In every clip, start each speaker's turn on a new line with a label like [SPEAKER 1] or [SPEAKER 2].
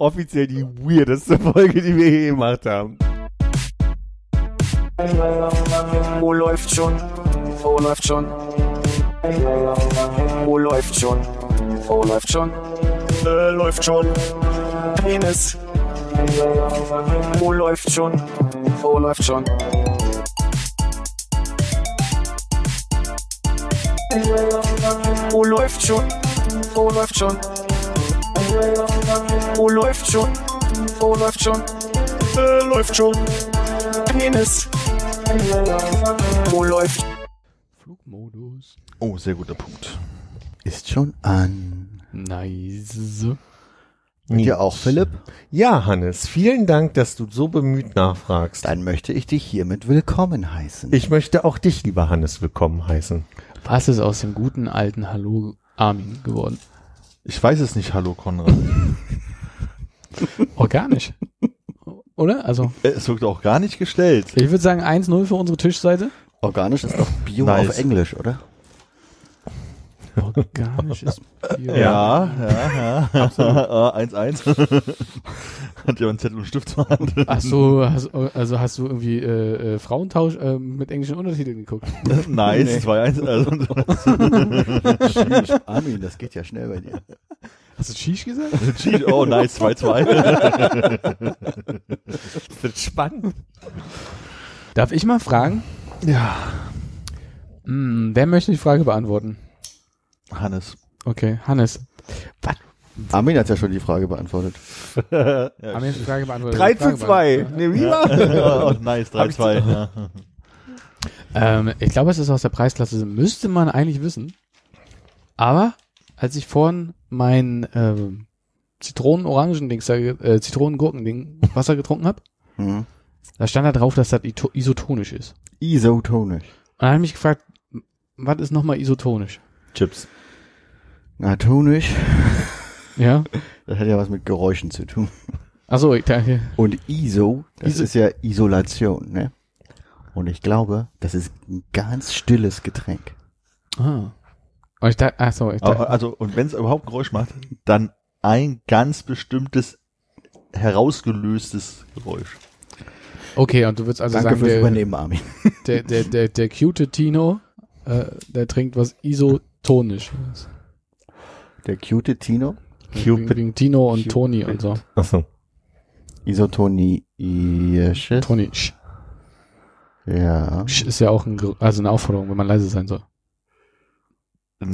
[SPEAKER 1] offiziell die weirdeste Folge, die wir je gemacht haben.
[SPEAKER 2] Wo läuft schon? Wo läuft schon? Wo läuft schon? Wo läuft schon? Äh, läuft schon. Penis. Wo läuft schon? Wo läuft schon? Wo läuft schon? Wo läuft schon? Wo läuft schon? Wo läuft schon? Äh, läuft schon. Penis. Wo läuft?
[SPEAKER 3] Flugmodus.
[SPEAKER 4] Oh, sehr guter Punkt. Ist schon an.
[SPEAKER 3] Nice.
[SPEAKER 4] Und dir auch, Philipp?
[SPEAKER 1] Ja, Hannes, vielen Dank, dass du so bemüht nachfragst.
[SPEAKER 4] Dann möchte ich dich hiermit willkommen heißen.
[SPEAKER 1] Ich möchte auch dich, lieber Hannes, willkommen heißen.
[SPEAKER 3] Was ist aus dem guten alten Hallo Armin geworden?
[SPEAKER 5] Ich weiß es nicht, hallo Konrad.
[SPEAKER 3] Organisch. Oder? Also,
[SPEAKER 5] Äh, es wird auch gar nicht gestellt.
[SPEAKER 3] ich würde sagen 1-0 für unsere Tischseite.
[SPEAKER 4] Organisch ist doch Bio
[SPEAKER 5] Nice.
[SPEAKER 4] auf Englisch, oder?
[SPEAKER 3] Organisch ist Bio.
[SPEAKER 5] Ja, ja, ja. 1-1. Hat ja einen Zettel und Stift zur Hand.
[SPEAKER 3] Ach so, hast, also hast du irgendwie äh, äh, Frauentausch äh, mit englischen Untertiteln geguckt?
[SPEAKER 4] Nee.
[SPEAKER 5] Nice, 2-1. Also,
[SPEAKER 4] Armin, das geht ja schnell bei dir.
[SPEAKER 3] Hast du Shish gesagt?
[SPEAKER 5] Cheat. oh, nice, 2-2.
[SPEAKER 1] Das wird spannend.
[SPEAKER 3] Darf ich mal fragen?
[SPEAKER 5] Ja.
[SPEAKER 3] Hm, wer möchte die Frage beantworten?
[SPEAKER 5] Hannes.
[SPEAKER 3] Okay, Hannes. Was?
[SPEAKER 4] Armin hat ja schon die Frage beantwortet.
[SPEAKER 3] Haben wir jetzt die Frage beantwortet?
[SPEAKER 1] 3
[SPEAKER 3] Frage
[SPEAKER 1] zu 2.
[SPEAKER 3] beantwortet.
[SPEAKER 1] Ne, wie war?
[SPEAKER 5] Oh, nice, 3-2. Ja.
[SPEAKER 3] Ähm, ich glaube, es ist aus der Preisklasse. Müsste man eigentlich wissen. Aber als ich vorhin mein ähm, Zitronen-Orangen-Dings, da ge- äh, Zitronen-Gurken-Ding Wasser getrunken habe,
[SPEAKER 4] Hm.
[SPEAKER 3] da stand da drauf, dass das ito- isotonisch ist.
[SPEAKER 4] Isotonisch.
[SPEAKER 3] Und dann habe ich mich gefragt, m- was ist nochmal isotonisch?
[SPEAKER 1] Chips.
[SPEAKER 4] Na, tonisch.
[SPEAKER 3] Ja?
[SPEAKER 4] Das hat ja was mit Geräuschen zu tun.
[SPEAKER 3] Achso, ich danke.
[SPEAKER 4] Und ISO, das
[SPEAKER 3] Iso-
[SPEAKER 4] ist ja Isolation, ne? Und ich glaube, das ist ein ganz stilles Getränk.
[SPEAKER 3] Ah. Und ich dachte, achso, ich
[SPEAKER 5] Aber,
[SPEAKER 3] dachte,
[SPEAKER 5] also, und wenn es überhaupt Geräusch macht, dann ein ganz bestimmtes, herausgelöstes Geräusch.
[SPEAKER 3] okay, und du würdest also
[SPEAKER 4] Danke fürs
[SPEAKER 3] sagen,
[SPEAKER 4] Übernehmen, Armin.
[SPEAKER 3] der, der, der, der, der cute Tino, äh, der trinkt was isotonisch.
[SPEAKER 4] Der cute Tino,
[SPEAKER 3] Wegen, wegen Tino und
[SPEAKER 1] Cupid.
[SPEAKER 3] Toni und so.
[SPEAKER 1] Achso.
[SPEAKER 4] isotonisches.
[SPEAKER 3] Toni, sch,
[SPEAKER 1] Ne?
[SPEAKER 4] Ja.
[SPEAKER 3] sch ist ja auch ein, Ger- also eine Aufforderung, wenn man leise sein soll.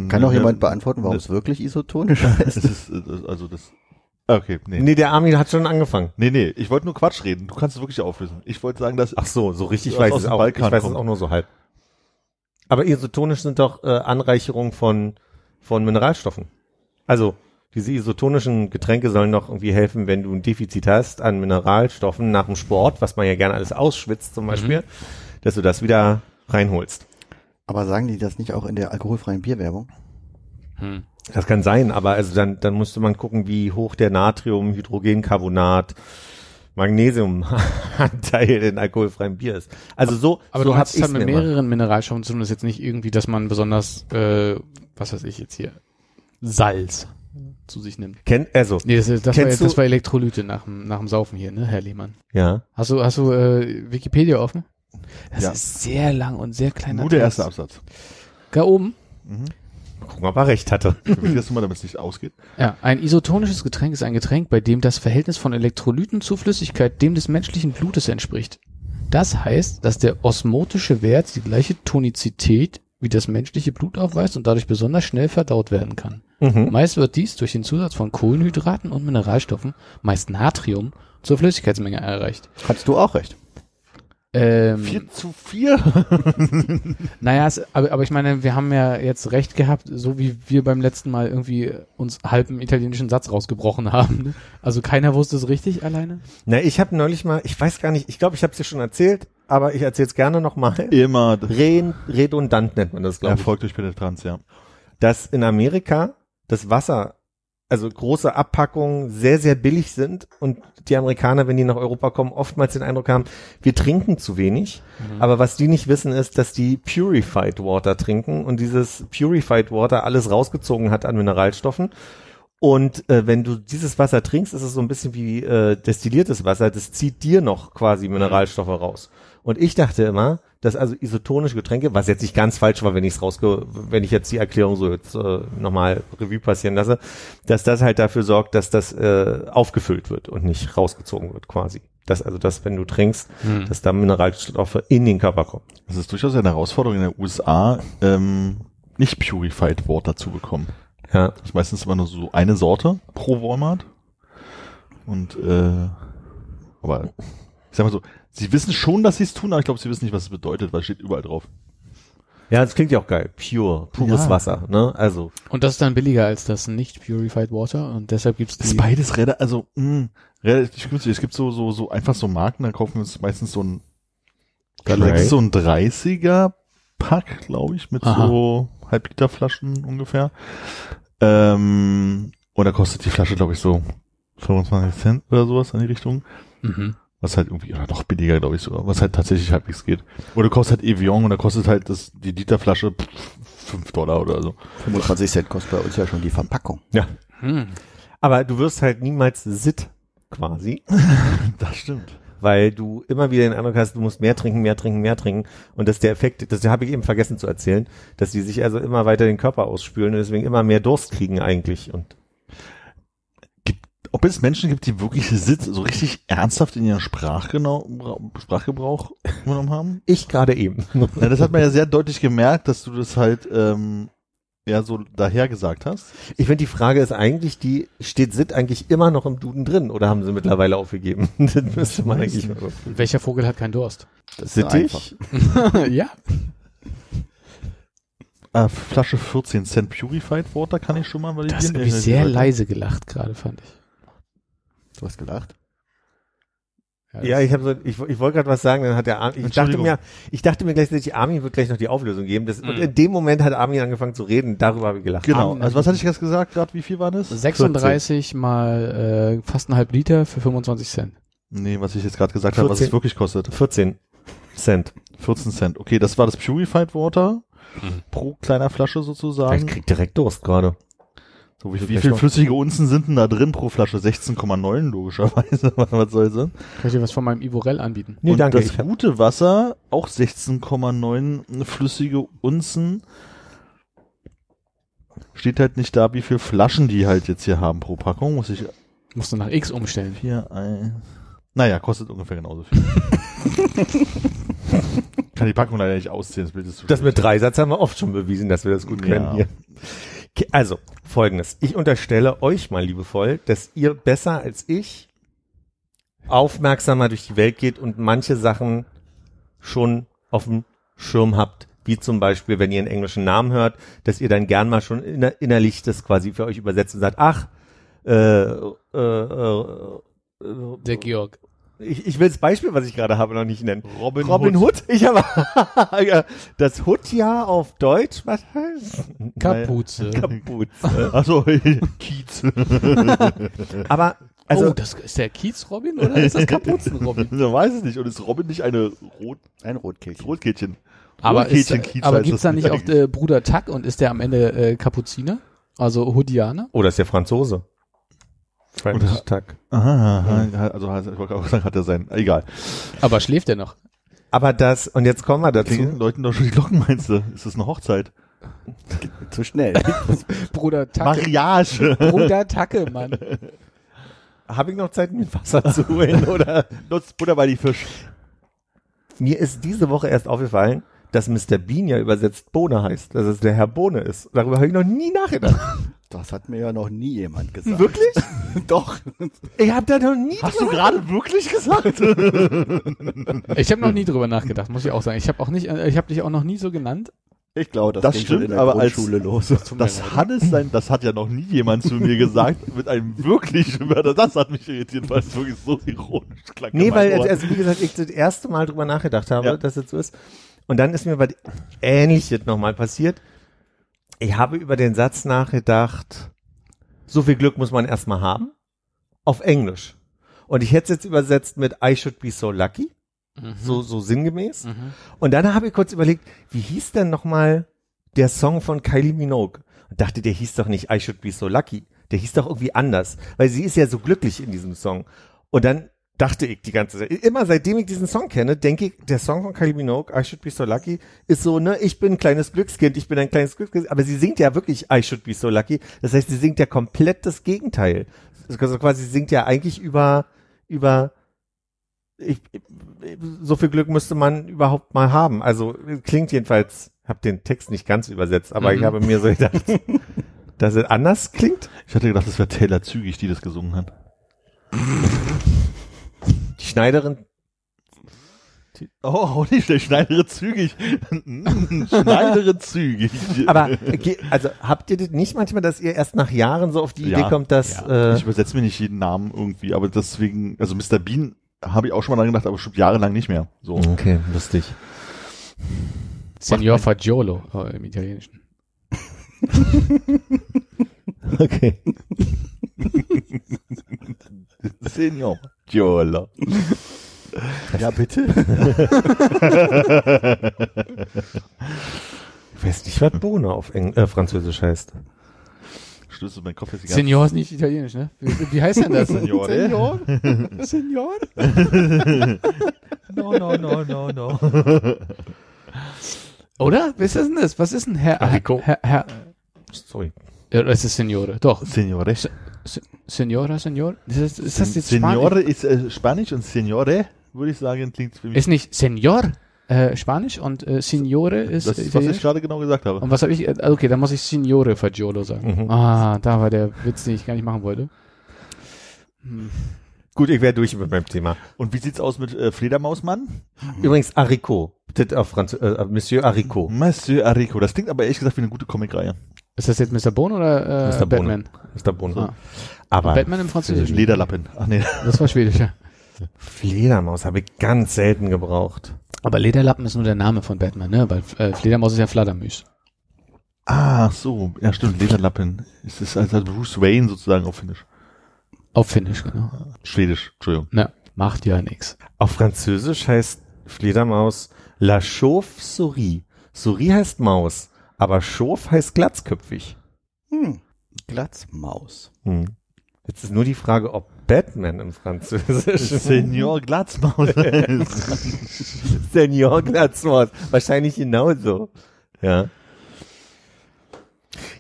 [SPEAKER 4] Kann auch jemand beantworten, warum es wirklich isotonisch ist?
[SPEAKER 5] Äh, Es ist, äh, also das. Okay, nee.
[SPEAKER 1] Nee, der Armin hat schon angefangen.
[SPEAKER 5] Nee, nee, ich wollte nur Quatsch reden. Du kannst es wirklich auflösen. Ich wollte sagen, dass.
[SPEAKER 1] Ach so, so richtig
[SPEAKER 5] Aus-
[SPEAKER 1] weiß
[SPEAKER 5] aus
[SPEAKER 1] ich es
[SPEAKER 5] dem
[SPEAKER 1] auch. Ich
[SPEAKER 5] Balkan
[SPEAKER 1] weiß es
[SPEAKER 5] kommt.
[SPEAKER 1] auch nur so halb. Aber isotonisch sind doch äh, Anreicherungen von, von Mineralstoffen. Also diese isotonischen Getränke sollen doch irgendwie helfen, wenn du ein Defizit hast an Mineralstoffen nach dem Sport, was man ja gerne alles ausschwitzt zum Beispiel, dass du das wieder reinholst.
[SPEAKER 4] Aber sagen die das nicht auch in der alkoholfreien Bierwerbung?
[SPEAKER 1] Das kann sein, aber also dann, dann musste man gucken, wie hoch der Natrium, Hydrogencarbonat, Magnesiumanteil in alkoholfreiem Bier ist. Also so,
[SPEAKER 3] Aber
[SPEAKER 1] so
[SPEAKER 3] du hast es
[SPEAKER 1] ich's
[SPEAKER 3] halt mit
[SPEAKER 1] mir immer.
[SPEAKER 3] mehreren Mineralstoffen zu tun. Das ist jetzt nicht irgendwie, dass man besonders, äh, was weiß ich jetzt hier, Salz zu sich nimmt.
[SPEAKER 1] Kennt, also,
[SPEAKER 3] Nee, das, das, war,
[SPEAKER 1] Kennst
[SPEAKER 3] jetzt- das
[SPEAKER 1] du-
[SPEAKER 3] war Elektrolyte nach dem, nach dem Saufen hier, ne, Herr Lehmann?
[SPEAKER 1] ja.
[SPEAKER 3] Hast du, hast du äh, Wikipedia offen? Das
[SPEAKER 5] Ja.
[SPEAKER 3] ist sehr lang und sehr klein.
[SPEAKER 5] Nur der erste Absatz.
[SPEAKER 3] Da oben.
[SPEAKER 1] Gucken, ob er recht hatte.
[SPEAKER 5] Ich will das nur mal, damit es nicht ausgeht.
[SPEAKER 3] Ja, ein isotonisches Getränk ist ein Getränk, bei dem das Verhältnis von Elektrolyten zu Flüssigkeit dem des menschlichen Blutes entspricht. Das heißt, dass der osmotische Wert die gleiche Tonizität wie das menschliche Blut aufweist und dadurch besonders schnell verdaut werden kann. Meist wird dies durch den Zusatz von Kohlenhydraten und Mineralstoffen, meist Natrium, zur Flüssigkeitsmenge erreicht.
[SPEAKER 4] Hattest du auch recht.
[SPEAKER 3] Ähm,
[SPEAKER 5] 4 zu 4?
[SPEAKER 3] Naja, es, aber, aber ich meine, wir haben ja jetzt recht gehabt, so wie wir beim letzten Mal irgendwie uns halb einen italienischen Satz rausgebrochen haben. Ne? Also keiner wusste es richtig alleine.
[SPEAKER 1] Na, ich habe neulich mal, ich weiß gar nicht, ich glaube, ich habe es dir schon erzählt, aber ich erzähle es gerne nochmal.
[SPEAKER 5] Immer.
[SPEAKER 1] Ren, redundant nennt man das, glaube ich.
[SPEAKER 5] Erfolg durch Penetranz, ja.
[SPEAKER 1] Dass in Amerika das Wasser, also große Abpackungen, sehr, sehr billig sind und die Amerikaner, wenn die nach Europa kommen, oftmals den Eindruck haben, wir trinken zu wenig. Aber was die nicht wissen, ist, dass die Purified Water trinken und dieses Purified Water alles rausgezogen hat an Mineralstoffen Und äh, wenn du dieses Wasser trinkst, ist es so ein bisschen wie äh, destilliertes Wasser. Das zieht dir noch quasi Mineralstoffe raus. Und ich dachte immer, dass also isotonische Getränke, was jetzt nicht ganz falsch war, wenn ich es rausge, wenn ich jetzt die Erklärung so jetzt äh, nochmal Revue passieren lasse, dass das halt dafür sorgt, dass das äh, aufgefüllt wird und nicht rausgezogen wird quasi. Dass also das, wenn du trinkst,
[SPEAKER 3] Hm.
[SPEAKER 1] dass da Mineralstoffe in den Körper kommen.
[SPEAKER 5] Es ist durchaus eine Herausforderung in den USA, ähm, nicht Purified Water zu bekommen.
[SPEAKER 1] Ja.
[SPEAKER 5] Das ist meistens immer nur so eine Sorte pro Walmart. Und äh, aber ich sag mal so, sie wissen schon, dass sie es tun, aber ich glaube, sie wissen nicht, was es bedeutet, weil es steht überall drauf.
[SPEAKER 1] Ja, das klingt ja auch geil. Pure, pures
[SPEAKER 5] Ja.
[SPEAKER 1] Wasser, ne? Also,
[SPEAKER 3] Und das ist dann billiger als das nicht purified water und deshalb gibt's
[SPEAKER 5] Das ist
[SPEAKER 3] die.
[SPEAKER 5] beides relativ, also mh, relativ günstig. Es gibt so, so, so einfach so Marken, dann kaufen wir uns meistens so ein
[SPEAKER 1] Galerie.
[SPEAKER 5] so ein 30er Pack, glaube ich, mit
[SPEAKER 3] Aha.
[SPEAKER 5] so halb Liter Flaschen ungefähr. Ähm, und da kostet die Flasche, glaube ich, so 25 Cent oder sowas in die Richtung.
[SPEAKER 3] Mhm.
[SPEAKER 5] Was halt irgendwie, oder noch billiger, glaube ich sogar, was halt tatsächlich halbwegs geht. Oder kostet halt Evian und da kostet halt das, die Literflasche 5 Dollar oder so.
[SPEAKER 4] 25 Cent kostet bei uns ja schon die Verpackung.
[SPEAKER 1] ja.
[SPEAKER 3] Hm.
[SPEAKER 1] Aber du wirst halt niemals sit quasi,
[SPEAKER 5] Das stimmt.
[SPEAKER 1] weil du immer wieder den Eindruck hast, du musst mehr trinken, mehr trinken, mehr trinken. Und dass der Effekt, das habe ich eben vergessen zu erzählen, dass die sich also immer weiter den Körper ausspülen und deswegen immer mehr Durst kriegen eigentlich. Und
[SPEAKER 5] Ob es Menschen gibt, die wirklich Sitz so richtig ernsthaft in ihren Sprachgenau Sprachgebrauch genommen haben?
[SPEAKER 1] ich gerade eben.
[SPEAKER 5] Na, das hat man ja sehr deutlich gemerkt, dass du das halt ähm, ja so dahergesagt hast.
[SPEAKER 1] Ich finde, die Frage ist eigentlich, die steht sit eigentlich immer noch im Duden drin oder haben sie mittlerweile aufgegeben? das müsste man
[SPEAKER 5] weiß
[SPEAKER 1] eigentlich
[SPEAKER 5] nicht.
[SPEAKER 1] mal-
[SPEAKER 3] Welcher Vogel hat keinen Durst?
[SPEAKER 4] Das ist einfach.
[SPEAKER 1] Sittig?
[SPEAKER 3] ja.
[SPEAKER 5] Äh, Flasche 14 Cent Purified Water kann ich schon mal validieren.
[SPEAKER 3] Das habe ich
[SPEAKER 5] Äh,
[SPEAKER 3] sehr
[SPEAKER 5] Leute.
[SPEAKER 3] leise gelacht gerade, fand ich.
[SPEAKER 4] Du hast gelacht.
[SPEAKER 1] Ja,
[SPEAKER 3] das-
[SPEAKER 1] ich habe so, ich, ich wollte gerade was sagen, dann hat der Armin, ich dachte
[SPEAKER 5] Entschuldigung.
[SPEAKER 1] mir, ich dachte mir gleichzeitig, Armin wird gleich noch die Auflösung geben. Das, Und
[SPEAKER 3] Mhm.
[SPEAKER 1] in dem Moment hat Armin angefangen zu reden, darüber habe ich gelacht.
[SPEAKER 5] Genau.
[SPEAKER 3] Ah,
[SPEAKER 5] Also was hatte ich jetzt gesagt gerade? Wie viel war das?
[SPEAKER 3] 36 mal äh, fast einen halben Liter für 25 Cent.
[SPEAKER 5] Nee, was ich jetzt gerade gesagt habe, was
[SPEAKER 1] 14.
[SPEAKER 5] es wirklich kostet.
[SPEAKER 1] 14 Cent.
[SPEAKER 5] 14 Cent. Okay, das war das Purified Water
[SPEAKER 3] Mhm.
[SPEAKER 5] pro kleiner Flasche
[SPEAKER 1] Ich
[SPEAKER 5] sozusagen.
[SPEAKER 1] krieg direkt Durst gerade.
[SPEAKER 5] So, wie, wie
[SPEAKER 1] Vielleicht
[SPEAKER 5] viel
[SPEAKER 1] noch-
[SPEAKER 5] flüssige Unzen sind denn da drin pro Flasche? 16,9 logischerweise. was soll's denn?
[SPEAKER 3] Kann ich dir was von meinem Ivorell anbieten?
[SPEAKER 1] Nee,
[SPEAKER 5] und
[SPEAKER 1] danke.
[SPEAKER 5] das
[SPEAKER 1] Ich hab,
[SPEAKER 5] gute Wasser, auch 16,9 flüssige Unzen, steht halt nicht da, wie viel Flaschen die halt jetzt hier haben pro Packung. Muss ich
[SPEAKER 3] Musst du nach X umstellen.
[SPEAKER 5] hier ein... Naja, kostet ungefähr genauso viel. Kann die Packung leider nicht ausziehen, das Bild ist zu
[SPEAKER 1] das
[SPEAKER 5] schlecht.
[SPEAKER 1] mit Dreisatz haben wir oft schon bewiesen, dass wir das gut können
[SPEAKER 5] Ja.
[SPEAKER 1] hier. Okay, Also, folgendes. Ich unterstelle euch mal liebevoll, dass ihr besser als ich aufmerksamer durch die Welt geht und manche Sachen schon auf dem Schirm habt, wie zum Beispiel, wenn ihr einen englischen Namen hört, dass ihr dann gern mal schon inner innerlich das quasi für euch übersetzt und sagt, ach, äh, äh, äh, äh,
[SPEAKER 3] Der Georg.
[SPEAKER 1] ich, ich will das Beispiel, was ich gerade habe, noch nicht nennen.
[SPEAKER 5] Robin,
[SPEAKER 1] Robin Hood. Ich habe Ja, das Hood ja auf Deutsch, was heißt?
[SPEAKER 3] Kapuze.
[SPEAKER 1] Kapuze.
[SPEAKER 5] Achso, Kiez.
[SPEAKER 1] Aber
[SPEAKER 3] Also, oh,
[SPEAKER 1] also
[SPEAKER 3] das ist der Kiez-Robin oder ist das Kapuzen-Robin?
[SPEAKER 5] Man weiß es nicht. Und ist Robin nicht eine Rot
[SPEAKER 4] Ein Rotkehlchen.
[SPEAKER 5] Rotkehlchen?
[SPEAKER 3] aber ist,
[SPEAKER 5] Rotkehlchen-Kiez
[SPEAKER 3] aber
[SPEAKER 5] heißt
[SPEAKER 3] gibt's da
[SPEAKER 5] halt, das
[SPEAKER 3] nicht auch äh, Bruder Tuck und ist der am Ende äh, Kapuziner? Also Hudianer?
[SPEAKER 1] oh, das ist der Franzose. Franz
[SPEAKER 5] Oder-
[SPEAKER 1] Tuck.
[SPEAKER 5] Aha, aha, also hat- ich wollte auch sagen, hat er sein. Egal.
[SPEAKER 3] Aber schläft er noch?
[SPEAKER 1] Aber das und jetzt kommen wir
[SPEAKER 5] Klingen
[SPEAKER 1] dazu.
[SPEAKER 5] Leuten doch schon die Glocken, meinst du? Ist das eine Hochzeit?
[SPEAKER 4] Zu schnell.
[SPEAKER 3] Bruder Tuck.
[SPEAKER 5] Mariage.
[SPEAKER 3] Bruder Tacke, Mann.
[SPEAKER 1] Habe ich noch Zeit, mir Wasser zu holen oder?
[SPEAKER 5] Nutzt Butter bei die Fisch.
[SPEAKER 1] Mir ist diese Woche erst aufgefallen, dass Mr. Bean ja übersetzt Bohne heißt, dass es der Herr Bohne ist. Darüber habe ich noch nie nachgedacht.
[SPEAKER 4] Das hat mir ja noch nie jemand gesagt.
[SPEAKER 1] Wirklich?
[SPEAKER 4] Doch.
[SPEAKER 1] Ich habe da noch nie.
[SPEAKER 5] Hast du gerade wirklich gesagt?
[SPEAKER 3] Ich habe noch nie drüber nachgedacht, muss ich auch sagen. Ich habe auch nicht, äh, ich habe dich auch noch nie so genannt.
[SPEAKER 4] Ich glaube, das,
[SPEAKER 5] Das
[SPEAKER 4] ging
[SPEAKER 5] stimmt,
[SPEAKER 4] schon in der
[SPEAKER 5] aber als-
[SPEAKER 4] Grundschule los.
[SPEAKER 3] Tut mir leid.
[SPEAKER 5] Das hat es sein, das hat ja noch nie jemand zu mir gesagt, mit einem wirklichen Wörter. Das hat mich irritiert, weil es wirklich so ironisch klang. in
[SPEAKER 1] Nee, weil,
[SPEAKER 5] meinen Ohren.
[SPEAKER 1] also, wie gesagt, ich das erste Mal drüber nachgedacht habe,
[SPEAKER 5] Ja.
[SPEAKER 1] dass es so ist. Und dann ist mir was Ähnliches nochmal passiert. Ich habe über den Satz nachgedacht, so viel Glück muss man erstmal haben, auf Englisch. Und ich hätte es jetzt übersetzt mit I should be so lucky, so, so sinngemäß. Und dann habe ich kurz überlegt, wie hieß denn nochmal der Song von Kylie Minogue? Und dachte, der hieß doch nicht I should be so lucky. Der hieß doch irgendwie anders, weil sie ist ja so glücklich in diesem Song. Und dann dachte ich die ganze Zeit, immer seitdem ich diesen Song kenne, denke ich, der Song von Kylie Minogue, I Should Be So Lucky, ist so, ne, ich bin ein kleines Glückskind, ich bin ein kleines Glückskind, aber sie singt ja wirklich I Should Be So Lucky. Das heißt, sie singt ja komplett das Gegenteil. Also quasi, sie singt ja eigentlich über, über, ich, so viel Glück müsste man überhaupt mal haben. Also klingt jedenfalls, habe den Text nicht ganz übersetzt, aber
[SPEAKER 3] Mhm.
[SPEAKER 1] ich habe mir so gedacht, dass es anders klingt.
[SPEAKER 5] Ich hatte gedacht, das wäre Taylor Zügig, die das gesungen hat.
[SPEAKER 1] Die Schneiderin,
[SPEAKER 5] Oh, nicht schlecht. Schneidere Zügig. Schneidere Zügig.
[SPEAKER 1] aber okay, also habt ihr das nicht manchmal, dass ihr erst nach Jahren so auf die
[SPEAKER 5] Ja,
[SPEAKER 1] Idee kommt, dass
[SPEAKER 5] Ja,
[SPEAKER 1] äh,
[SPEAKER 5] ich übersetze mir nicht jeden Namen irgendwie, aber deswegen, also Mr. Bean habe ich auch schon mal dran gedacht, aber bestimmt jahrelang nicht mehr. So.
[SPEAKER 3] Mhm.
[SPEAKER 1] Okay, lustig.
[SPEAKER 3] Signor Fagiolo äh, im Italienischen.
[SPEAKER 1] Okay.
[SPEAKER 5] Senior. Jolo.
[SPEAKER 4] Ja, bitte.
[SPEAKER 1] Ich weiß nicht, was Bohne auf Eng äh, Französisch heißt.
[SPEAKER 5] Schlüssel, mein Kopf ist die ganze
[SPEAKER 3] Signor ist nicht italienisch, ne? Wie, wie heißt denn das?
[SPEAKER 5] Signore.
[SPEAKER 3] Signor? Signor?
[SPEAKER 5] No, no, no, no, no.
[SPEAKER 3] Oder? Was ist denn das? Was ist ein Herr?
[SPEAKER 1] Enrico.
[SPEAKER 3] Herr, Herr,
[SPEAKER 1] Sorry.
[SPEAKER 3] ja, das ist Signore. Doch.
[SPEAKER 5] Signore.
[SPEAKER 3] Signora, Signor? Das ist, ist das jetzt Spanisch?
[SPEAKER 5] Signore ist äh, Spanisch und Signore, würde ich sagen, klingt für mich.
[SPEAKER 3] Ist nicht Senor äh, Spanisch und äh, Signore ist
[SPEAKER 5] das ist, was ich
[SPEAKER 3] Italienisch?
[SPEAKER 5] gerade genau gesagt habe.
[SPEAKER 3] Und was habe ich? äh, Okay, dann muss ich Signore Fagiolo sagen.
[SPEAKER 1] Mhm.
[SPEAKER 3] Ah, da war der Witz, den ich gar nicht machen wollte.
[SPEAKER 1] Gut, ich wäre durch mit meinem Thema.
[SPEAKER 5] Und wie sieht's aus mit äh, Fledermausmann?
[SPEAKER 1] Übrigens, Haricot. Das auf Franz äh, Monsieur Haricot.
[SPEAKER 5] Monsieur Arico. Das klingt aber ehrlich gesagt wie eine gute Comicreihe.
[SPEAKER 3] Ist das jetzt Mr. Bone oder äh,
[SPEAKER 1] Mr. Bone.
[SPEAKER 3] Batman?
[SPEAKER 1] Mr. Bohne.
[SPEAKER 3] Ah.
[SPEAKER 1] Aber
[SPEAKER 3] Batman im Französischen.
[SPEAKER 5] Äh, Lederlappen. Ach nee.
[SPEAKER 3] Das war Schwedisch, ja.
[SPEAKER 1] Fledermaus habe ich ganz selten gebraucht.
[SPEAKER 3] Aber Lederlappen ist nur der Name von Batman, ne? Weil äh, Fledermaus ist ja Fladdermüs.
[SPEAKER 5] Ah, so. Ja, stimmt. Lederlappen. Es ist also Bruce Wayne sozusagen auf Finnisch.
[SPEAKER 3] Auf Finnisch, genau.
[SPEAKER 5] Schwedisch. Entschuldigung.
[SPEAKER 3] Na, macht ja nix.
[SPEAKER 1] Auf Französisch heißt Fledermaus La Chauve-Souris. Souris heißt Maus, aber Chauve heißt glatzköpfig.
[SPEAKER 4] Hm. Glatzmaus.
[SPEAKER 1] Hm. Jetzt ist nur die Frage, ob Batman im Französischen
[SPEAKER 5] Senior Glatzmaus.
[SPEAKER 1] Senior Glatzmaus. Wahrscheinlich genauso. Ja.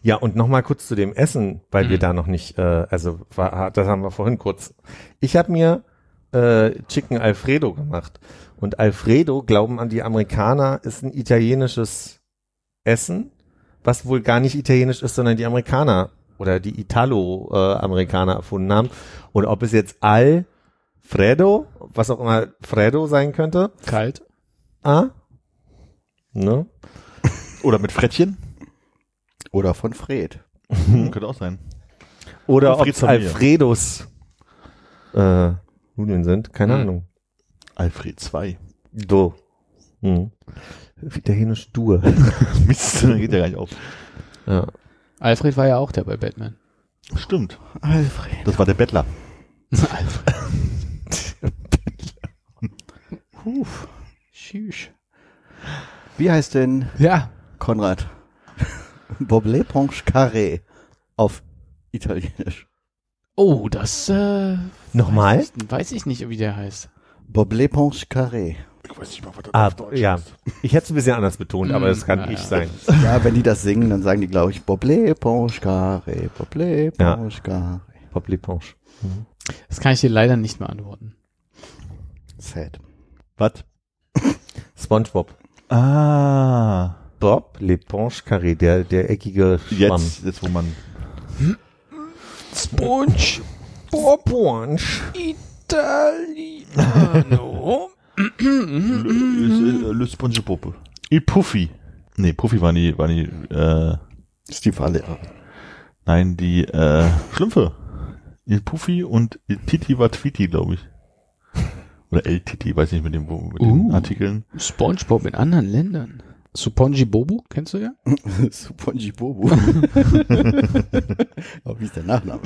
[SPEAKER 1] Ja, und nochmal kurz zu dem Essen, weil wir da noch nicht, äh, also war, das haben wir vorhin kurz. Ich habe mir äh, Chicken Alfredo gemacht. Und Alfredo, glauben an die Amerikaner, ist ein italienisches Essen, was wohl gar nicht italienisch ist, sondern die Amerikaner oder die Italo-Amerikaner erfunden haben. Und ob es jetzt Alfredo, was auch immer Fredo sein könnte,
[SPEAKER 3] Kalt.
[SPEAKER 1] ah, ne?
[SPEAKER 5] Oder mit Frettchen.
[SPEAKER 4] Oder von Fred.
[SPEAKER 5] Hm, könnte auch sein.
[SPEAKER 1] Oder ob
[SPEAKER 5] Alfreds
[SPEAKER 1] es
[SPEAKER 5] Familie.
[SPEAKER 1] Alfredos äh, Nudeln sind, keine
[SPEAKER 3] Hm.
[SPEAKER 1] Ahnung.
[SPEAKER 5] Alfred 2.
[SPEAKER 1] Do. Hm. Italienisch Dur.
[SPEAKER 5] Mist, dann geht ja gar nicht auf.
[SPEAKER 1] Ja.
[SPEAKER 3] Alfred war ja auch der bei Batman.
[SPEAKER 5] Stimmt.
[SPEAKER 4] Alfred.
[SPEAKER 5] Das war der Bettler.
[SPEAKER 3] Alfred. Tschüss.
[SPEAKER 4] Wie heißt denn
[SPEAKER 3] Ja,
[SPEAKER 4] Konrad? Bob Leponge Carré. Auf Italienisch.
[SPEAKER 3] Oh, das äh,
[SPEAKER 1] Nochmal?
[SPEAKER 3] weiß ich- weiß ich nicht, wie der heißt.
[SPEAKER 4] Bob Leponge Carré.
[SPEAKER 5] Ich weiß nicht mal, was das
[SPEAKER 1] Ah, ja. Ich hätte es ein bisschen anders betont, aber
[SPEAKER 3] Hm,
[SPEAKER 1] das kann
[SPEAKER 3] na
[SPEAKER 1] ich
[SPEAKER 3] ja.
[SPEAKER 1] sein.
[SPEAKER 4] Ja, wenn die das singen, dann sagen die, glaube ich, Bob Leponge Carré. Bob Leponge Carré.
[SPEAKER 1] Bob Leponge.
[SPEAKER 3] Das kann ich dir leider nicht mehr antworten.
[SPEAKER 4] Sad.
[SPEAKER 5] Was?
[SPEAKER 1] SpongeBob.
[SPEAKER 5] Ah.
[SPEAKER 1] Bob Leponge Carré, der, der eckige Schwamm.
[SPEAKER 5] Jetzt, jetzt wo man.
[SPEAKER 3] Sponge
[SPEAKER 1] Bob Ponge.
[SPEAKER 3] Italiano.
[SPEAKER 5] Le, Le Spongepope. I Puffy. Nee, Puffy waren die, waren die, äh,
[SPEAKER 4] Stiefvaterlehrer.
[SPEAKER 5] nein, die, äh, Schlümpfe. Il Puffy und Il Titi war Tweety, glaube ich. Oder El Titi, weiß nicht mit dem, wo- mit den
[SPEAKER 3] Uh.
[SPEAKER 5] Artikeln.
[SPEAKER 3] SpongeBob in anderen Ländern. Suponji Bobu, kennst du ja?
[SPEAKER 4] Suponji Bobo. Aber wie ist der Nachname?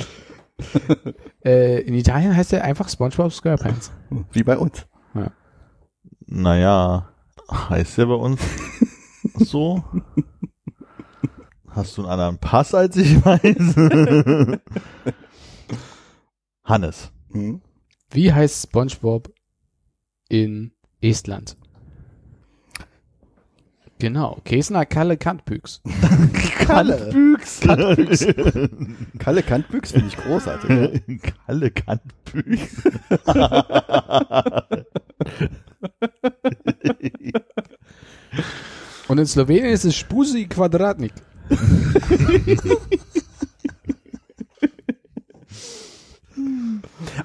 [SPEAKER 3] Äh, in Italien heißt er einfach SpongeBob SquarePants.
[SPEAKER 4] Wie bei uns.
[SPEAKER 5] Naja, heißt der bei uns so? Hast du einen anderen Pass, als ich weiß? Hannes.
[SPEAKER 4] Hm?
[SPEAKER 3] Wie heißt SpongeBob in Estland? Genau, Kesna Kalle Kantpüks.
[SPEAKER 4] Kalle.
[SPEAKER 5] Büchs.
[SPEAKER 4] Kalle Kantbüchs finde ich großartig. ja.
[SPEAKER 5] Kalle Kantbüchs.
[SPEAKER 3] Und in Slowenien ist es Spusi Quadratnik.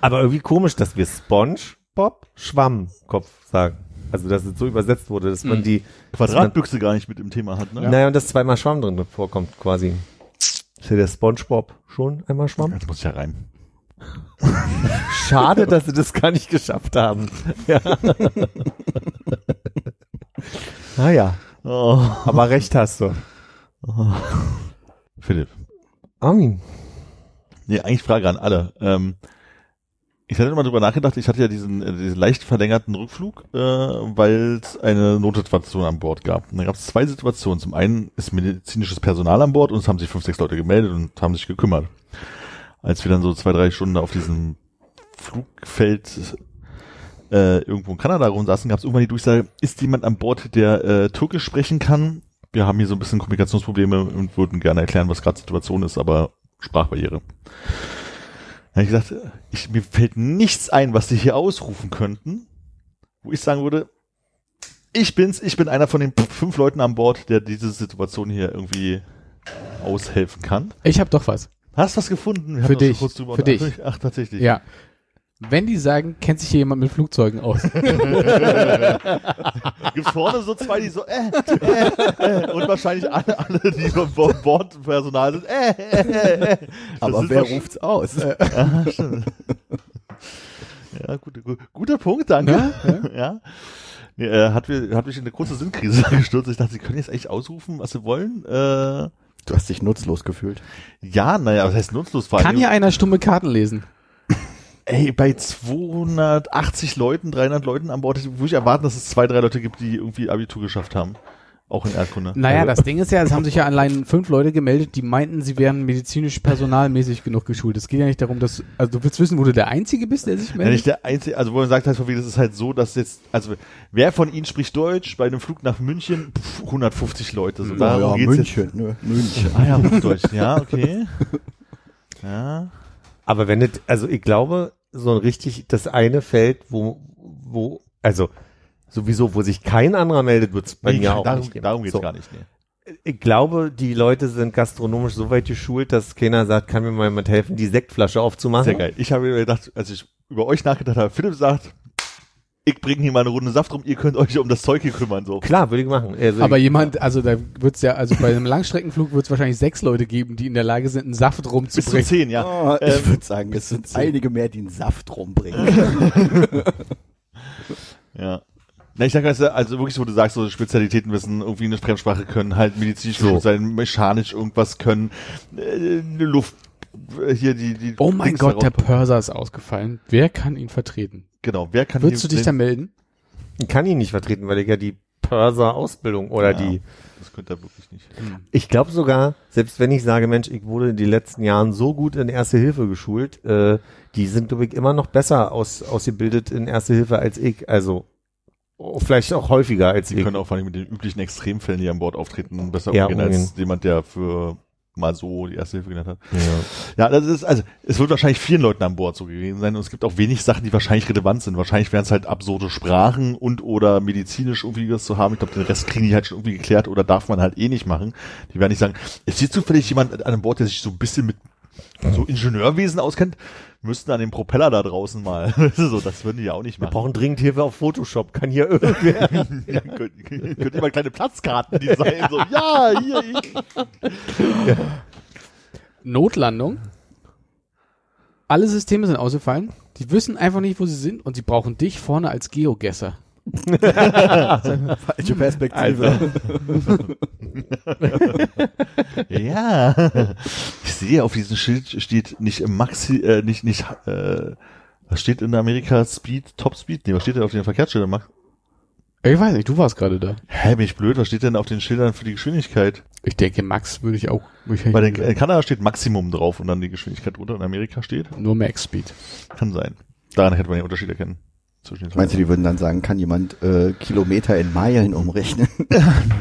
[SPEAKER 1] Aber irgendwie komisch, dass wir Sponge, Bob, Schwammkopf sagen. Also, dass es so übersetzt wurde, dass man
[SPEAKER 3] Mhm.
[SPEAKER 1] die,
[SPEAKER 5] Quadratbüchse gar nicht mit im Thema hat, ne?
[SPEAKER 1] naja, und dass zweimal Schwamm drin vorkommt, quasi. Ist ja der SpongeBob schon einmal Schwamm?
[SPEAKER 5] Jetzt muss ich ja rein.
[SPEAKER 1] Schade, dass sie das gar nicht geschafft haben. Ja. naja,
[SPEAKER 5] Oh.
[SPEAKER 1] Ah aber recht hast du.
[SPEAKER 5] Philipp.
[SPEAKER 1] Armin.
[SPEAKER 5] Nee, eigentlich Frage an alle. Ähm, ich hatte immer drüber nachgedacht, ich hatte ja diesen, äh, diesen leicht verlängerten Rückflug, äh, weil es eine Notsituation an Bord gab. Und da gab es zwei Situationen. Zum einen ist medizinisches Personal an Bord und es haben sich fünf, sechs Leute gemeldet und haben sich gekümmert. Als wir dann so zwei, drei Stunden auf diesem Flugfeld äh, irgendwo in Kanada rumsaßen, gab es irgendwann die Durchsage, ist jemand an Bord, der äh, Türkisch sprechen kann? Wir haben hier so ein bisschen Kommunikationsprobleme und würden gerne erklären, was gerade Situation ist, aber Sprachbarriere. Da habe ich gesagt, ich, mir fällt nichts ein, was sie hier ausrufen könnten, wo ich sagen würde, ich bin's, ich bin einer von den fünf Leuten an Bord, der diese Situation hier irgendwie aushelfen kann.
[SPEAKER 3] Ich habe doch was.
[SPEAKER 5] Hast du was gefunden? Wir
[SPEAKER 3] Für
[SPEAKER 5] hatten uns
[SPEAKER 3] dich,
[SPEAKER 5] kurz drüber
[SPEAKER 3] für
[SPEAKER 5] unterhalten.
[SPEAKER 3] dich.
[SPEAKER 5] Ach, tatsächlich.
[SPEAKER 3] Ja. Wenn die sagen, kennt sich hier jemand mit Flugzeugen aus?
[SPEAKER 5] Gibt vorne so zwei, die so, äh, äh, äh, und wahrscheinlich alle, alle die vom Bo- Bordpersonal sind, äh, äh, äh, äh. Das
[SPEAKER 4] Aber
[SPEAKER 5] ist
[SPEAKER 4] wer
[SPEAKER 5] wahrsch-
[SPEAKER 4] ruft's aus?
[SPEAKER 5] Ah, stimmt. ja, gut, gut, guter Punkt,
[SPEAKER 3] Ne?
[SPEAKER 5] danke. Ja, Nee, äh, hat, mir, hat mich in eine kurze Sinnkrise gestürzt. Ich dachte, sie können jetzt echt ausrufen, was sie wollen. Äh,
[SPEAKER 4] Du hast dich nutzlos gefühlt.
[SPEAKER 5] ja, naja, was heißt nutzlos? Vor
[SPEAKER 3] Kann
[SPEAKER 5] allem-
[SPEAKER 3] ja einer stumme Karten lesen.
[SPEAKER 5] Ey, bei 280 Leuten, 300 Leuten an Bord, würde ich erwarten, dass es zwei, drei Leute gibt, die irgendwie Abitur geschafft haben. Auch in Erdkunde. Also,
[SPEAKER 3] Naja, das Ding ist ja, es haben sich ja allein fünf Leute gemeldet, die meinten, sie wären medizinisch personalmäßig genug geschult. Es geht ja nicht darum, dass, also du willst wissen, wo du der Einzige bist, der sich
[SPEAKER 5] Ja, nicht
[SPEAKER 3] meldet?
[SPEAKER 5] der einzige, also wo man sagt halt von wegen, das ist halt so, dass jetzt, also wer von ihnen spricht Deutsch bei einem Flug nach München? Pff, 150 Leute. So, darum
[SPEAKER 4] ja,
[SPEAKER 5] geht's jetzt.
[SPEAKER 4] München, ne? München.
[SPEAKER 5] Ah ja, Hochdeutsch, ja, okay. Ja.
[SPEAKER 1] Aber wenn es, also ich glaube, so ein richtig, das eine Feld, wo, wo, also sowieso, wo sich kein anderer meldet, wird's bei mir auch
[SPEAKER 5] darum,
[SPEAKER 1] nicht geben.
[SPEAKER 5] darum geht's
[SPEAKER 1] so.
[SPEAKER 5] gar nicht. Nee.
[SPEAKER 1] Ich glaube, die Leute sind gastronomisch so weit geschult, dass keiner sagt, kann mir mal jemand helfen, die Sektflasche aufzumachen.
[SPEAKER 5] Sehr geil. Ich habe mir gedacht, als ich über euch nachgedacht habe, Philipp sagt, ich bringe hier mal eine Runde Saft rum, ihr könnt euch um das Zeug hier kümmern. So.
[SPEAKER 1] Klar, würde ich machen. Also
[SPEAKER 3] Aber
[SPEAKER 1] ich,
[SPEAKER 3] jemand, also da wird's ja, also bei einem Langstreckenflug wird's wahrscheinlich sechs Leute geben, die in der Lage sind, einen Saft
[SPEAKER 5] Bis zu
[SPEAKER 3] rumzubringen.
[SPEAKER 5] zehn, ja.
[SPEAKER 4] Oh,
[SPEAKER 5] Ähm,
[SPEAKER 4] ich würde sagen, es sind einige mehr, die einen Saft rumbringen.
[SPEAKER 5] Ja. Na, ich sag also, also wirklich, wo du sagst, so Spezialitäten wissen, irgendwie eine Fremdsprache können, halt medizinisch gut sein, mechanisch irgendwas können, äh, eine Luft, äh, hier die, die
[SPEAKER 3] Oh mein
[SPEAKER 5] Dings
[SPEAKER 3] Gott, der
[SPEAKER 5] darauf-
[SPEAKER 3] Purser ist ausgefallen. Wer kann ihn vertreten?
[SPEAKER 5] Genau, wer kann
[SPEAKER 3] Würdest du
[SPEAKER 5] hier-
[SPEAKER 3] dich da melden?
[SPEAKER 1] ich kann ihn nicht vertreten, weil ich ja die Purser-Ausbildung oder
[SPEAKER 5] Ja.
[SPEAKER 1] die.
[SPEAKER 5] Das könnte er wirklich nicht.
[SPEAKER 1] Ich glaube sogar, selbst wenn ich sage, Mensch, ich wurde in den letzten Jahren so gut in Erste Hilfe geschult, äh, die sind, glaube ich, immer noch besser aus, ausgebildet in Erste Hilfe als ich. Also oh, vielleicht auch häufiger als
[SPEAKER 5] Sie
[SPEAKER 1] ich.
[SPEAKER 5] können auch vor allem mit den üblichen Extremfällen, die an Bord auftreten, besser
[SPEAKER 1] Ja,
[SPEAKER 5] umgehen als jemand, der für mal so die erste Hilfe genannt hat. Ja, das ist, also, es wird wahrscheinlich vielen Leuten an Bord so gewesen sein und es gibt auch wenig Sachen, die wahrscheinlich relevant sind. Wahrscheinlich wären es halt absurde Sprachen und oder medizinisch irgendwie was zu haben. Ich glaube, den Rest kriegen die halt schon irgendwie geklärt oder darf man halt eh nicht machen. Die werden nicht sagen, ist hier zufällig jemand an Bord, der sich so ein bisschen mit so Ingenieurwesen auskennt, müssten an dem Propeller da draußen mal. so, das würden die ja auch nicht
[SPEAKER 1] Wir
[SPEAKER 5] machen.
[SPEAKER 1] brauchen dringend Hilfe auf Photoshop. Kann hier irgendwer.
[SPEAKER 5] Ja, könnt, könnt ihr mal kleine Platzkarten designen? So, ja, hier, ich.
[SPEAKER 3] Notlandung. Alle Systeme sind ausgefallen. Die wissen einfach nicht, wo sie sind und sie brauchen dich vorne als Geogesser.
[SPEAKER 4] Falsche Perspektive.
[SPEAKER 5] Also, Ja. Ich sehe auf diesem Schild steht nicht Maxi, äh, nicht, nicht, äh, was steht in Amerika? Speed, Top Speed? Nee, was steht denn auf den Verkehrsschild? Max?
[SPEAKER 3] Ich weiß nicht, du warst gerade da.
[SPEAKER 5] Hä, bin ich blöd? Was steht denn auf den Schildern für die Geschwindigkeit?
[SPEAKER 3] Ich denke, Max würde ich auch. Ich
[SPEAKER 5] Bei den, in Kanada steht Maximum drauf und dann die Geschwindigkeit runter. In Amerika steht,
[SPEAKER 3] nur Max Speed.
[SPEAKER 5] kann sein. Daran hätte man den Unterschied erkennen. Zwischen den
[SPEAKER 4] Meinst du, die würden dann sagen, kann jemand äh, Kilometer in Meilen umrechnen?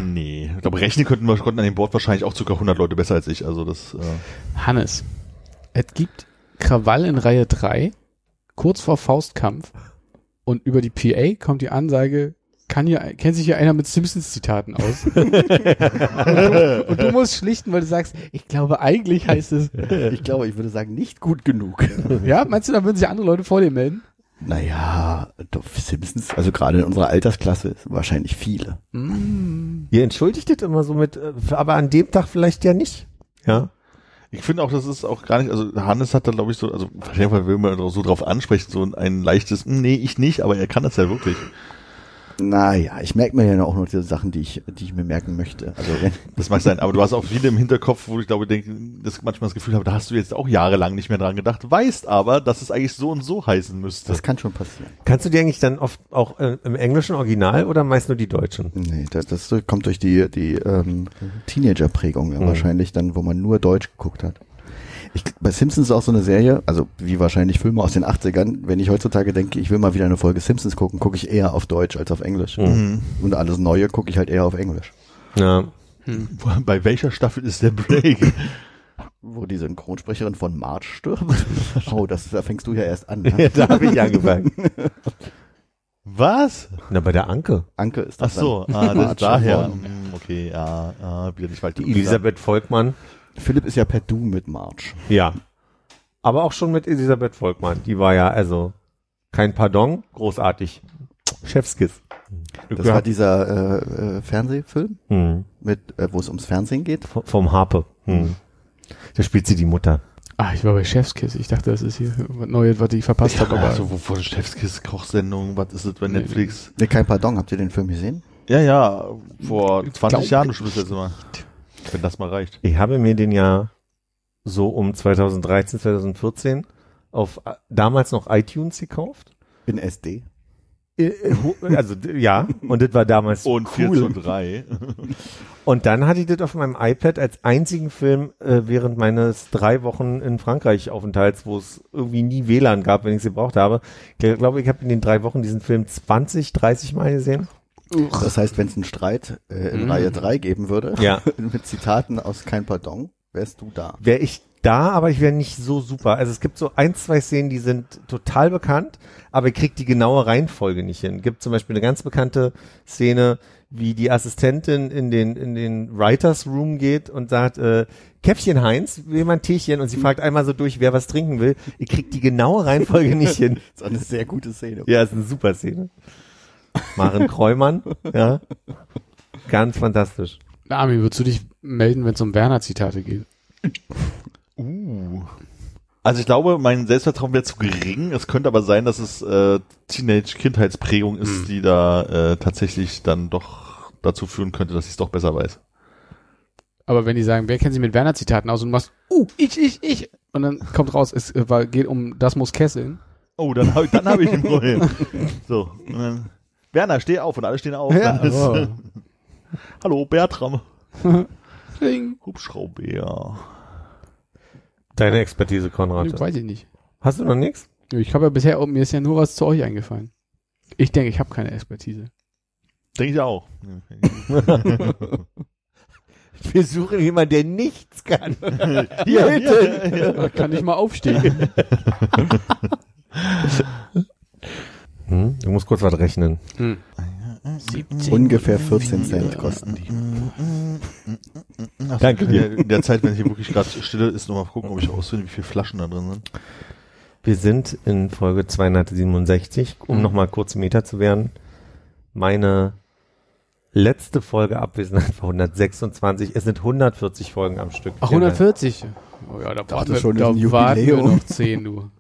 [SPEAKER 5] Nee. Ich glaube, rechnen könnten wir konnten an dem Board wahrscheinlich auch ca. 100 Leute besser als ich. Also das, äh,
[SPEAKER 3] Hannes, es gibt Krawall in Reihe 3, kurz vor Faustkampf. Und über die PA kommt die Ansage, kann hier, kennt sich hier einer mit Simpsons-Zitaten aus. und, du, und du musst schlichten, weil du sagst, ich glaube, eigentlich heißt es.
[SPEAKER 4] ich glaube, ich würde sagen, nicht gut genug.
[SPEAKER 3] Ja, meinst du, dann würden sich andere Leute vor dir melden?
[SPEAKER 4] naja, doch, Simpsons, also gerade in unserer Altersklasse, sind wahrscheinlich viele.
[SPEAKER 1] Ihr entschuldigt das immer so mit, äh, aber an dem Tag vielleicht ja nicht. Ja.
[SPEAKER 5] ich finde auch, das ist auch gar nicht, also Hannes hat da glaube ich so, also auf jeden Fall will man so drauf ansprechen, so ein leichtes, "Hm, nee, ich nicht, aber er kann das ja wirklich.
[SPEAKER 4] Naja, ich merke mir ja auch noch die Sachen, die ich, die ich mir merken möchte. Also wenn,
[SPEAKER 5] Das mag sein, aber du hast auch viele im Hinterkopf, wo ich glaube, denke, das manchmal das Gefühl habe, da hast du jetzt auch jahrelang nicht mehr dran gedacht, weißt aber, dass es eigentlich so und so heißen müsste.
[SPEAKER 4] das kann schon passieren.
[SPEAKER 1] Kannst du die eigentlich dann oft auch äh, im englischen Original oder meist nur die deutschen?
[SPEAKER 4] Nee, das, das kommt durch die, die ähm, Teenager-Prägung
[SPEAKER 1] Mhm.
[SPEAKER 4] ja, wahrscheinlich dann, wo man nur Deutsch geguckt hat. Ich, bei Simpsons ist auch so eine Serie, also wie wahrscheinlich Filme aus den 80ern, wenn ich heutzutage denke, ich will mal wieder eine Folge Simpsons gucken, gucke ich eher auf Deutsch als auf Englisch.
[SPEAKER 1] Mhm.
[SPEAKER 4] Und alles Neue gucke ich halt eher auf Englisch.
[SPEAKER 1] Ja.
[SPEAKER 5] Wo- Bei welcher Staffel ist der Break?
[SPEAKER 4] Wo die Synchronsprecherin von Marge stirbt. Oh, das, da fängst du ja erst an.
[SPEAKER 1] ja
[SPEAKER 4] Ne?
[SPEAKER 1] da habe ich angefangen.
[SPEAKER 5] Was?
[SPEAKER 1] Na, bei der Anke.
[SPEAKER 4] Anke ist
[SPEAKER 5] Ach
[SPEAKER 4] das
[SPEAKER 5] so, ah, das ist daher.
[SPEAKER 4] geworden.
[SPEAKER 5] Hm, Okay, ja, ah, wieder nicht weit.
[SPEAKER 1] Die Elisabeth Volkmann.
[SPEAKER 4] Dann. Philipp ist ja per Du mit Marge.
[SPEAKER 1] Ja. Aber auch schon mit Elisabeth Volkmann. Die war ja also kein Pardon, großartig. Chefskiss.
[SPEAKER 4] Das war dieser äh, äh, Fernsehfilm,
[SPEAKER 1] Hm.
[SPEAKER 4] mit, äh, wo es ums Fernsehen geht.
[SPEAKER 1] V- Vom Harpe. Hm. Da spielt sie die Mutter.
[SPEAKER 3] Ah, ich war bei Chefskiss. Ich dachte, das ist hier was Neues, was ich verpasst habe. Aber
[SPEAKER 5] Also, wovon Chefskiss Kochsendung, was ist das bei
[SPEAKER 3] Nee.
[SPEAKER 5] Netflix?
[SPEAKER 4] Ne, kein Pardon, habt ihr den Film gesehen?
[SPEAKER 5] Ja, ja, vor 20
[SPEAKER 3] glaub
[SPEAKER 5] Jahren bestimmt das letzte Mal. Wenn das mal reicht.
[SPEAKER 1] Ich habe mir den ja so um 2013, 2014 auf äh, damals noch iTunes gekauft.
[SPEAKER 4] In SD.
[SPEAKER 1] Äh, äh, ho- Also d- ja, und das war damals
[SPEAKER 5] Und 4 zu
[SPEAKER 1] cool.
[SPEAKER 5] 3.
[SPEAKER 1] Und dann hatte ich das auf meinem iPad als einzigen Film äh, während meines drei Wochen in Frankreich Aufenthalts, wo es irgendwie nie WLAN gab, wenn ich es gebraucht habe. Ich glaube, ich habe in den drei Wochen diesen Film 20, 30 Mal gesehen.
[SPEAKER 4] Das heißt, wenn es einen Streit äh, in
[SPEAKER 3] Mhm.
[SPEAKER 4] Reihe 3 geben würde,
[SPEAKER 1] Ja.
[SPEAKER 4] mit Zitaten aus Kein Pardon, wärst du da.
[SPEAKER 1] wäre ich da, aber ich wäre nicht so super. Also es gibt so ein, zwei Szenen, die sind total bekannt, aber ich krieg die genaue Reihenfolge nicht hin. Gibt zum Beispiel eine ganz bekannte Szene, wie die Assistentin in den in den Writers Room geht und sagt, äh, Käffchen Heinz, will jemand Teechen? Und sie fragt einmal so durch, wer was trinken will. Ich krieg die genaue Reihenfolge nicht hin.
[SPEAKER 4] Das ist eine sehr gute Szene.
[SPEAKER 1] Ja, ist eine super Szene. Maren Kräumann, ja. Ganz fantastisch.
[SPEAKER 3] Ami, würdest du dich melden, wenn es um Werner-Zitate geht?
[SPEAKER 5] Uh. Also ich glaube, mein Selbstvertrauen wäre zu gering. Es könnte aber sein, dass es äh, Teenage-Kindheitsprägung ist,
[SPEAKER 3] Hm.
[SPEAKER 5] die da äh, tatsächlich dann doch dazu führen könnte, dass ich es doch besser weiß.
[SPEAKER 3] Aber wenn die sagen, wer kennt sich mit Werner-Zitaten aus und du machst, uh, ich, ich, ich. Und dann kommt raus, es äh, war, geht um Das muss kesseln.
[SPEAKER 5] Oh, dann habe ich, dann hab ich ein Problem. So. Und dann, Werner, steh auf und alle stehen auf.
[SPEAKER 3] Ja.
[SPEAKER 5] Dann ist,
[SPEAKER 3] Oh.
[SPEAKER 5] Hallo, Bertram.
[SPEAKER 3] Ding.
[SPEAKER 5] Hubschrauber.
[SPEAKER 1] Deine Expertise,
[SPEAKER 3] Ich
[SPEAKER 1] Konrad.
[SPEAKER 3] weiß ich nicht.
[SPEAKER 1] Hast du noch nichts?
[SPEAKER 3] Ich habe ja bisher, oh, mir ist ja nur was zu euch eingefallen. Ich denke, ich habe keine Expertise.
[SPEAKER 5] Denke ich auch.
[SPEAKER 1] Wir suchen jemanden, der nichts kann.
[SPEAKER 5] Hier,
[SPEAKER 3] Da kann ich mal aufstehen.
[SPEAKER 1] Hm, ich muss kurz was rechnen.
[SPEAKER 3] Hm.
[SPEAKER 4] Ungefähr 14 Cent kosten die.
[SPEAKER 5] Ach,
[SPEAKER 1] Danke dir.
[SPEAKER 5] In der Zeit, wenn hier wirklich gerade stille ist, nochmal gucken, ob ich ausfinde, wie viele Flaschen da drin sind.
[SPEAKER 1] Wir sind in Folge 267, um nochmal kurz Meter zu werden. Meine letzte Folge Abwesenheit war 126. Es sind 140 Folgen am Stück.
[SPEAKER 3] Ach, 140. Oh ja, da
[SPEAKER 4] Dachte
[SPEAKER 3] warten, wir,
[SPEAKER 4] schon, das ist
[SPEAKER 3] da
[SPEAKER 4] ein
[SPEAKER 3] warten wir
[SPEAKER 4] Jubiläum.
[SPEAKER 3] noch 10, du.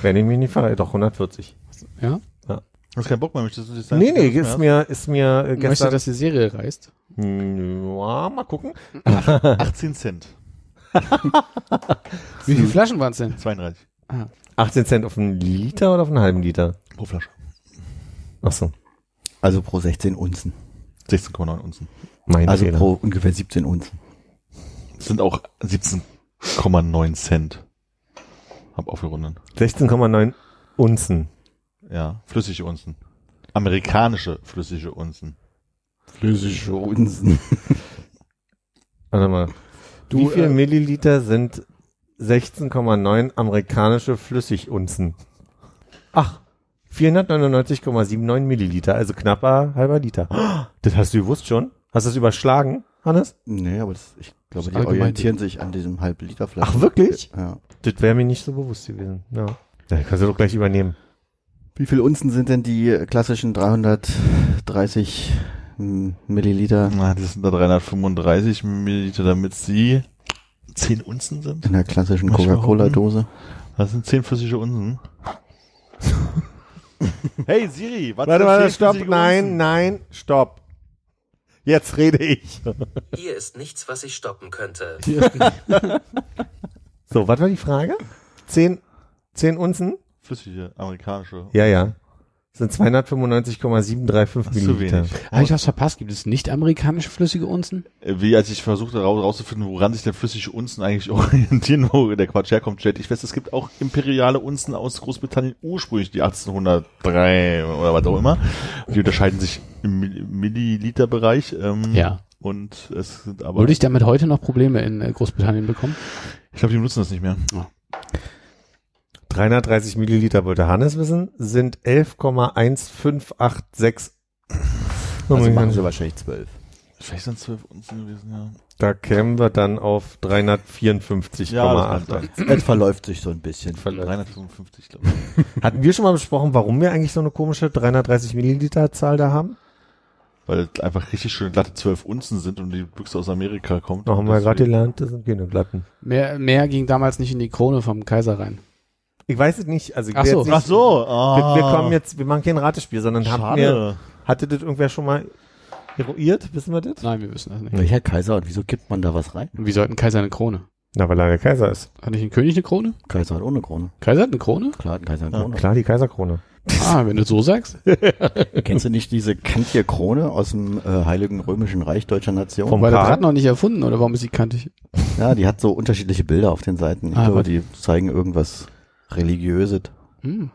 [SPEAKER 1] Wenn ich mich nicht verrate, doch 140.
[SPEAKER 3] Ja?
[SPEAKER 5] Hast keinen Bock mehr, möchtest du das jetzt
[SPEAKER 1] Nee, nee, ist mir, ist mir äh,
[SPEAKER 3] Möchtest du,
[SPEAKER 1] gestern...
[SPEAKER 3] dass die Serie reißt?
[SPEAKER 1] Hm, ja, mal gucken.
[SPEAKER 5] 18 Cent.
[SPEAKER 3] Wie viele Flaschen waren es denn?
[SPEAKER 5] 32
[SPEAKER 1] 18 Cent auf einen Liter oder auf einen halben Liter?
[SPEAKER 5] pro Flasche.
[SPEAKER 1] Ach so.
[SPEAKER 4] Also pro 16 Unzen.
[SPEAKER 5] 16,9 Unzen.
[SPEAKER 1] Mein
[SPEAKER 4] Also
[SPEAKER 1] Fehler.
[SPEAKER 4] pro ungefähr 17 Unzen.
[SPEAKER 5] Das sind auch 17,9 Cent. Hab aufgerundet.
[SPEAKER 1] 16,9 Unzen.
[SPEAKER 5] Ja, flüssige Unzen. Amerikanische flüssige Unzen.
[SPEAKER 4] Flüssige Unzen.
[SPEAKER 1] Warte mal. Wie
[SPEAKER 5] äh,
[SPEAKER 1] viel Milliliter sind 16,9 amerikanische Flüssigunzen? Ach, 499,79 Milliliter, also knapper halber Liter. Das hast du gewusst schon? Hast du das überschlagen, Hannes?
[SPEAKER 4] Nee, aber das, ich glaube, die
[SPEAKER 3] allgemein-
[SPEAKER 4] orientieren sich an diesem halben Liter Flaschen.
[SPEAKER 1] Ach, wirklich?
[SPEAKER 4] Ja.
[SPEAKER 5] äh,
[SPEAKER 1] Das wäre mir nicht so bewusst gewesen. Ja. Ja, kannst du doch gleich übernehmen.
[SPEAKER 4] Wie viel Unzen sind denn die klassischen 330 mm, Milliliter?
[SPEAKER 5] Na, das sind da 335 Milliliter, damit sie 10 Unzen sind.
[SPEAKER 4] In der klassischen
[SPEAKER 5] Muss ich mal
[SPEAKER 4] Coca-Cola-Dose.
[SPEAKER 5] Das sind 10 flüssige Unsen. hey Siri, was
[SPEAKER 1] Warte
[SPEAKER 5] sind
[SPEAKER 1] mal,
[SPEAKER 5] 10
[SPEAKER 1] stopp,
[SPEAKER 5] flüssige
[SPEAKER 1] nein,
[SPEAKER 5] Unzen?
[SPEAKER 1] nein, stopp. Jetzt rede ich.
[SPEAKER 6] Hier ist nichts, was ich stoppen könnte.
[SPEAKER 1] So, was war die Frage? Zehn, zehn Unzen?
[SPEAKER 5] Flüssige, amerikanische.
[SPEAKER 1] Ja, ja. Das sind 295,735
[SPEAKER 5] Das ist zu
[SPEAKER 1] Milliliter.
[SPEAKER 5] wenig.
[SPEAKER 3] Habe ich was verpasst? Gibt es nicht amerikanische flüssige Unzen?
[SPEAKER 5] Wie als ich versuchte ra- rauszufinden, woran sich denn flüssige Unzen eigentlich orientieren, wo der Quatsch herkommt, stellte ich fest, es gibt auch imperiale Unzen aus Großbritannien ursprünglich, die 1803 oder was auch immer. Die unterscheiden sich im Mill- Milliliterbereich. Ähm,
[SPEAKER 3] Ja.
[SPEAKER 5] Und es sind aber.
[SPEAKER 3] Würde ich damit heute noch Probleme in äh, Großbritannien bekommen?
[SPEAKER 5] ich glaube, die benutzen das nicht mehr.
[SPEAKER 1] 330 Milliliter wollte Hannes wissen, sind 11,1586.
[SPEAKER 4] Also machen sie wahrscheinlich 12.
[SPEAKER 5] Vielleicht sind es zwölf Unzen gewesen, ja.
[SPEAKER 1] da kämen wir dann auf 354,8.
[SPEAKER 5] Ja, das kann
[SPEAKER 4] Es verläuft sich so ein bisschen.
[SPEAKER 5] 355, glaube ich.
[SPEAKER 1] Hatten wir schon mal besprochen, warum wir eigentlich so eine komische 330 Milliliter Zahl da haben?
[SPEAKER 5] Weil es einfach richtig schöne glatte zwölf Unzen sind und die Büchse aus Amerika kommt.
[SPEAKER 1] Da haben wir gerade
[SPEAKER 5] Deswegen-
[SPEAKER 1] gelernt, das sind keine glatten.
[SPEAKER 3] Mehr, mehr ging damals nicht in die Krone vom Kaiser rein.
[SPEAKER 1] Ich weiß es nicht, also ich
[SPEAKER 3] Ach
[SPEAKER 1] will
[SPEAKER 3] so.
[SPEAKER 1] jetzt nicht,
[SPEAKER 5] Ach so, ah,
[SPEAKER 1] wir, wir kommen jetzt, wir machen kein Ratespiel, sondern haben wir,
[SPEAKER 5] Schade.
[SPEAKER 1] hatte das irgendwer schon mal eruiert? Wissen wir das?
[SPEAKER 3] Nein, wir wissen das nicht.
[SPEAKER 4] Welcher Kaiser und wieso gibt man da was rein?
[SPEAKER 3] Und wie sollten Kaiser eine Krone?
[SPEAKER 1] Na, weil er der Kaiser ist.
[SPEAKER 3] Hat nicht ein König eine Krone?
[SPEAKER 4] Kaiser hat ohne Krone.
[SPEAKER 3] Kaiser hat eine Krone?
[SPEAKER 4] Klar, hat ein Kaiser hat
[SPEAKER 5] Ja, genau.
[SPEAKER 4] Krone.
[SPEAKER 1] Klar, die Kaiserkrone.
[SPEAKER 3] Ah, wenn du so sagst.
[SPEAKER 4] Kennst du nicht diese kantige Krone aus dem äh, Heiligen Römischen Reich deutscher Nation?
[SPEAKER 1] Vom-
[SPEAKER 3] War der
[SPEAKER 1] Paar?
[SPEAKER 3] Draht noch nicht erfunden oder warum ist sie kantig?
[SPEAKER 4] Ja, die hat so unterschiedliche Bilder auf den Seiten. Ich
[SPEAKER 3] Ah,
[SPEAKER 4] glaube,
[SPEAKER 3] warte.
[SPEAKER 4] die zeigen irgendwas Religiöses.
[SPEAKER 3] Hm.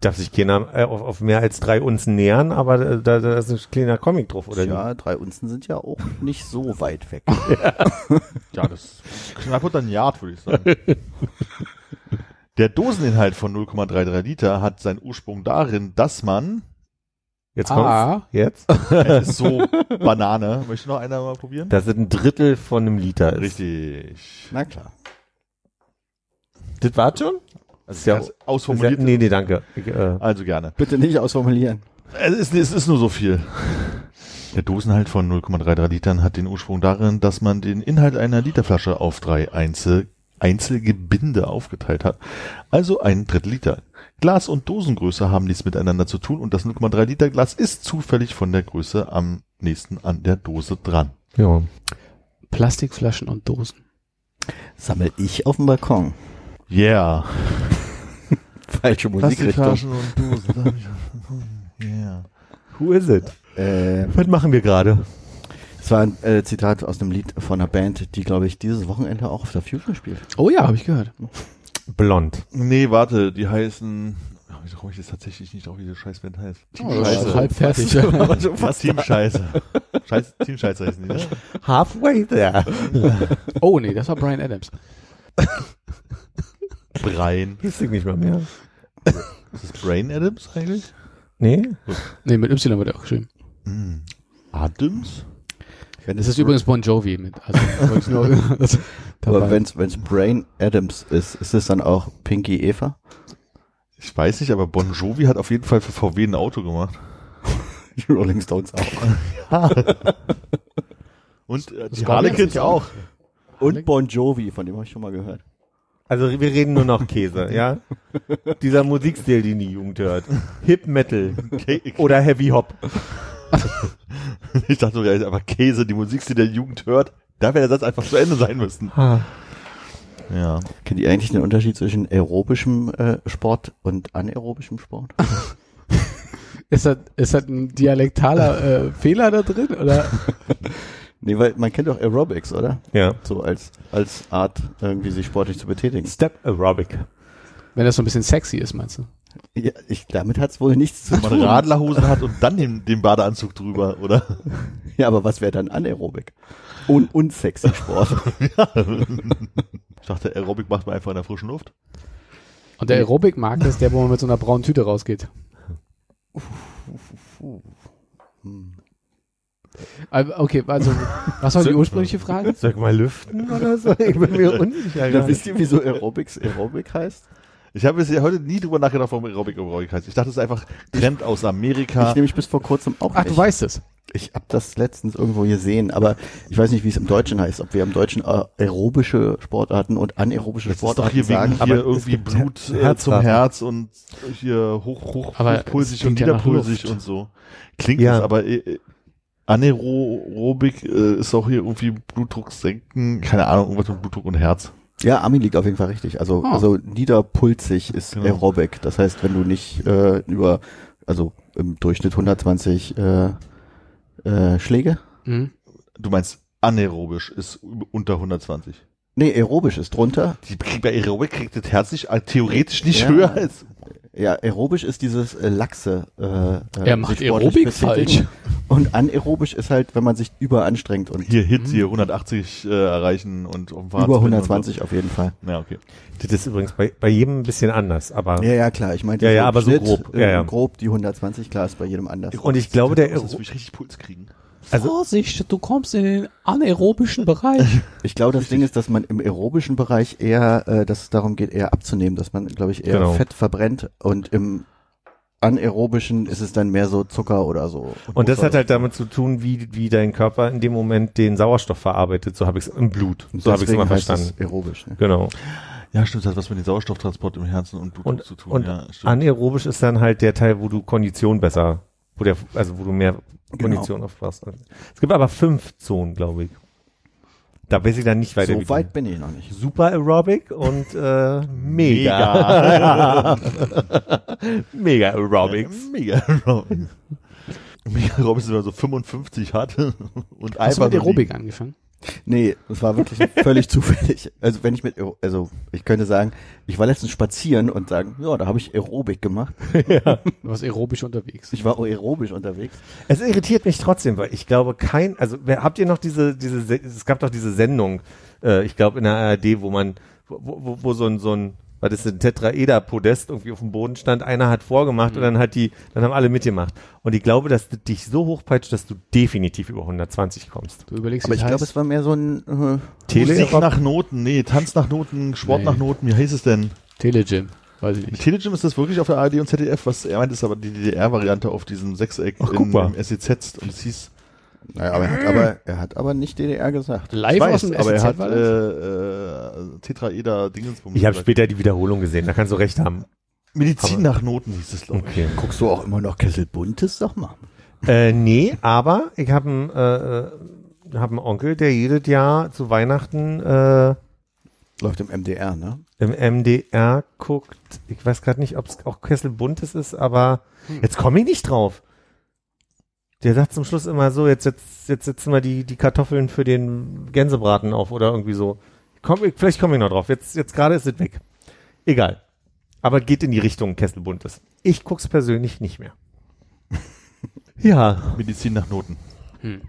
[SPEAKER 1] Darf sich keiner äh, auf, auf mehr als drei Unzen nähern, aber äh, da, da ist ein kleiner Comic drauf, oder nicht?
[SPEAKER 4] ja, drei Unzen sind ja auch nicht so weit weg.
[SPEAKER 5] Ja, das knapp unter ein Yard, würde ich sagen. Der Doseninhalt von 0,33 Liter hat seinen Ursprung darin, dass man,
[SPEAKER 1] Jetzt kommt's.
[SPEAKER 3] Ah,
[SPEAKER 1] Jetzt?
[SPEAKER 5] es ist so Banane, möchte noch einer mal probieren?
[SPEAKER 1] Das sind ein Drittel von einem Liter. Ist.
[SPEAKER 5] Richtig.
[SPEAKER 4] Na klar.
[SPEAKER 1] Das war's schon?
[SPEAKER 5] Also,
[SPEAKER 1] Ist ja-
[SPEAKER 5] ganz ausformuliert.
[SPEAKER 1] Nee, nee, danke. Ich, äh,
[SPEAKER 5] Also gerne.
[SPEAKER 4] Bitte nicht ausformulieren.
[SPEAKER 5] Es ist, es ist nur so viel. Der Dosenhalt von 0,33 Litern hat den Ursprung darin, dass man den Inhalt einer Literflasche auf drei Einzel Einzelgebinde aufgeteilt hat. Also ein Drittel Liter. Glas und Dosengröße haben nichts miteinander zu tun und das 0,3 Liter Glas ist zufällig von der Größe am nächsten an der Dose dran.
[SPEAKER 1] ja.
[SPEAKER 3] Plastikflaschen und Dosen.
[SPEAKER 4] Sammel ich auf dem Balkon.
[SPEAKER 5] Yeah.
[SPEAKER 4] Falsche Musikrichtung.
[SPEAKER 5] und Dosen. yeah.
[SPEAKER 1] Who is it?
[SPEAKER 4] Äh,
[SPEAKER 1] Was machen wir gerade?
[SPEAKER 4] es war ein äh, Zitat aus einem Lied von einer Band, die, glaube ich, dieses Wochenende auch auf der Fusion spielt.
[SPEAKER 3] Oh ja, habe ich gehört.
[SPEAKER 1] Blond.
[SPEAKER 5] Nee, warte, die heißen. Ich komme ich jetzt tatsächlich nicht drauf, wie der Scheißband heißt. Team
[SPEAKER 3] Oh, das ist
[SPEAKER 5] Scheiße.
[SPEAKER 3] halb fertig.
[SPEAKER 5] Team Scheiße. Scheiß, Team Scheiße heißen die, ne?
[SPEAKER 1] Halfway there.
[SPEAKER 3] Oh nee, das war Brian Adams.
[SPEAKER 5] Brain.
[SPEAKER 1] Hieß ich nicht mal mehr.
[SPEAKER 5] Ist das Brain Adams eigentlich?
[SPEAKER 1] Nee?
[SPEAKER 3] Nee, mit Y wird er auch geschrieben.
[SPEAKER 5] Adams?
[SPEAKER 3] Das ist übrigens Bon Jovi mit. Also, wollte ich nur- das-
[SPEAKER 4] Aber
[SPEAKER 3] dabei.
[SPEAKER 4] wenn es Brain Adams ist, ist es dann auch Pinky Eva?
[SPEAKER 5] Ich weiß nicht, aber Bon Jovi hat auf jeden Fall für VW ein Auto gemacht.
[SPEAKER 4] Die Rolling Stones auch.
[SPEAKER 5] Und äh, die
[SPEAKER 3] Scorpions
[SPEAKER 5] Harlequins
[SPEAKER 3] ja
[SPEAKER 5] auch.
[SPEAKER 4] Und Bon Jovi, von dem habe ich schon mal gehört.
[SPEAKER 1] Also wir reden nur noch Käse, ja? Dieser Musikstil, den die Jugend hört. Hip Metal
[SPEAKER 5] Okay,
[SPEAKER 1] oder Heavy Hop.
[SPEAKER 5] ich dachte, ja, ist einfach Käse, die Musik, die der Jugend hört. Da wäre der Satz einfach zu Ende sein müssen.
[SPEAKER 1] Ah.
[SPEAKER 5] Ja.
[SPEAKER 4] Kennt ihr eigentlich den
[SPEAKER 5] Ah.
[SPEAKER 4] Unterschied zwischen aerobischem äh, Sport und anaerobischem Sport?
[SPEAKER 3] Ist das, ist das ein dialektaler äh, Fehler da drin? Oder?
[SPEAKER 4] Nee, weil man kennt doch Aerobics, oder?
[SPEAKER 1] Ja.
[SPEAKER 4] So als, als Art, irgendwie sich sportlich zu betätigen.
[SPEAKER 1] Step Aerobic.
[SPEAKER 3] Wenn das so ein bisschen sexy ist, meinst du?
[SPEAKER 4] Ja, ich, damit hat's wohl nichts zu
[SPEAKER 5] Wenn man
[SPEAKER 4] tun.
[SPEAKER 5] Radlerhosen hat und dann den, den Badeanzug drüber, oder?
[SPEAKER 4] Ja, aber was wäre dann Anaerobic? Un unsexy Sport.
[SPEAKER 5] Ich dachte, Aerobic macht man einfach in der frischen Luft.
[SPEAKER 3] Und der Aerobic-Markt ist der, wo man mit so einer braunen Tüte rausgeht. Aber Hm. Okay, also, was war die ursprüngliche Frage?
[SPEAKER 1] Sag mal lüften oder so. Ich bin mir unsicher.
[SPEAKER 5] genau.
[SPEAKER 4] da wisst ihr, wieso Aerobics Aerobic heißt?
[SPEAKER 5] Ich habe bisher heute nie drüber nachgedacht, warum Aerobic Aerobic heißt. Ich dachte, es ist einfach Trend aus
[SPEAKER 4] Ich
[SPEAKER 5] Amerika.
[SPEAKER 4] nämlich bis vor kurzem auch
[SPEAKER 3] Ach, du
[SPEAKER 4] nicht.
[SPEAKER 3] weißt es.
[SPEAKER 4] Ich hab das letztens irgendwo gesehen, aber ich weiß nicht, wie es im Deutschen heißt, ob wir im Deutschen äh, aerobische Sportarten und anaerobische
[SPEAKER 5] Das ist doch
[SPEAKER 4] Sportarten
[SPEAKER 5] hier
[SPEAKER 4] sagen.
[SPEAKER 5] wegen hier irgendwie Blut äh, zum
[SPEAKER 1] Herzrasen.
[SPEAKER 5] Herz und hier hoch, hoch,
[SPEAKER 3] Aber es
[SPEAKER 5] hochpulsig und
[SPEAKER 3] klingt ja nach
[SPEAKER 5] niederpulsig
[SPEAKER 3] Luft.
[SPEAKER 5] und so. Klingt
[SPEAKER 1] Ja.
[SPEAKER 5] das, aber äh, äh, Anaerobik äh, ist auch hier irgendwie Blutdruck senken, keine Ahnung, irgendwas mit Blutdruck und Herz.
[SPEAKER 4] Ja, Ami liegt auf jeden Fall richtig. Also,
[SPEAKER 3] Oh.
[SPEAKER 1] Ah.
[SPEAKER 4] also niederpulsig ist
[SPEAKER 5] Genau.
[SPEAKER 4] Aerobic. Das heißt, wenn du nicht äh, über, also im Durchschnitt 120 äh, äh, Schläge.
[SPEAKER 3] Mhm.
[SPEAKER 5] Du meinst anaerobisch ist unter 120.
[SPEAKER 4] Nee, aerobisch ist drunter.
[SPEAKER 5] Die kriegt bei Aerobic kriegt das Herz nicht, äh, theoretisch nicht
[SPEAKER 4] Ja.
[SPEAKER 5] höher als
[SPEAKER 4] Ja, aerobisch ist dieses äh, Lachse. Äh, äh,
[SPEAKER 3] Er macht
[SPEAKER 4] sich sportlich
[SPEAKER 3] Aerobik
[SPEAKER 4] betätigen.
[SPEAKER 3] falsch.
[SPEAKER 4] Und anaerobisch ist halt, wenn man sich überanstrengt und
[SPEAKER 5] hier Hit,
[SPEAKER 3] Mhm.
[SPEAKER 5] hier 180 äh, erreichen und um
[SPEAKER 4] über 120 auf jeden Fall.
[SPEAKER 5] Ja, okay.
[SPEAKER 1] Das ist übrigens bei, bei jedem ein bisschen anders, aber.
[SPEAKER 4] Ja, ja, klar. Ich meinte
[SPEAKER 1] Ja, ja,
[SPEAKER 4] im
[SPEAKER 1] aber so
[SPEAKER 4] Schnitt,
[SPEAKER 1] grob.
[SPEAKER 4] äh,
[SPEAKER 1] Ja, ja.
[SPEAKER 4] grob die 120, klar ist bei jedem anders.
[SPEAKER 1] Und ich glaube, der
[SPEAKER 5] Das
[SPEAKER 1] Aero-
[SPEAKER 5] will ich richtig Puls kriegen.
[SPEAKER 3] Vorsicht, du kommst in den anaerobischen Bereich.
[SPEAKER 4] Ich glaube, das Ding ist, dass man im aerobischen Bereich eher, äh, dass es darum geht, eher abzunehmen, dass man, glaube ich, eher
[SPEAKER 1] Genau.
[SPEAKER 4] Fett verbrennt und im anaerobischen ist es dann mehr so Zucker oder so.
[SPEAKER 1] Und das hat halt damit zu tun, wie, wie dein Körper in dem Moment den Sauerstoff verarbeitet. So habe ich es im Blut. So habe ich es
[SPEAKER 4] Deswegen
[SPEAKER 1] immer
[SPEAKER 4] heißt
[SPEAKER 1] verstanden.
[SPEAKER 4] Es aerobisch. Ne?
[SPEAKER 1] Genau.
[SPEAKER 5] Ja, stimmt, das hat was mit dem Sauerstofftransport im Herzen und Blutdruck
[SPEAKER 1] Und,
[SPEAKER 5] zu tun.
[SPEAKER 1] und
[SPEAKER 5] ja, stimmt.
[SPEAKER 1] anaerobisch ist dann halt der Teil, wo du Kondition besser, wo der, also wo du mehr Kondition aufbrauchst. Es gibt aber fünf Zonen, glaube ich. Da weiß ich dann nicht weiter. wie
[SPEAKER 4] So
[SPEAKER 1] die-
[SPEAKER 4] weit bin ich noch nicht.
[SPEAKER 1] Super Aerobic und äh, Mega. Mega Aerobics.
[SPEAKER 5] Mega Aerobics. Mega Aerobics, wenn man so 55 hat und
[SPEAKER 3] Hast du
[SPEAKER 5] einfach
[SPEAKER 3] mit
[SPEAKER 5] nur
[SPEAKER 3] Aerobik angefangen?
[SPEAKER 4] Nee, das war wirklich völlig zufällig. Also wenn ich mit, Aero- also ich könnte sagen, ich war letztens spazieren und sagen, ja, da habe ich Aerobik gemacht.
[SPEAKER 3] Du warst aerobisch unterwegs.
[SPEAKER 4] Ich war aerobisch unterwegs.
[SPEAKER 1] Es irritiert mich trotzdem, weil ich glaube kein, also wer, habt ihr noch diese, diese, Se- es gab doch diese Sendung, äh, ich glaube in der ARD, wo man, wo, wo, wo so ein, so ein, war das ein Tetraeder-Podest irgendwie auf dem Boden stand, einer hat vorgemacht und dann hat die, dann haben alle mitgemacht. Und ich glaube, dass das dich so hochpeitscht, dass du definitiv über 120 kommst.
[SPEAKER 3] Du überlegst, halt
[SPEAKER 4] Aber
[SPEAKER 3] wie
[SPEAKER 4] ich
[SPEAKER 3] es
[SPEAKER 4] glaube,
[SPEAKER 3] heißt.
[SPEAKER 4] es war mehr so ein, äh,
[SPEAKER 5] Musik nach Noten, nee, Tanz nach Noten, Sport
[SPEAKER 3] Nee.
[SPEAKER 5] nach Noten, wie heißt es denn?
[SPEAKER 3] Telegym. Weiß ich
[SPEAKER 5] Mit
[SPEAKER 3] nicht.
[SPEAKER 5] Telegym ist das wirklich auf der ARD und ZDF, was er meint, ist aber die DDR-Variante auf diesem Sechseck
[SPEAKER 1] Ach, guck
[SPEAKER 5] in,
[SPEAKER 1] mal.
[SPEAKER 5] im SEZ und es hieß,
[SPEAKER 4] naja, aber er hat aber, er hat aber nicht DDR gesagt.
[SPEAKER 3] Live
[SPEAKER 5] ich
[SPEAKER 3] Äh, aus dem
[SPEAKER 5] weiß, aber er
[SPEAKER 3] SZ
[SPEAKER 5] hat
[SPEAKER 3] war das?
[SPEAKER 5] äh, äh, Tetraeder Dingensbums
[SPEAKER 1] Ich habe
[SPEAKER 5] gesagt.
[SPEAKER 1] später die Wiederholung gesehen, da kannst du recht haben.
[SPEAKER 5] Medizin nach Noten hieß es, glaube ich.
[SPEAKER 1] Okay.
[SPEAKER 4] Guckst du auch immer noch Kesselbuntes? Sag mal.
[SPEAKER 1] Äh, nee, aber ich habe einen äh, äh, hab einen Onkel, der jedes Jahr zu Weihnachten äh,
[SPEAKER 4] Läuft im MDR, ne?
[SPEAKER 1] im MDR guckt. Ich weiß gerade nicht, ob es auch Kessel Buntes ist, aber jetzt komme ich nicht drauf. Der sagt zum Schluss immer so, jetzt, jetzt, jetzt setzen wir die, die Kartoffeln für den Gänsebraten auf oder irgendwie so. Komm, ich, vielleicht komme ich noch drauf. Jetzt, jetzt gerade ist es weg. Egal. Aber geht in die Richtung Kessel Buntes. Ich guck's persönlich nicht mehr. ja,
[SPEAKER 5] Medizin nach Noten.
[SPEAKER 3] Hm.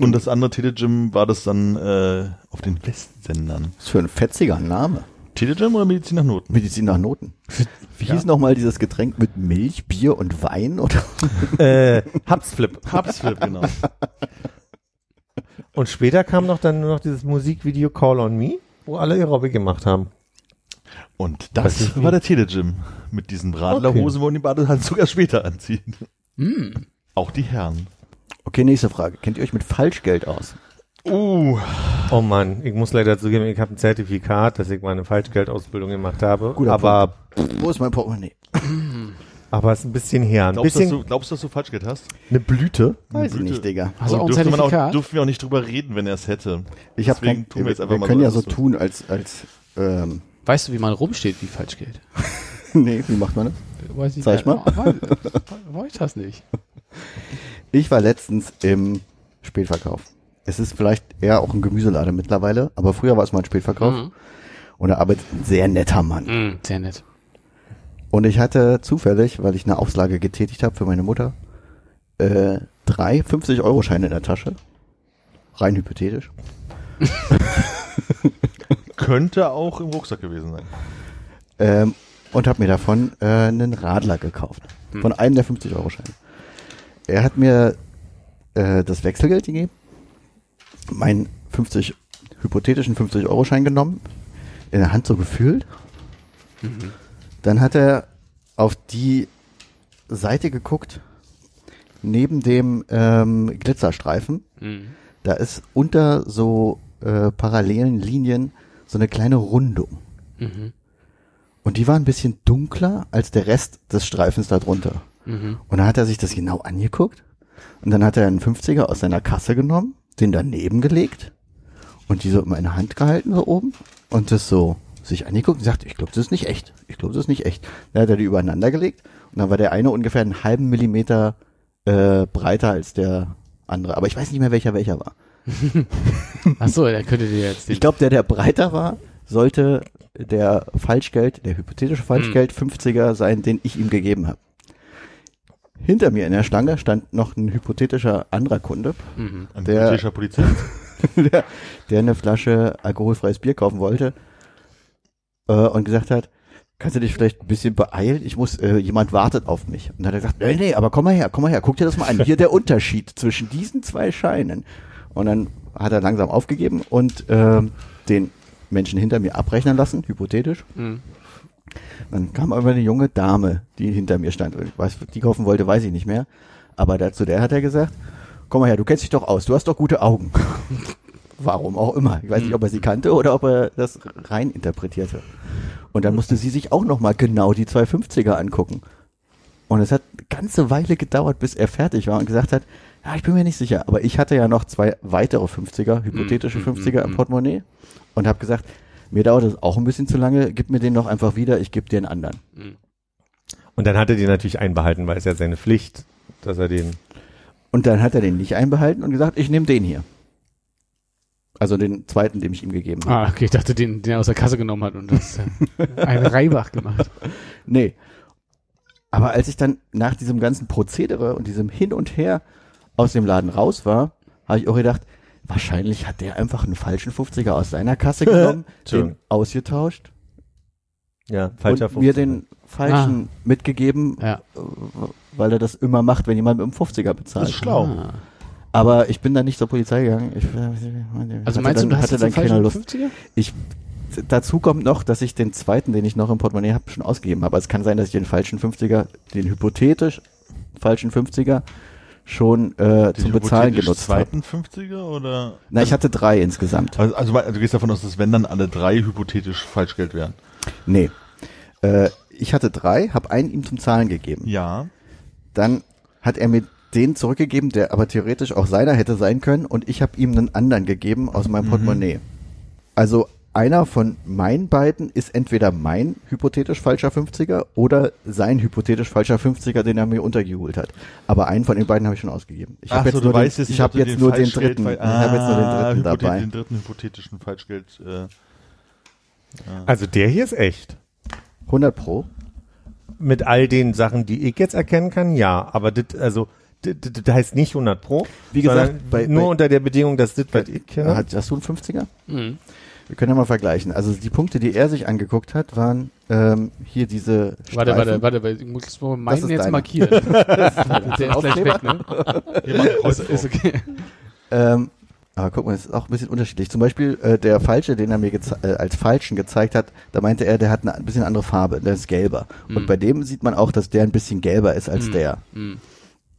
[SPEAKER 5] Und das andere Telegym war das dann äh, auf den Westsendern.
[SPEAKER 4] Was für ein fetziger Name.
[SPEAKER 5] Telegym oder Medizin nach Noten?
[SPEAKER 4] Medizin nach Noten. Wie hieß nochmal dieses Getränk mit Milch, Bier und Wein? Oder?
[SPEAKER 1] äh, Hubsflip.
[SPEAKER 5] Hubsflip, genau.
[SPEAKER 1] Und später kam noch dann nur noch dieses Musikvideo Call on Me, wo alle ihr Robby gemacht haben.
[SPEAKER 5] Und
[SPEAKER 1] Weiß
[SPEAKER 5] das
[SPEAKER 1] nicht, wie-
[SPEAKER 5] war der Telegym. Mit diesen Radlerhosen wollen die Badeanzug erst später anziehen. Auch die Herren.
[SPEAKER 4] Okay, nächste Frage. Kennt ihr euch mit Falschgeld aus?
[SPEAKER 5] Uh,
[SPEAKER 1] Oh Mann, ich muss leider zugeben, ich habe ein Zertifikat, dass ich meine Falschgeldausbildung gemacht habe.
[SPEAKER 4] Guter
[SPEAKER 1] aber
[SPEAKER 4] Wo ist mein Portemonnaie?
[SPEAKER 1] aber ist ein bisschen her, ein
[SPEAKER 5] glaubst, dass
[SPEAKER 1] bisschen
[SPEAKER 5] du, glaubst du, dass du Falschgeld hast?
[SPEAKER 1] eine Blüte.
[SPEAKER 4] Weiß ich
[SPEAKER 5] Blüte.
[SPEAKER 4] nicht, Digga.
[SPEAKER 3] Hast du auch ein
[SPEAKER 5] dürfte man auch,
[SPEAKER 3] Zertifikat?
[SPEAKER 5] dürfen wir auch nicht drüber reden, wenn er es hätte.
[SPEAKER 4] Ich hab
[SPEAKER 5] Deswegen
[SPEAKER 4] kein,
[SPEAKER 5] tun wir jetzt einfach
[SPEAKER 4] wir
[SPEAKER 5] mal
[SPEAKER 4] können
[SPEAKER 5] so,
[SPEAKER 4] ja
[SPEAKER 5] als
[SPEAKER 4] so
[SPEAKER 5] wär's-
[SPEAKER 4] tun, als, als ähm,
[SPEAKER 3] Weißt du, wie man rumsteht, wie falsch geht?
[SPEAKER 4] nee, wie macht man das?
[SPEAKER 3] Weiß nicht,
[SPEAKER 4] Zeig mal.
[SPEAKER 3] War ich das nicht?
[SPEAKER 4] Ich war letztens im Spätverkauf. Es ist vielleicht eher auch ein Gemüseladen mittlerweile, aber früher war es mal ein Spätverkauf
[SPEAKER 6] Mhm.
[SPEAKER 4] und da arbeitet ein sehr netter Mann.
[SPEAKER 6] Mhm.
[SPEAKER 3] Sehr nett.
[SPEAKER 4] Und ich hatte zufällig, weil ich eine Auflage getätigt habe für meine Mutter, äh, drei 50-Euro-Scheine in der Tasche. Rein hypothetisch.
[SPEAKER 5] Könnte auch im Rucksack gewesen sein.
[SPEAKER 4] Ähm, und habe mir davon äh, einen Radler gekauft. Von einem der 50-Euro-Scheine. Er hat mir äh, das Wechselgeld gegeben, meinen 50, hypothetischen 50-Euro-Schein genommen, in der Hand so gefühlt. Dann hat er auf die Seite geguckt, neben dem ähm, Glitzerstreifen.
[SPEAKER 3] Mhm.
[SPEAKER 4] Da ist unter so äh, parallelen Linien so eine kleine Rundung.
[SPEAKER 3] Mhm.
[SPEAKER 4] Und die war ein bisschen dunkler als der Rest des Streifens darunter.
[SPEAKER 3] Mhm.
[SPEAKER 4] Und dann hat er sich das genau angeguckt. Und dann hat er einen 50er aus seiner Kasse genommen, den daneben gelegt und die so immer in der Hand gehalten, so oben. Und das so sich angeguckt und sagt, ich glaube, das ist nicht echt. Ich glaube, das ist nicht echt. Dann hat er die übereinander gelegt und dann war der eine ungefähr einen halben Millimeter äh, breiter als der andere. Aber ich weiß nicht mehr, welcher welcher war.
[SPEAKER 3] Achso, dann könntet ihr jetzt den.
[SPEAKER 4] Ich glaube, der, der breiter war, sollte der Falschgeld, der hypothetische
[SPEAKER 3] Hm.
[SPEAKER 4] Falschgeld 50er sein, den ich ihm gegeben habe. Hinter mir in der Schlange stand noch ein hypothetischer anderer Kunde,
[SPEAKER 3] mhm.
[SPEAKER 5] Ein
[SPEAKER 4] Der-
[SPEAKER 5] britischer Polizist.
[SPEAKER 4] der, der eine Flasche alkoholfreies Bier kaufen wollte äh, und gesagt hat, kannst du dich vielleicht ein bisschen beeilen? Ich muss, äh, jemand wartet auf mich. Und dann hat er gesagt, nee, nee, aber komm mal her, komm mal her, guck dir das mal an. Hier der Unterschied zwischen diesen zwei Scheinen. Und dann hat er langsam aufgegeben und ähm, den Menschen hinter mir abrechnen lassen, hypothetisch.
[SPEAKER 3] Mhm.
[SPEAKER 4] Dann kam aber eine junge Dame, die hinter mir stand. Und Was die kaufen wollte, weiß ich nicht mehr. Aber dazu der hat er gesagt, komm mal her, du kennst dich doch aus, du hast doch gute Augen. Warum auch immer. Ich weiß nicht, ob er sie kannte oder ob er das rein interpretierte. Und dann musste sie sich auch nochmal genau die 250er angucken. Und es hat eine ganze Weile gedauert, bis er fertig war und gesagt hat, ja, ich bin mir nicht sicher, aber ich hatte ja noch zwei weitere 50er, hypothetische 50er im Portemonnaie und habe gesagt, mir dauert das auch ein bisschen zu lange, gib mir den doch einfach wieder, ich gebe dir einen anderen.
[SPEAKER 1] Und dann hat er den natürlich einbehalten, weil es ja seine Pflicht, dass er den.
[SPEAKER 4] Und dann hat er den nicht einbehalten und gesagt, ich nehme den hier. Also den zweiten, dem ich ihm gegeben habe.
[SPEAKER 3] Ah, okay, ich dachte, den, den er aus der Kasse genommen hat und das äh, ein Reibach gemacht.
[SPEAKER 4] Nee. Aber als ich dann nach diesem ganzen Prozedere und diesem Hin und Her aus dem Laden raus war, habe ich auch gedacht, wahrscheinlich hat der einfach einen falschen 50er aus seiner Kasse genommen, den
[SPEAKER 1] Entschuldigung.
[SPEAKER 4] ausgetauscht
[SPEAKER 1] Ja, falscher
[SPEAKER 4] und mir den falschen mitgegeben,
[SPEAKER 3] Ja.
[SPEAKER 4] äh, weil er das immer macht, wenn jemand mit einem 50er bezahlt.
[SPEAKER 5] Das ist schlau.
[SPEAKER 3] Ah.
[SPEAKER 4] Aber ich bin dann nicht zur Polizei gegangen. Ich, äh,
[SPEAKER 3] Also
[SPEAKER 4] hatte
[SPEAKER 3] meinst
[SPEAKER 4] dann,
[SPEAKER 3] du, du hast jetzt
[SPEAKER 4] hatte dann
[SPEAKER 3] einen
[SPEAKER 4] keiner
[SPEAKER 3] falschen
[SPEAKER 4] Lust.
[SPEAKER 3] 50er?
[SPEAKER 4] Dazu kommt noch, dass ich den zweiten, den ich noch im Portemonnaie habe, schon ausgegeben habe. Also Es kann sein, dass ich den falschen 50er, den hypothetisch falschen 50er schon äh, zum Bezahlen genutzt habe.
[SPEAKER 5] Zweiten 50er oder?
[SPEAKER 4] Na, ich hatte drei insgesamt.
[SPEAKER 5] Also, also, also du gehst davon aus, dass wenn dann alle drei hypothetisch Falschgeld wären.
[SPEAKER 4] Nee. Äh, ich hatte drei, habe einen ihm zum Zahlen gegeben.
[SPEAKER 5] Ja.
[SPEAKER 4] Dann hat er mir den zurückgegeben, der aber theoretisch auch seiner hätte sein können und ich habe ihm einen anderen gegeben aus
[SPEAKER 5] Mhm.
[SPEAKER 4] meinem Portemonnaie. Also einer von meinen beiden ist entweder mein hypothetisch falscher 50er oder sein hypothetisch falscher 50er, den er mir untergehult hat. Aber einen von den beiden habe ich schon ausgegeben. Ich
[SPEAKER 5] Ach
[SPEAKER 4] habe
[SPEAKER 5] so,
[SPEAKER 4] jetzt, nur den- ich
[SPEAKER 5] ob
[SPEAKER 4] hab
[SPEAKER 5] du
[SPEAKER 4] jetzt nur den
[SPEAKER 5] Falschgeld-
[SPEAKER 4] dritten.
[SPEAKER 5] Ah,
[SPEAKER 4] Ich habe jetzt nur den dritten
[SPEAKER 5] hypothet-
[SPEAKER 4] dabei.
[SPEAKER 5] Den dritten hypothetischen Falschgeld. Äh,
[SPEAKER 1] Also der hier ist echt.
[SPEAKER 4] 100 pro.
[SPEAKER 1] Mit all den Sachen, die ich jetzt erkennen kann, ja. Aber das, also, das, das das heißt nicht 100 Pro.
[SPEAKER 4] Wie gesagt,
[SPEAKER 1] sondern
[SPEAKER 4] bei-
[SPEAKER 1] nur
[SPEAKER 4] bei-
[SPEAKER 1] unter der Bedingung, dass das, was ich kenne.
[SPEAKER 4] Hat, hast du einen 50er?
[SPEAKER 3] Mhm.
[SPEAKER 4] Wir können ja mal vergleichen. Also die Punkte, die er sich angeguckt hat, waren ähm, hier diese
[SPEAKER 3] Warte, warte,
[SPEAKER 4] Streifen.
[SPEAKER 3] warte, warte, ich muss mal meinen
[SPEAKER 4] ist
[SPEAKER 3] jetzt
[SPEAKER 4] deiner.
[SPEAKER 3] markieren. Der ist gleich weg, ne?
[SPEAKER 5] hier mal ein Kreuz
[SPEAKER 3] Ist, ist
[SPEAKER 5] drauf.
[SPEAKER 3] okay.
[SPEAKER 4] Ähm, aber guck mal, das ist auch ein bisschen unterschiedlich. Zum Beispiel äh, der falsche, den er mir geze- äh, als falschen gezeigt hat, da meinte er, der hat eine, ein bisschen andere Farbe, der ist gelber. Und bei dem sieht man auch, dass der ein bisschen gelber ist als der.
[SPEAKER 3] Mhm.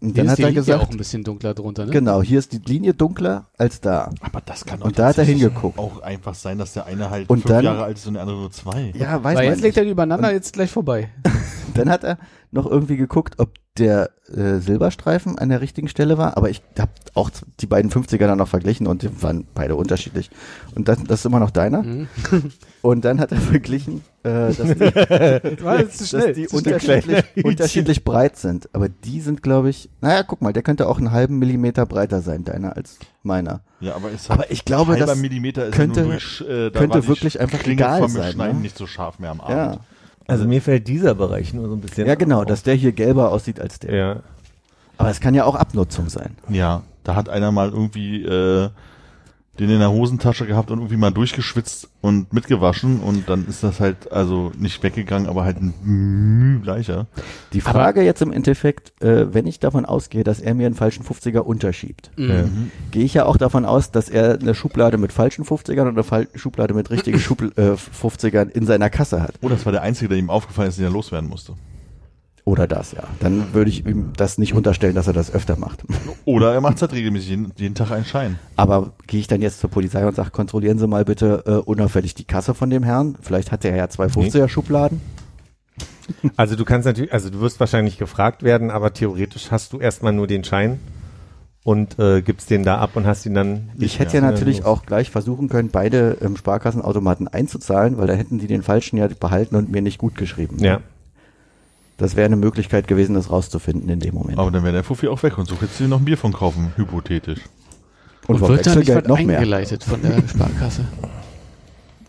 [SPEAKER 4] Und
[SPEAKER 3] Hier
[SPEAKER 4] dann
[SPEAKER 3] ist
[SPEAKER 4] hat
[SPEAKER 3] die
[SPEAKER 4] er
[SPEAKER 3] Linie
[SPEAKER 4] gesagt,
[SPEAKER 3] auch ein bisschen Ah, dunkler drunter, ne?
[SPEAKER 4] genau, hier ist die Linie dunkler als da.
[SPEAKER 5] Aber das kann
[SPEAKER 4] Und da hat er
[SPEAKER 5] tatsächlich
[SPEAKER 4] hingeguckt.
[SPEAKER 5] Auch einfach sein, dass der eine halt
[SPEAKER 4] Und
[SPEAKER 5] fünf
[SPEAKER 4] dann-
[SPEAKER 5] Jahre alt ist und der andere nur zwei.
[SPEAKER 4] Ja, weiß
[SPEAKER 3] Weil
[SPEAKER 4] man
[SPEAKER 3] jetzt liegt er
[SPEAKER 4] nicht.
[SPEAKER 3] übereinander, jetzt gleich vorbei.
[SPEAKER 4] Dann hat er noch irgendwie geguckt, ob der äh, Silberstreifen an der richtigen Stelle war, aber ich habe auch die beiden 50er dann noch verglichen und die waren beide unterschiedlich. Und das, das ist immer noch deiner.
[SPEAKER 3] Mhm.
[SPEAKER 4] Und dann hat er verglichen, äh, dass die,
[SPEAKER 3] War jetzt Ah, zu
[SPEAKER 4] dass die unterschiedlich, unterschiedlich breit sind. Aber die sind, glaube ich, naja, guck mal, der könnte auch einen halben Millimeter breiter sein, deiner als meiner.
[SPEAKER 5] Ja, aber ist halt
[SPEAKER 4] Aber ich glaube,
[SPEAKER 5] halber
[SPEAKER 4] das
[SPEAKER 5] Millimeter ist
[SPEAKER 4] könnte-
[SPEAKER 5] ja nur durch, äh, da
[SPEAKER 4] könnte
[SPEAKER 5] war die
[SPEAKER 4] wirklich einfach
[SPEAKER 5] Klinge
[SPEAKER 4] egal
[SPEAKER 5] vom
[SPEAKER 4] sein,
[SPEAKER 5] Schneiden
[SPEAKER 4] ne?
[SPEAKER 5] nicht so scharf mehr am Abend.
[SPEAKER 4] Ja,
[SPEAKER 1] Also mir fällt dieser Bereich nur so ein bisschen.
[SPEAKER 4] ja genau, dass der hier gelber aussieht als der.
[SPEAKER 1] Ja.
[SPEAKER 4] Aber es kann ja auch Abnutzung sein.
[SPEAKER 5] Ja, da hat einer mal irgendwie äh, den in der Hosentasche gehabt und irgendwie mal durchgeschwitzt und mitgewaschen und dann ist das halt also nicht weggegangen, aber halt ein Müh gleicher.
[SPEAKER 4] Die Frage jetzt im Endeffekt, äh, wenn ich davon ausgehe, dass er mir einen falschen 50er unterschiebt, äh, gehe ich ja auch davon aus, dass er eine Schublade mit falschen 50ern und eine Fal Schublade mit richtigen Schubl äh, 50ern in seiner Kasse hat.
[SPEAKER 5] Oh, das war der einzige, der ihm aufgefallen ist, den er loswerden musste.
[SPEAKER 4] Oder das, ja. Dann würde ich ihm das nicht unterstellen, dass er das öfter macht.
[SPEAKER 5] Oder er macht halt regelmäßig jeden, jeden Tag einen Schein.
[SPEAKER 4] Aber gehe ich dann jetzt zur Polizei und sage, kontrollieren Sie mal bitte äh, unauffällig die Kasse von dem Herrn. Vielleicht hat der ja zwei 50er-Schubladen.
[SPEAKER 1] Also du kannst natürlich, also du wirst wahrscheinlich gefragt werden, aber theoretisch hast du erstmal nur den Schein und äh, gibst den da ab und hast ihn dann. Also,
[SPEAKER 4] Ich hätte ja, natürlich auch gleich versuchen können, beide im Sparkassenautomaten einzuzahlen, weil da hätten die den falschen ja behalten und mir nicht gut geschrieben.
[SPEAKER 1] Ja.
[SPEAKER 4] Das wäre eine Möglichkeit gewesen, das rauszufinden in dem
[SPEAKER 3] Oh.
[SPEAKER 4] Moment.
[SPEAKER 5] Aber dann wäre der Fuffi auch weg und so hättest du dir noch ein Bier von kaufen, hypothetisch.
[SPEAKER 3] Und,
[SPEAKER 4] vom
[SPEAKER 3] wird da nicht was
[SPEAKER 4] noch mehr.
[SPEAKER 3] eingeleitet von der Sparkasse?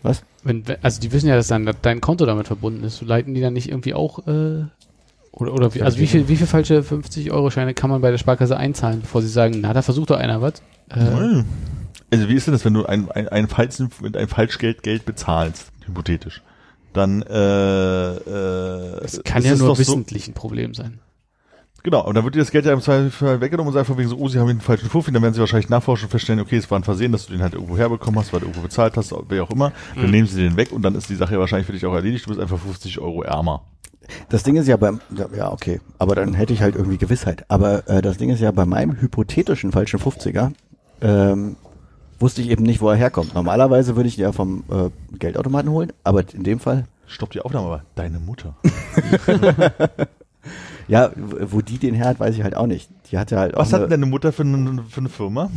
[SPEAKER 4] Was?
[SPEAKER 3] Wenn, wenn- also die wissen ja, dass dann dein Konto damit verbunden ist. Leiten die dann nicht irgendwie auch äh, oder oder wie, also wie viel wie viel falsche 50 Euro Scheine kann man bei der Sparkasse einzahlen, bevor sie sagen, na da versucht doch einer was. Äh,
[SPEAKER 5] Hm. Also wie ist denn das, wenn du ein, ein, ein, falschen, mit einem Falschgeld Geld bezahlst, hypothetisch? Dann äh, äh,
[SPEAKER 3] das kann
[SPEAKER 5] ist
[SPEAKER 3] ja
[SPEAKER 5] es
[SPEAKER 3] nur
[SPEAKER 5] doch so-
[SPEAKER 3] wissentlich ein Problem sein.
[SPEAKER 5] Genau, und dann wird dir das Geld ja im Zweifel weggenommen und sagt von wegen so, oh, sie haben den falschen Fuffi, dann werden sie wahrscheinlich nachforschen und feststellen, okay, es war ein Versehen, dass du den halt irgendwo herbekommen hast, weil du irgendwo bezahlt hast, wer auch immer. Dann nehmen sie den weg und dann ist die Sache ja wahrscheinlich für dich auch erledigt, du bist einfach 50 Euro ärmer.
[SPEAKER 4] Das Ding ist ja beim, ja okay, aber dann hätte ich halt irgendwie Gewissheit. Aber äh, das Ding ist ja bei meinem hypothetischen falschen 50er, ähm, wusste ich eben nicht, wo er herkommt. Normalerweise würde ich ihn ja vom äh, Geldautomaten holen, aber in dem Fall,
[SPEAKER 5] Stopp die Aufnahme, aber deine Mutter.
[SPEAKER 4] ja, w- wo die den her hat, weiß ich halt auch nicht. Die hat ja halt
[SPEAKER 5] Was
[SPEAKER 4] auch
[SPEAKER 5] hat denn deine Mutter für eine, für eine Firma?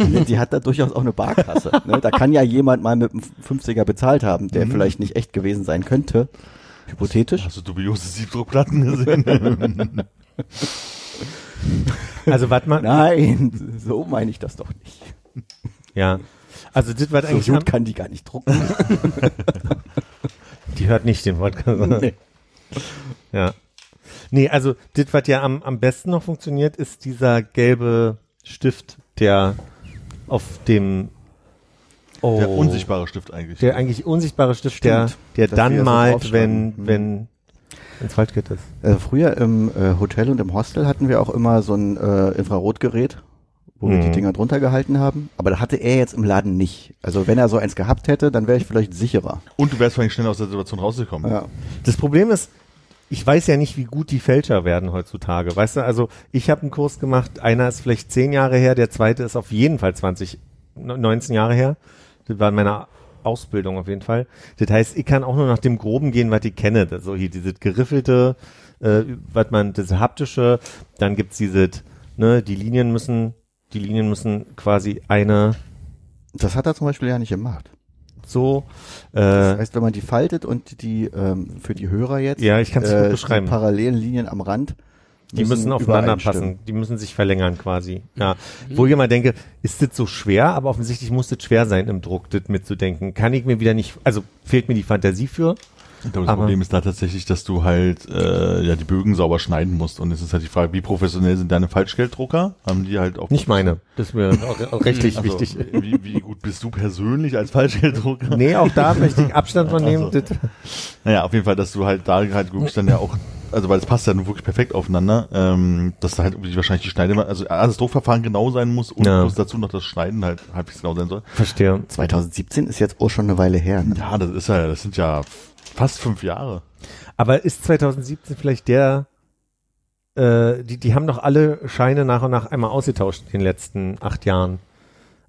[SPEAKER 4] eine, die hat da durchaus auch eine Barkasse. ne? Da kann ja jemand mal mit einem 50er bezahlt haben, der vielleicht nicht echt gewesen sein könnte. Hypothetisch.
[SPEAKER 5] Hast du Also dubiose Siebdruckplatten gesehen?
[SPEAKER 1] Also warte mal.
[SPEAKER 4] Nein, so meine ich das doch nicht.
[SPEAKER 1] Ja. Also das war eigentlich.
[SPEAKER 4] So gut kann die gar nicht drucken.
[SPEAKER 1] Die hört nicht den Podcast. Nee. Ja. Nee, also das, was ja am, am besten noch funktioniert, ist dieser gelbe Stift, der auf dem oh,
[SPEAKER 5] Der unsichtbare Stift eigentlich.
[SPEAKER 1] der eigentlich unsichtbare Stift, der,
[SPEAKER 4] Stimmt.
[SPEAKER 1] der
[SPEAKER 4] Dass
[SPEAKER 1] dann
[SPEAKER 4] wir so
[SPEAKER 1] malt,
[SPEAKER 4] draufschreiben. Mhm.
[SPEAKER 1] wenn, wenn wenn's falsch geht ist.
[SPEAKER 4] Äh, früher im äh, Hotel und im Hostel hatten wir auch immer so ein äh, Infrarotgerät, wo wir
[SPEAKER 1] Mhm.
[SPEAKER 4] die Dinger drunter gehalten haben. Aber da hatte er jetzt im Laden nicht. Also wenn er so eins gehabt hätte, dann wäre ich vielleicht sicherer.
[SPEAKER 5] Und du wärst vielleicht schnell aus der Situation rausgekommen.
[SPEAKER 1] Das Problem ist, ich weiß ja nicht, wie gut die Fälscher werden heutzutage. Weißt du, also ich habe einen Kurs gemacht, einer ist vielleicht zehn Jahre her, der zweite ist auf jeden Fall 20, 19 Jahre her. Das war in meiner Ausbildung auf jeden Fall. Das heißt, ich kann auch nur nach dem Groben gehen, was ich kenne. Also hier dieses geriffelte, äh, was man, das haptische, dann gibt's dieses, ne, die Linien müssen, die Linien müssen quasi eine
[SPEAKER 4] Das hat er zum Beispiel ja nicht gemacht.
[SPEAKER 1] so.
[SPEAKER 4] Das
[SPEAKER 1] Äh,
[SPEAKER 4] heißt, wenn man die faltet und die ähm, für die Hörer jetzt
[SPEAKER 1] ja, ich kann es gut
[SPEAKER 4] äh, die
[SPEAKER 1] beschreiben.
[SPEAKER 4] parallelen Linien am Rand
[SPEAKER 1] Die müssen aufeinander
[SPEAKER 4] übereinstimmen.
[SPEAKER 1] passen, die müssen sich verlängern quasi. Ja. Wo ich immer denke, ist das so schwer, aber offensichtlich muss das schwer sein, im Druck das mitzudenken. Kann ich mir wieder nicht, also fehlt mir die Fantasie für.
[SPEAKER 5] Ich glaube, das
[SPEAKER 1] Aber-
[SPEAKER 5] Problem ist da tatsächlich, dass du halt äh, ja die Bögen sauber schneiden musst. Und es ist halt die Frage, wie professionell sind deine Falschgelddrucker? Haben die halt auch
[SPEAKER 1] Nicht meine. Das ist mir auch, auch rechtlich
[SPEAKER 5] Also,
[SPEAKER 1] wichtig.
[SPEAKER 5] Wie, wie gut bist du persönlich als Falschgelddrucker?
[SPEAKER 1] Nee, auch da möchte ich Abstand von nehmen.
[SPEAKER 5] Also.
[SPEAKER 1] Das,
[SPEAKER 5] Naja, auf jeden Fall, dass du halt da halt wirklich dann ja auch, also weil es passt ja nun wirklich perfekt aufeinander, ähm, dass da halt irgendwie wahrscheinlich die Schneide, also A, das Druckverfahren genau sein muss und
[SPEAKER 1] Ja.
[SPEAKER 5] plus dazu noch das Schneiden halt halbwegs genau sein soll.
[SPEAKER 1] verstehe.
[SPEAKER 4] 2017 ist jetzt auch schon eine Weile her. Ne?
[SPEAKER 5] Ja, das ist ja, das sind ja fast fünf Jahre.
[SPEAKER 1] Aber ist 2017 vielleicht der, äh, die, die haben doch alle Scheine nach und nach einmal ausgetauscht in den letzten acht Jahren.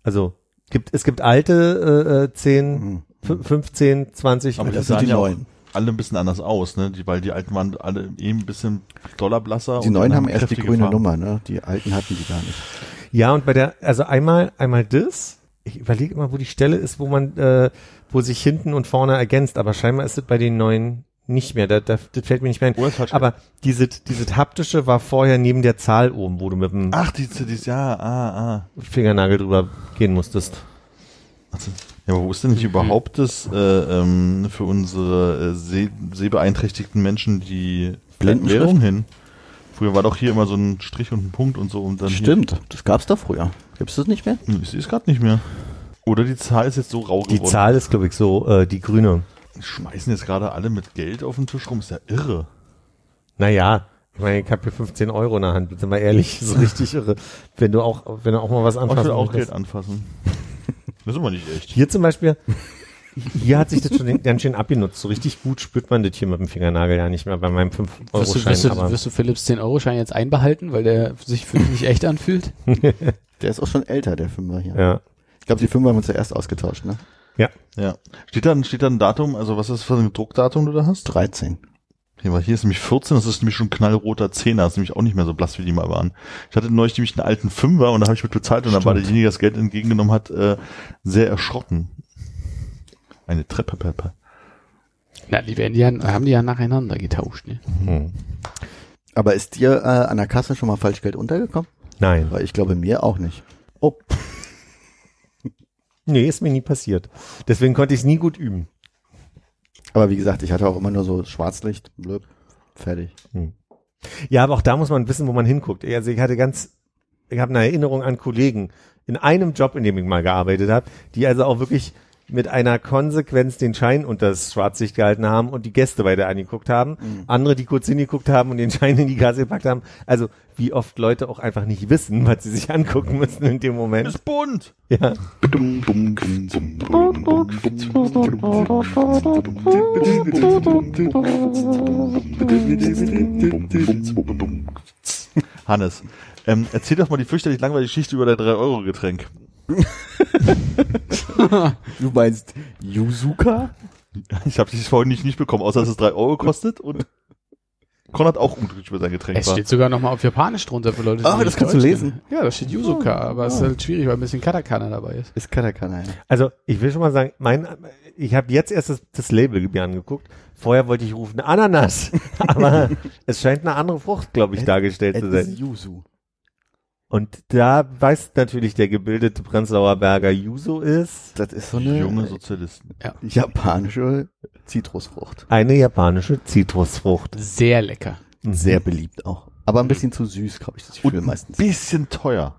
[SPEAKER 1] Also gibt, es gibt alte äh, äh, 10,
[SPEAKER 4] Mhm.
[SPEAKER 1] fü- 15, 20,
[SPEAKER 5] Aber
[SPEAKER 4] Das
[SPEAKER 5] die
[SPEAKER 4] sind die
[SPEAKER 1] also
[SPEAKER 5] sahen ja auch-
[SPEAKER 4] neuen.
[SPEAKER 5] alle ein bisschen anders aus, ne? Die, weil die alten waren alle eben ein bisschen dollarblasser.
[SPEAKER 4] Die
[SPEAKER 5] und
[SPEAKER 4] neuen
[SPEAKER 5] dann
[SPEAKER 4] haben erst die
[SPEAKER 5] kräftige
[SPEAKER 4] grüne
[SPEAKER 5] Farben.
[SPEAKER 4] Nummer, ne? Die alten hatten die gar nicht.
[SPEAKER 1] Ja, und bei der, also einmal, einmal das. Ich überlege immer, wo die Stelle ist, wo man, äh, wo sich hinten und vorne ergänzt. Aber scheinbar ist es bei den neuen nicht mehr. Da, da, das fällt mir nicht mehr ein.
[SPEAKER 5] Oh, das hat-
[SPEAKER 1] Aber dieses, dieses haptische war vorher neben der Zahl oben, wo du mit dem
[SPEAKER 5] Ach, die CDs, ja, ah, ah.
[SPEAKER 1] Fingernagel drüber gehen musstest.
[SPEAKER 5] Also, Ja, aber wo ist denn nicht überhaupt das äh, ähm, für unsere äh, seh sehbeeinträchtigten Menschen die
[SPEAKER 4] Blindenschrift?
[SPEAKER 5] Währung hin? Früher war doch hier immer so ein Strich und ein Punkt und so. Und dann
[SPEAKER 4] Stimmt, das gab's da früher. Gibt's das nicht mehr?
[SPEAKER 5] Hier, ich sehe es gerade nicht mehr. Oder die Zahl ist jetzt so rau
[SPEAKER 1] Die
[SPEAKER 5] geworden.
[SPEAKER 1] Zahl ist, glaube ich, so, äh, die grüne.
[SPEAKER 5] Schmeißen jetzt gerade alle mit Geld auf den Tisch rum, ist ja irre.
[SPEAKER 1] Naja, ich meine, ich habe hier 15 Euro in der Hand, sind wir ehrlich, so richtig irre. Wenn du auch, wenn du auch mal was
[SPEAKER 5] Aber ich
[SPEAKER 1] anfasst.
[SPEAKER 5] will auch Geld anfassen. Das ist aber nicht echt.
[SPEAKER 1] Hier zum Beispiel, hier hat sich das schon ganz schön abgenutzt. So richtig gut spürt man das hier mit dem Fingernagel ja nicht mehr bei meinem
[SPEAKER 3] Wirst du, wirst,
[SPEAKER 1] 5-Euro-Schein.
[SPEAKER 3] du,
[SPEAKER 1] Aber
[SPEAKER 3] wirst du Philips 10-Euro-Schein jetzt einbehalten, weil der sich für dich nicht echt anfühlt?
[SPEAKER 4] Der ist auch schon älter, der Fünfer hier.
[SPEAKER 1] ja,
[SPEAKER 4] Ich glaube, die Fünfer haben wir zuerst ausgetauscht, ne?
[SPEAKER 5] Ja. Steht da, ein- steht da ein Datum, also was ist das für ein Druckdatum du da hast?
[SPEAKER 4] 13.
[SPEAKER 5] Hier, war- hier ist nämlich 14, das ist nämlich schon ein knallroter Zehner, das ist nämlich auch nicht mehr so blass, wie die mal waren. Ich hatte neulich nämlich einen alten Fünfer und da habe ich mit bezahlt und da war derjenige, der das Geld entgegengenommen hat, äh, sehr erschrocken. Eine Treppe, Peppe.
[SPEAKER 3] Na, die werden die ja, haben die ja nacheinander getauscht, ne?
[SPEAKER 1] Hm.
[SPEAKER 4] Aber ist dir äh, an der Kasse schon mal Falschgeld untergekommen?
[SPEAKER 1] nein.
[SPEAKER 4] Weil ich glaube mir auch nicht. Oh,
[SPEAKER 1] Nee, ist mir nie passiert. Deswegen konnte ich es nie gut üben.
[SPEAKER 4] aber wie gesagt, ich hatte auch immer nur so Schwarzlicht, blöb, fertig.
[SPEAKER 1] Ja, aber auch da muss man wissen, wo man hinguckt. Also ich hatte ganz, ich habe eine Erinnerung an Kollegen in einem Job, in dem ich mal gearbeitet habe, die also auch wirklich mit einer Konsequenz den Schein unter das Schwarzlicht gehalten haben und die Gäste weiter angeguckt haben.
[SPEAKER 4] Mhm.
[SPEAKER 1] Andere, die kurz hingeguckt haben und den Schein in die Kasse gepackt haben. Also wie oft Leute auch einfach nicht wissen, was sie sich angucken müssen in dem Moment.
[SPEAKER 5] Ist bunt!
[SPEAKER 1] Ja.
[SPEAKER 5] Hannes, ähm, erzähl doch mal die fürchterlich langweilige Geschichte über dein 3-Euro-Getränk.
[SPEAKER 4] Du meinst Yuzuka?
[SPEAKER 5] Ich habe dich vorhin nicht, nicht bekommen, außer dass es 3 Euro kostet und Konrad auch unglücklich über sein Getränk
[SPEAKER 3] Es
[SPEAKER 5] war.
[SPEAKER 3] steht sogar nochmal auf Japanisch drunter für Leute, die
[SPEAKER 4] Ah,
[SPEAKER 3] nicht
[SPEAKER 4] das kannst du
[SPEAKER 3] Deutsch
[SPEAKER 4] lesen. Ah.
[SPEAKER 3] können. Ja, da steht Yuzuka, aber es ist halt schwierig, weil ein bisschen Katakana dabei ist.
[SPEAKER 4] Ist Katakana, ja.
[SPEAKER 1] Also ich will schon mal sagen, mein, ich habe jetzt erst das, das Label mir angeguckt. Vorher wollte ich rufen Ananas, aber es scheint eine andere Frucht, glaube ich, dargestellt zu
[SPEAKER 4] Es
[SPEAKER 1] sein.
[SPEAKER 4] ist Yuzu.
[SPEAKER 1] Und da weiß natürlich der gebildete Prenzlauer Berger Juso ist
[SPEAKER 4] Das ist so eine
[SPEAKER 5] Junge Sozialisten.
[SPEAKER 4] japanische Zitrusfrucht.
[SPEAKER 1] eine japanische Zitrusfrucht.
[SPEAKER 3] Sehr lecker.
[SPEAKER 4] Sehr beliebt auch. Aber ein bisschen zu süß, glaube ich, das Gefühl
[SPEAKER 5] Und ein
[SPEAKER 4] meistens.
[SPEAKER 5] bisschen teuer.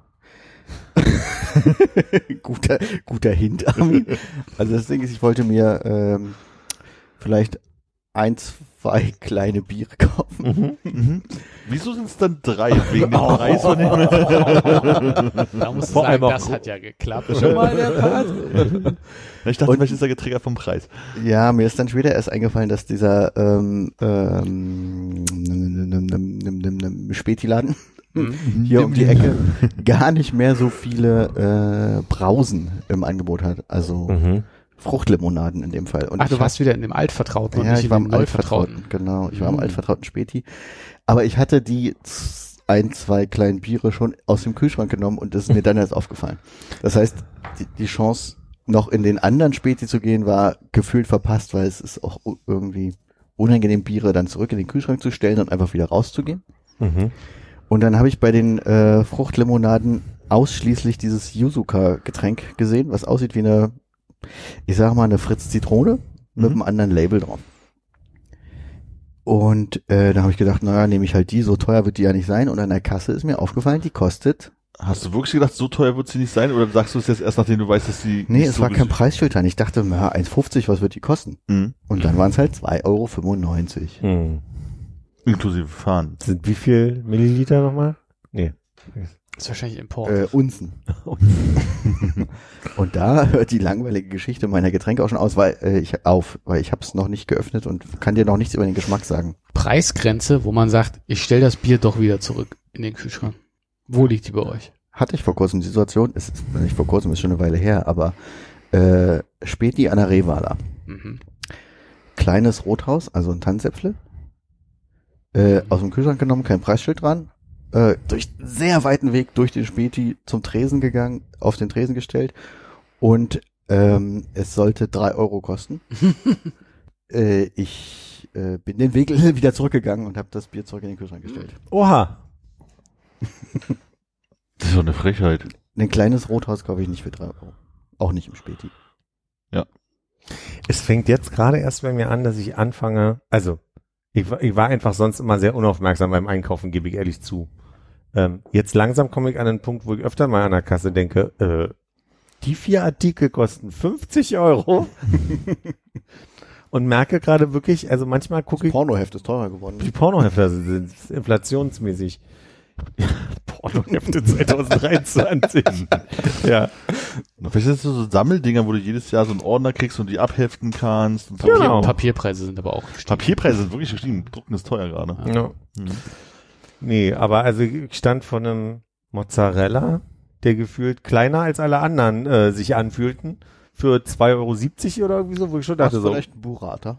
[SPEAKER 4] guter, guter Hint, Armin. Also das Ding ist, ich wollte mir ähm, vielleicht ein, zwei kleine Biere kaufen.
[SPEAKER 3] Mhm.
[SPEAKER 4] Mhm.
[SPEAKER 5] Wieso sind es dann drei? Wegen dem Preis und nicht mehr.
[SPEAKER 3] Da musst du
[SPEAKER 1] Vor allem
[SPEAKER 3] sagen,
[SPEAKER 1] auch-
[SPEAKER 3] das hat ja geklappt.
[SPEAKER 5] Ich dachte,
[SPEAKER 4] Und-
[SPEAKER 5] vielleicht ist der Geträger vom Preis.
[SPEAKER 4] Ja, mir ist dann später erst eingefallen, dass dieser ähm, ähm, nimm, nimm, nimm, nimm, nimm, nimm, Spätiladen
[SPEAKER 3] Mhm.
[SPEAKER 4] hier um die Ecke gar nicht mehr so viele äh, Brausen im Angebot hat. Also Fruchtlimonaden in dem Fall. Und
[SPEAKER 3] Mhm. Ach, du
[SPEAKER 4] ich hab-
[SPEAKER 3] warst wieder in dem Altvertrauten und
[SPEAKER 4] Ja,
[SPEAKER 3] nicht
[SPEAKER 4] ich
[SPEAKER 3] in
[SPEAKER 4] war
[SPEAKER 3] dem
[SPEAKER 4] im Altvertrauten.
[SPEAKER 3] Neuvertrauten.
[SPEAKER 4] Genau, ich war im
[SPEAKER 3] Mhm.
[SPEAKER 4] Altvertrauten Späti. Aber ich hatte die z- ein, zwei kleinen Biere schon aus dem Kühlschrank genommen und das ist mir dann erst aufgefallen. Das heißt, die, die Chance, noch in den anderen Späti zu gehen, war gefühlt verpasst, weil es ist auch u- irgendwie unangenehm, Biere dann zurück in den Kühlschrank zu stellen und einfach wieder rauszugehen.
[SPEAKER 1] Mhm.
[SPEAKER 4] Und dann habe ich bei den äh, Fruchtlimonaden ausschließlich dieses Yuzuka-Getränk gesehen, was aussieht wie eine, ich sag mal, eine Fritz-Zitrone
[SPEAKER 5] Mhm.
[SPEAKER 4] mit einem anderen Label drauf. Und äh, da habe ich gedacht, naja, nehme ich halt die, so teuer wird die ja nicht sein. Und an der Kasse ist mir aufgefallen, die kostet.
[SPEAKER 5] Hast du wirklich gedacht, so teuer wird sie nicht sein? Oder sagst du es jetzt erst, nachdem du weißt, dass die.
[SPEAKER 4] Nee,
[SPEAKER 5] nicht
[SPEAKER 4] es
[SPEAKER 5] so
[SPEAKER 4] war kein
[SPEAKER 5] günstig-
[SPEAKER 4] Preisschild dran. Ich dachte, naja, 1,50, was wird die kosten?
[SPEAKER 5] Mhm.
[SPEAKER 4] Und dann waren es halt 2,95 Euro.
[SPEAKER 1] Hm.
[SPEAKER 5] Inklusive Fahren.
[SPEAKER 1] Sind wie viel Milliliter nochmal? Nee.
[SPEAKER 3] Das ist wahrscheinlich Import.
[SPEAKER 4] Äh, Unzen. und da hört die langweilige Geschichte meiner Getränke auch schon aus, weil äh, ich auf, weil ich habe es noch nicht geöffnet und kann dir noch nichts über den Geschmack sagen.
[SPEAKER 3] Preisgrenze, wo man sagt, ich stell das Bier doch wieder zurück in den Kühlschrank. Wo liegt die bei euch?
[SPEAKER 4] Hatte ich vor kurzem die Situation, es ist nicht vor kurzem, ist schon eine Weile her, aber äh, Späti an der Rehwala.
[SPEAKER 3] Mhm.
[SPEAKER 4] kleines Rothaus, also ein Tanzäpfle,
[SPEAKER 1] Mhm.
[SPEAKER 4] äh, aus dem Kühlschrank genommen, kein Preisschild dran, äh, durch einen sehr weiten Weg durch den Späti zum Tresen gegangen, auf den Tresen gestellt und ähm, es sollte drei Euro kosten. äh, ich äh, bin den Weg wieder zurückgegangen und habe das Bier zurück in den Kühlschrank gestellt.
[SPEAKER 1] Oha.
[SPEAKER 5] Das ist so eine Frechheit.
[SPEAKER 1] Mhm.
[SPEAKER 4] Ein kleines Rothaus kaufe ich nicht für drei Euro. Auch nicht im Späti.
[SPEAKER 1] Es fängt jetzt gerade erst bei mir an, dass ich anfange, also ich, wa- ich war einfach sonst immer sehr unaufmerksam beim Einkaufen, gebe ich ehrlich zu. Ähm, jetzt langsam komme ich an einen Punkt, wo ich öfter mal an der Kasse denke, äh, die vier Artikel kosten 50 Euro und merke gerade wirklich, also manchmal gucke ich,
[SPEAKER 4] Pornoheft ist teurer geworden.
[SPEAKER 1] die Pornohefte sind inflationsmäßig. Pornohefte 2023. ja.
[SPEAKER 5] Na, Vielleicht sind das so Sammeldinger, wo du jedes Jahr so einen Ordner kriegst und die abheften kannst. Und
[SPEAKER 1] Genau.
[SPEAKER 5] Papier-
[SPEAKER 1] Oh.
[SPEAKER 3] Papierpreise sind aber auch gestiegen.
[SPEAKER 5] Papierpreise sind wirklich gestiegen. Drucken ist teuer gerade.
[SPEAKER 1] Ja.
[SPEAKER 5] Mhm.
[SPEAKER 1] Genau. Hm. Nee, aber also ich stand von einem Mozzarella, der gefühlt kleiner als alle anderen äh, sich anfühlten, für 2,70 Euro oder irgendwie so, wo ich schon dachte so,
[SPEAKER 4] vielleicht ein Burrata.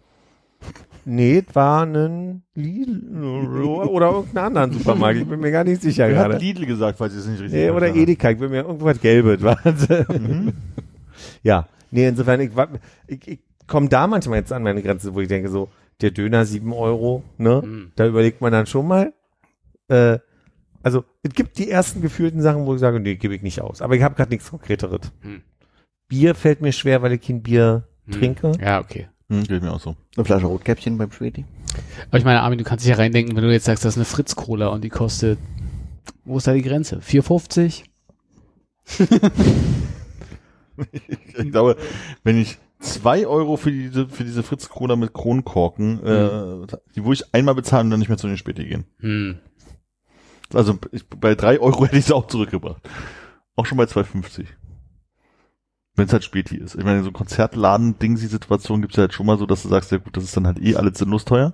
[SPEAKER 1] nee, es war ein Lidl oder irgendeinen anderen Supermarkt, ich bin mir gar nicht sicher
[SPEAKER 5] Wer
[SPEAKER 1] gerade.
[SPEAKER 5] hat Lidl gesagt, falls ich es nicht richtig
[SPEAKER 1] Nee, oder
[SPEAKER 5] verstanden
[SPEAKER 1] Edeka, ich will mir irgendwas Gelbes. warte. Ja, nee, insofern, ich, wa- ich, ich komme da manchmal jetzt an meine Grenze, wo ich denke so, der Döner 7 Euro, ne?
[SPEAKER 3] Mhm.
[SPEAKER 1] Da überlegt man dann schon mal. Äh, also, es gibt die ersten gefühlten Sachen, wo ich sage, nee, gebe ich nicht aus. Aber ich habe gerade nichts Konkreteres.
[SPEAKER 3] Mhm.
[SPEAKER 1] Bier fällt mir schwer, weil ich kein Bier trinke.
[SPEAKER 3] Ja, okay.
[SPEAKER 5] habe. Mhm, geht mir auch so.
[SPEAKER 4] Eine Flasche Rotkäppchen beim Späti.
[SPEAKER 3] Aber ich meine, Armin, du kannst dich ja reindenken, wenn du jetzt sagst, das ist eine Fritz-Cola und die kostet, wo ist da die Grenze? 4,50?
[SPEAKER 5] Ich glaube, wenn ich zwei Euro für diese, für diese Fritz-Cola mit Kronkorken, äh, die würde ich einmal bezahlen und dann nicht mehr zu den Späti gehen.
[SPEAKER 3] Hm.
[SPEAKER 5] Also ich, bei drei Euro hätte ich es auch zurückgebracht. Auch schon bei 2,50. Wenn es halt Späti ist. Ich meine, so Konzertladen-Ding-Situation gibt es ja halt schon mal so, dass du sagst, ja gut, das ist dann halt eh alles sinnlos teuer.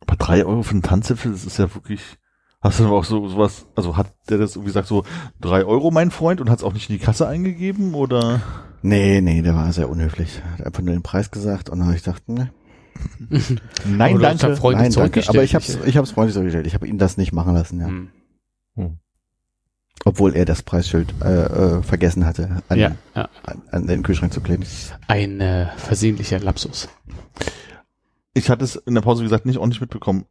[SPEAKER 5] Aber drei Euro für einen Tanzäpfel, das ist ja wirklich... Hast du aber auch so sowas, also hat der das irgendwie gesagt, so drei Euro mein Freund und hat es auch nicht in die Kasse eingegeben oder?
[SPEAKER 4] Nee, nee, der war sehr unhöflich. Hat einfach nur den Preis gesagt und dann habe ich gedacht, ne,
[SPEAKER 5] Nein,
[SPEAKER 3] Aber du hast ja freundlich
[SPEAKER 4] nein, danke.
[SPEAKER 3] zurückgestellt.
[SPEAKER 4] Aber ich habe ich hab's freundlich zurückgestellt. Ich habe ihm das nicht machen lassen, ja.
[SPEAKER 3] Hm.
[SPEAKER 4] Obwohl er das Preisschild äh, äh, vergessen hatte, an,
[SPEAKER 3] Ja, ja.
[SPEAKER 4] an, an den Kühlschrank zu kleben.
[SPEAKER 3] Ein äh, versehentlicher Lapsus.
[SPEAKER 5] Ich hatte es in der Pause, wie gesagt, nicht ordentlich mitbekommen.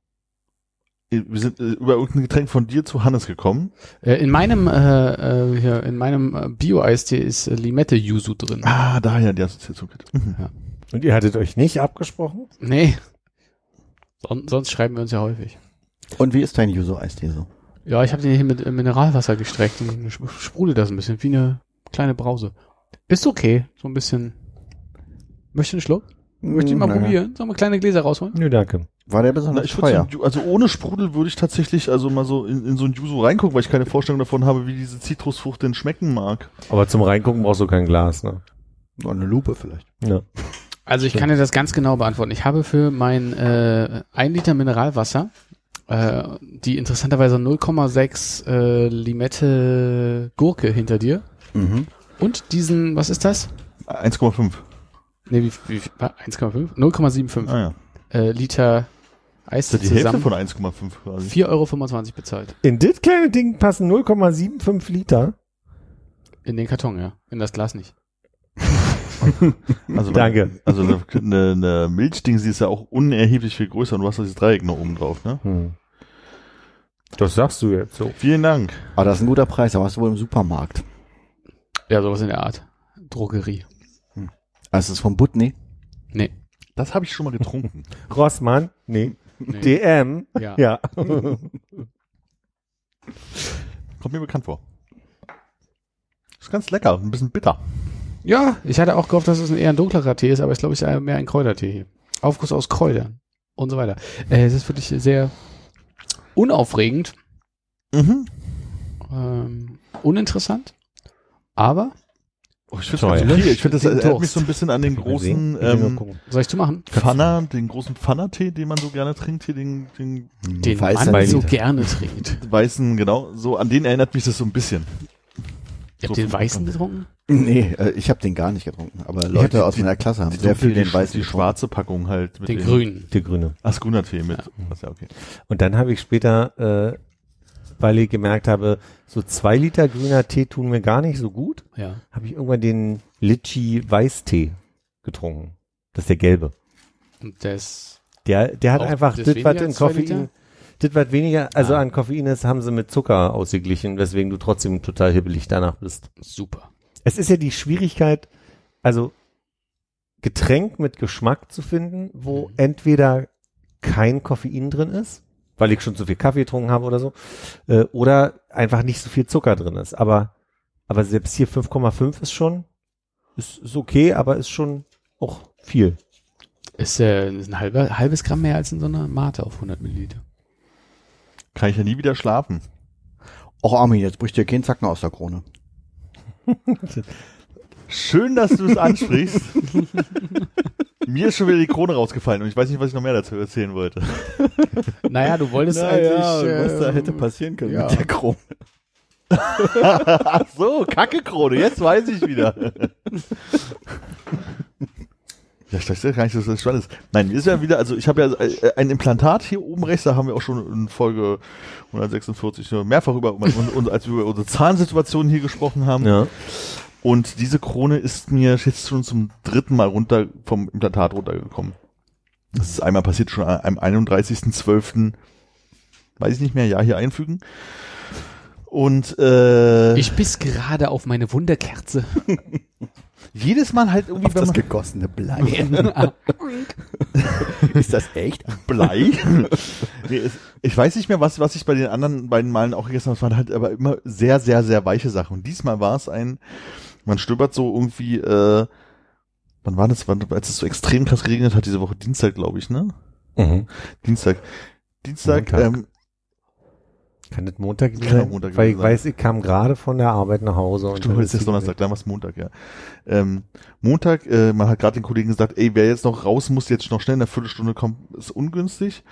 [SPEAKER 5] Wir sind äh, über irgendein Getränk von dir zu Hannes gekommen.
[SPEAKER 3] Äh, in meinem, äh, äh, hier, in meinem äh, Bio-Eistee ist äh, Limette-Yuzu drin.
[SPEAKER 5] Ah, daher die Assoziation. Mhm.
[SPEAKER 1] Und ihr hattet euch nicht abgesprochen?
[SPEAKER 3] Nee. Son sonst schreiben wir uns ja häufig.
[SPEAKER 4] Und wie ist dein Yuzu-Eistee so?
[SPEAKER 3] Ja, ich habe den hier mit äh, Mineralwasser gestreckt und sp- sprudelt das ein bisschen, wie eine kleine Brause. Ist okay, so ein bisschen. Möchtest du einen Schluck? Möchtest du ihn mal
[SPEAKER 4] Hm, Naja.
[SPEAKER 3] probieren? Sollen wir kleine Gläser rausholen?
[SPEAKER 1] Nö, danke.
[SPEAKER 4] War der
[SPEAKER 5] Na,
[SPEAKER 4] besonders
[SPEAKER 5] ich würd so,
[SPEAKER 4] teuer?
[SPEAKER 5] ein Ju- also ohne Sprudel würde ich tatsächlich also mal so in, in so ein Juso reingucken, weil ich keine Vorstellung davon habe, wie diese Zitrusfrucht denn schmecken mag.
[SPEAKER 1] Aber zum Reingucken brauchst du kein Glas, ne?
[SPEAKER 4] Nur Eine Lupe vielleicht.
[SPEAKER 1] Ja.
[SPEAKER 3] Also ich kann dir das ganz genau beantworten. Ich habe für mein äh, 1 Liter Mineralwasser, äh, die interessanterweise 0,6 äh, Limette Gurke hinter dir
[SPEAKER 4] Mhm.
[SPEAKER 3] und diesen, was ist das?
[SPEAKER 5] 1,5.
[SPEAKER 3] Nee, wie, wie wie- 1,5? 0,75
[SPEAKER 5] Ah ja.
[SPEAKER 3] äh, Liter Eis
[SPEAKER 5] Das ist ja die Hälfte
[SPEAKER 3] zusammen.
[SPEAKER 5] von 1,5 quasi.
[SPEAKER 3] 4,25 Euro bezahlt.
[SPEAKER 1] In das kleine Ding passen 0,75 Liter.
[SPEAKER 3] In den Karton, ja. In das Glas nicht.
[SPEAKER 5] Also
[SPEAKER 1] Danke.
[SPEAKER 5] Also eine, eine Milchding, sie ist ja auch unerheblich viel größer und du hast dieses Dreieck noch oben drauf, ne?
[SPEAKER 1] Hm. Das sagst du jetzt so.
[SPEAKER 5] Vielen Dank.
[SPEAKER 4] Aber das ist ein guter Preis, aber hast du wohl im Supermarkt.
[SPEAKER 3] Ja, sowas in der Art. Drogerie.
[SPEAKER 4] Also es ist vom Butni.
[SPEAKER 3] Nee.
[SPEAKER 5] Das habe ich schon mal getrunken.
[SPEAKER 1] Rossmann? Nee.
[SPEAKER 3] nee.
[SPEAKER 1] DM?
[SPEAKER 3] ja.
[SPEAKER 1] Ja.
[SPEAKER 5] Kommt mir bekannt vor. Ist ganz lecker, ein bisschen bitter.
[SPEAKER 3] ja, ich hatte auch gehofft, dass es ein eher ein dunklerer Tee ist, aber ich glaube, es ist eher mehr ein Kräutertee hier. Aufguss aus Kräutern und so weiter. Äh, es ist wirklich sehr unaufregend,
[SPEAKER 5] Mhm.
[SPEAKER 3] ähm, uninteressant, aber
[SPEAKER 5] Oh, ich finde
[SPEAKER 1] Toll.
[SPEAKER 5] das ganz okay. Ich finde das
[SPEAKER 3] Den
[SPEAKER 5] erinnert mich
[SPEAKER 3] Durst.
[SPEAKER 5] so ein bisschen an den großen ähm,
[SPEAKER 3] soll ich zu machen?
[SPEAKER 5] Pfanner, den großen Pfanner-Tee, den man so gerne trinkt, hier den, den
[SPEAKER 3] Den
[SPEAKER 4] Weißen
[SPEAKER 3] man so
[SPEAKER 4] Liter.
[SPEAKER 3] gerne trinkt.
[SPEAKER 5] weißen, genau. So an den erinnert mich das so ein bisschen.
[SPEAKER 3] Ihr habt
[SPEAKER 5] So
[SPEAKER 3] den
[SPEAKER 5] viel-
[SPEAKER 3] Weißen getrunken?
[SPEAKER 4] Nee, äh, ich habe den gar nicht getrunken. Aber
[SPEAKER 5] die-
[SPEAKER 4] Leute aus meiner Klasse haben
[SPEAKER 5] So
[SPEAKER 4] sehr viel
[SPEAKER 5] die,
[SPEAKER 4] den weißen
[SPEAKER 5] die
[SPEAKER 4] getrunken.
[SPEAKER 5] schwarze Packung halt. Mit
[SPEAKER 3] Den
[SPEAKER 5] dem-
[SPEAKER 3] Grünen.
[SPEAKER 1] Der Grüne.
[SPEAKER 5] Ascuna-Tee mit. Was ja okay.
[SPEAKER 1] Und dann habe ich später, äh, weil ich gemerkt habe, so zwei Liter grüner Tee tun mir gar nicht so gut,
[SPEAKER 3] Ja.
[SPEAKER 1] habe ich irgendwann den Litchi-Weißtee getrunken. Das ist der gelbe.
[SPEAKER 3] Und das.
[SPEAKER 1] Der, der hat
[SPEAKER 3] Auch
[SPEAKER 1] einfach
[SPEAKER 3] das
[SPEAKER 1] das, was
[SPEAKER 3] weniger
[SPEAKER 1] in
[SPEAKER 3] als zwei
[SPEAKER 1] Koffein,
[SPEAKER 3] Liter?
[SPEAKER 1] das, was weniger, also
[SPEAKER 3] Ah.
[SPEAKER 1] an Koffein ist, haben sie mit Zucker ausgeglichen, weswegen du trotzdem total hibbelig danach bist.
[SPEAKER 3] Super.
[SPEAKER 1] Es ist ja die Schwierigkeit, also Getränk mit Geschmack zu finden, wo
[SPEAKER 5] Mhm.
[SPEAKER 1] entweder kein Koffein drin ist, weil ich schon zu viel Kaffee getrunken habe oder so, äh, oder einfach nicht so viel Zucker drin ist. Aber, aber selbst hier 5,5 ist schon, ist, ist okay, aber ist schon auch viel.
[SPEAKER 3] Ist, äh, ist ein halber, halbes Gramm mehr als in so einer Mate auf 100 Milliliter.
[SPEAKER 5] Kann ich ja nie wieder schlafen.
[SPEAKER 4] Och Armin, jetzt bricht dir kein Zacken aus der Krone.
[SPEAKER 5] Schön, dass du es ansprichst. Mir ist schon wieder die Krone rausgefallen und ich weiß nicht, was ich noch mehr dazu erzählen wollte.
[SPEAKER 3] Naja, du wolltest ähm,
[SPEAKER 4] passieren können
[SPEAKER 3] äh, ja.
[SPEAKER 4] mit der Krone.
[SPEAKER 5] Ach so, Kacke-Krone, jetzt weiß ich wieder. Ja, ich dachte gar nicht, dass das spannend ist. Nein, mir ist ja wieder, also ich habe ja äh, ein Implantat hier oben rechts, da haben wir auch schon in Folge 146 nur mehrfach über, und, und, als wir über unsere Zahnsituation hier gesprochen haben.
[SPEAKER 1] Ja.
[SPEAKER 5] Und diese Krone ist mir jetzt schon zum dritten Mal runter vom Implantat runtergekommen. Das ist einmal passiert schon am 31.12. weiß ich nicht mehr, ja, hier einfügen. Und äh,
[SPEAKER 3] Ich biss gerade auf meine Wunderkerze.
[SPEAKER 5] jedes Mal halt irgendwie
[SPEAKER 4] Auf
[SPEAKER 5] wenn
[SPEAKER 4] das
[SPEAKER 5] man-
[SPEAKER 4] gegossene
[SPEAKER 3] Ah,
[SPEAKER 4] Blei. Ist das echt?
[SPEAKER 5] Blei. nee, es, ich weiß nicht mehr, was, was ich bei den anderen beiden Malen auch gegessen habe. Es waren halt aber immer sehr, sehr, sehr weiche Sachen. Und diesmal war es ein, man stöbert so irgendwie, äh, wann war das, wann, als es so extrem krass geregnet hat, diese Woche Dienstag, glaube ich, ne?
[SPEAKER 1] Mhm.
[SPEAKER 5] Dienstag. Dienstag,
[SPEAKER 1] Montag.
[SPEAKER 5] ähm,
[SPEAKER 1] Kann das Montag gewesen
[SPEAKER 5] Kann auch
[SPEAKER 1] sein?
[SPEAKER 5] Montag
[SPEAKER 1] Weil ich
[SPEAKER 5] gewesen sein.
[SPEAKER 1] weiß, ich kam gerade von der Arbeit nach Hause. und
[SPEAKER 5] Stimmt,
[SPEAKER 1] dann
[SPEAKER 5] heute ist
[SPEAKER 1] ist
[SPEAKER 5] jetzt Donnerstag, dann war es Montag, ja. Ähm, Montag, äh, man hat gerade den Kollegen gesagt, ey, wer jetzt noch raus muss, jetzt noch schnell in der Viertelstunde kommt, ist ungünstig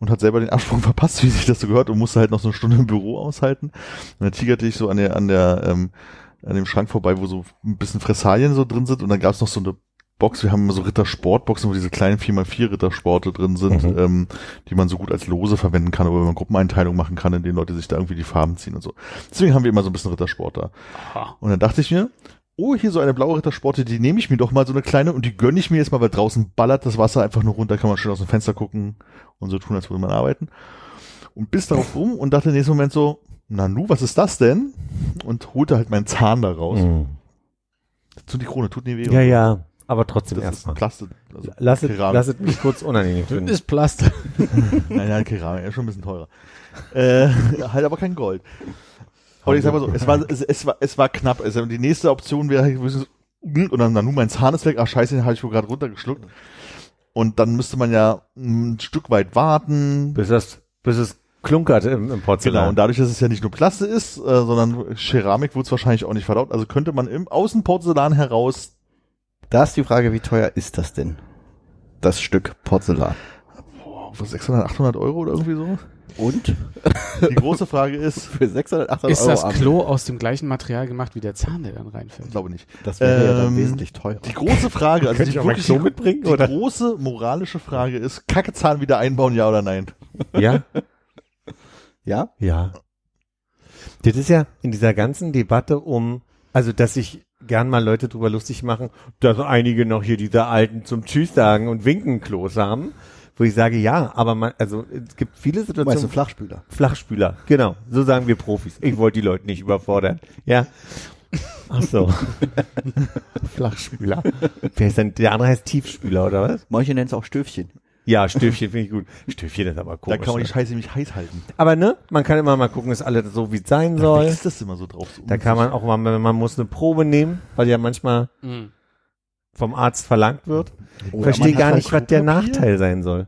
[SPEAKER 5] und hat selber den Absprung verpasst, wie sich das so gehört und musste halt noch so eine Stunde im Büro aushalten. Und dann tigerte ich so an der, an der, ähm, an dem Schrank vorbei, wo so ein bisschen Fressalien so drin sind und dann gab es noch so eine Box, wir haben immer so Rittersportboxen, wo diese kleinen 4x4 Rittersporte drin sind,
[SPEAKER 1] Mhm.
[SPEAKER 5] ähm, die man so gut als Lose verwenden kann, aber wenn man Gruppeneinteilung machen kann, in denen Leute sich da irgendwie die Farben ziehen und so. Deswegen haben wir immer so ein bisschen Rittersport da. Und dann dachte ich mir, oh, hier so eine blaue Rittersporte, die nehme ich mir doch mal so eine kleine und die gönne ich mir jetzt mal, weil draußen ballert das Wasser einfach nur runter, kann man schön aus dem Fenster gucken und so tun, als würde man arbeiten. Und bis darauf rum und dachte im nächsten Moment so, na nu, was ist das denn? Und holte halt meinen Zahn da raus.
[SPEAKER 1] Mhm.
[SPEAKER 5] Zu die Krone, tut nie weh.
[SPEAKER 1] Ja, ja, aber trotzdem
[SPEAKER 5] Das ist
[SPEAKER 1] erstmal.
[SPEAKER 5] Plastik. Also
[SPEAKER 1] Lass es,
[SPEAKER 5] Keramik.
[SPEAKER 1] lass es mich kurz unangenehm finden.
[SPEAKER 3] ist Plaster.
[SPEAKER 5] Nein, nein, Keramik, ist schon ein bisschen teurer. äh, halt aber kein Gold. Aber ich sag mal so, es war, es, es war, es war knapp. Also die nächste Option wäre halt gewesen, und dann, dann nun mein Zahn ist weg, ach scheiße, den habe ich wohl gerade runtergeschluckt. Und dann müsste man ja ein Stück weit warten.
[SPEAKER 1] Bis, das, bis es klunkert im, im Porzellan.
[SPEAKER 5] Genau, und dadurch, dass es ja nicht nur Plaste ist, äh, sondern Keramik wurde es wahrscheinlich auch nicht verdaut. Also könnte man im Außenporzellan heraus
[SPEAKER 4] Da ist die Frage, wie teuer ist das denn? Das Stück Porzellan.
[SPEAKER 5] boah, 600, 800 Euro oder irgendwie so.
[SPEAKER 4] Und?
[SPEAKER 5] Die große Frage ist,
[SPEAKER 4] Für 600, 800
[SPEAKER 3] Ist
[SPEAKER 4] Euro
[SPEAKER 3] das
[SPEAKER 4] Armin.
[SPEAKER 3] Klo aus dem gleichen Material gemacht wie der Zahn, der dann
[SPEAKER 5] ich
[SPEAKER 3] reinfällt?
[SPEAKER 5] glaube nicht.
[SPEAKER 4] Das wäre ja
[SPEAKER 5] Ähm,
[SPEAKER 4] dann wesentlich teurer.
[SPEAKER 5] Die große Frage, also
[SPEAKER 1] Könnte
[SPEAKER 5] die,
[SPEAKER 1] ich auch mein
[SPEAKER 5] wirklich,
[SPEAKER 1] Klo
[SPEAKER 5] die-
[SPEAKER 1] mitbringen,
[SPEAKER 5] die
[SPEAKER 1] oder?
[SPEAKER 5] große moralische Frage ist, Kackezahn wieder einbauen, ja oder nein?
[SPEAKER 1] Ja,
[SPEAKER 4] Ja?
[SPEAKER 1] ja. Das ist ja in dieser ganzen Debatte um, also dass sich gern mal Leute drüber lustig machen, dass einige noch hier diese alten zum Tschüss sagen und winken Klos haben, wo ich sage, ja, aber man, also es gibt viele
[SPEAKER 4] Du meinst einen
[SPEAKER 1] Situationen.
[SPEAKER 4] Flachspüler?
[SPEAKER 1] Flachspüler, genau. So sagen wir Profis. Ich wollte die Leute nicht überfordern. Ja. Ach so. Flachspüler. Wer ist denn, der andere heißt Tiefspüler, oder was?
[SPEAKER 4] Manche nennen es auch Stöfchen.
[SPEAKER 1] Ja, Stöfchen finde ich gut. Stöfchen ist aber
[SPEAKER 5] Da
[SPEAKER 1] komisch.
[SPEAKER 5] kann man die
[SPEAKER 1] ne?
[SPEAKER 5] Scheiße nämlich heiß halten.
[SPEAKER 1] aber ne, man kann immer mal gucken, ist alles so, wie es sein
[SPEAKER 5] Da
[SPEAKER 1] soll.
[SPEAKER 5] ist das immer so drauf. So
[SPEAKER 1] Da kann man auch mal, wenn man muss eine Probe nehmen, weil ja manchmal
[SPEAKER 3] Mhm.
[SPEAKER 1] vom Arzt verlangt wird.
[SPEAKER 4] Oder
[SPEAKER 1] Verstehe
[SPEAKER 4] man hat
[SPEAKER 1] gar
[SPEAKER 4] halt
[SPEAKER 1] nicht, was der
[SPEAKER 5] Klopapier.
[SPEAKER 1] Nachteil sein soll.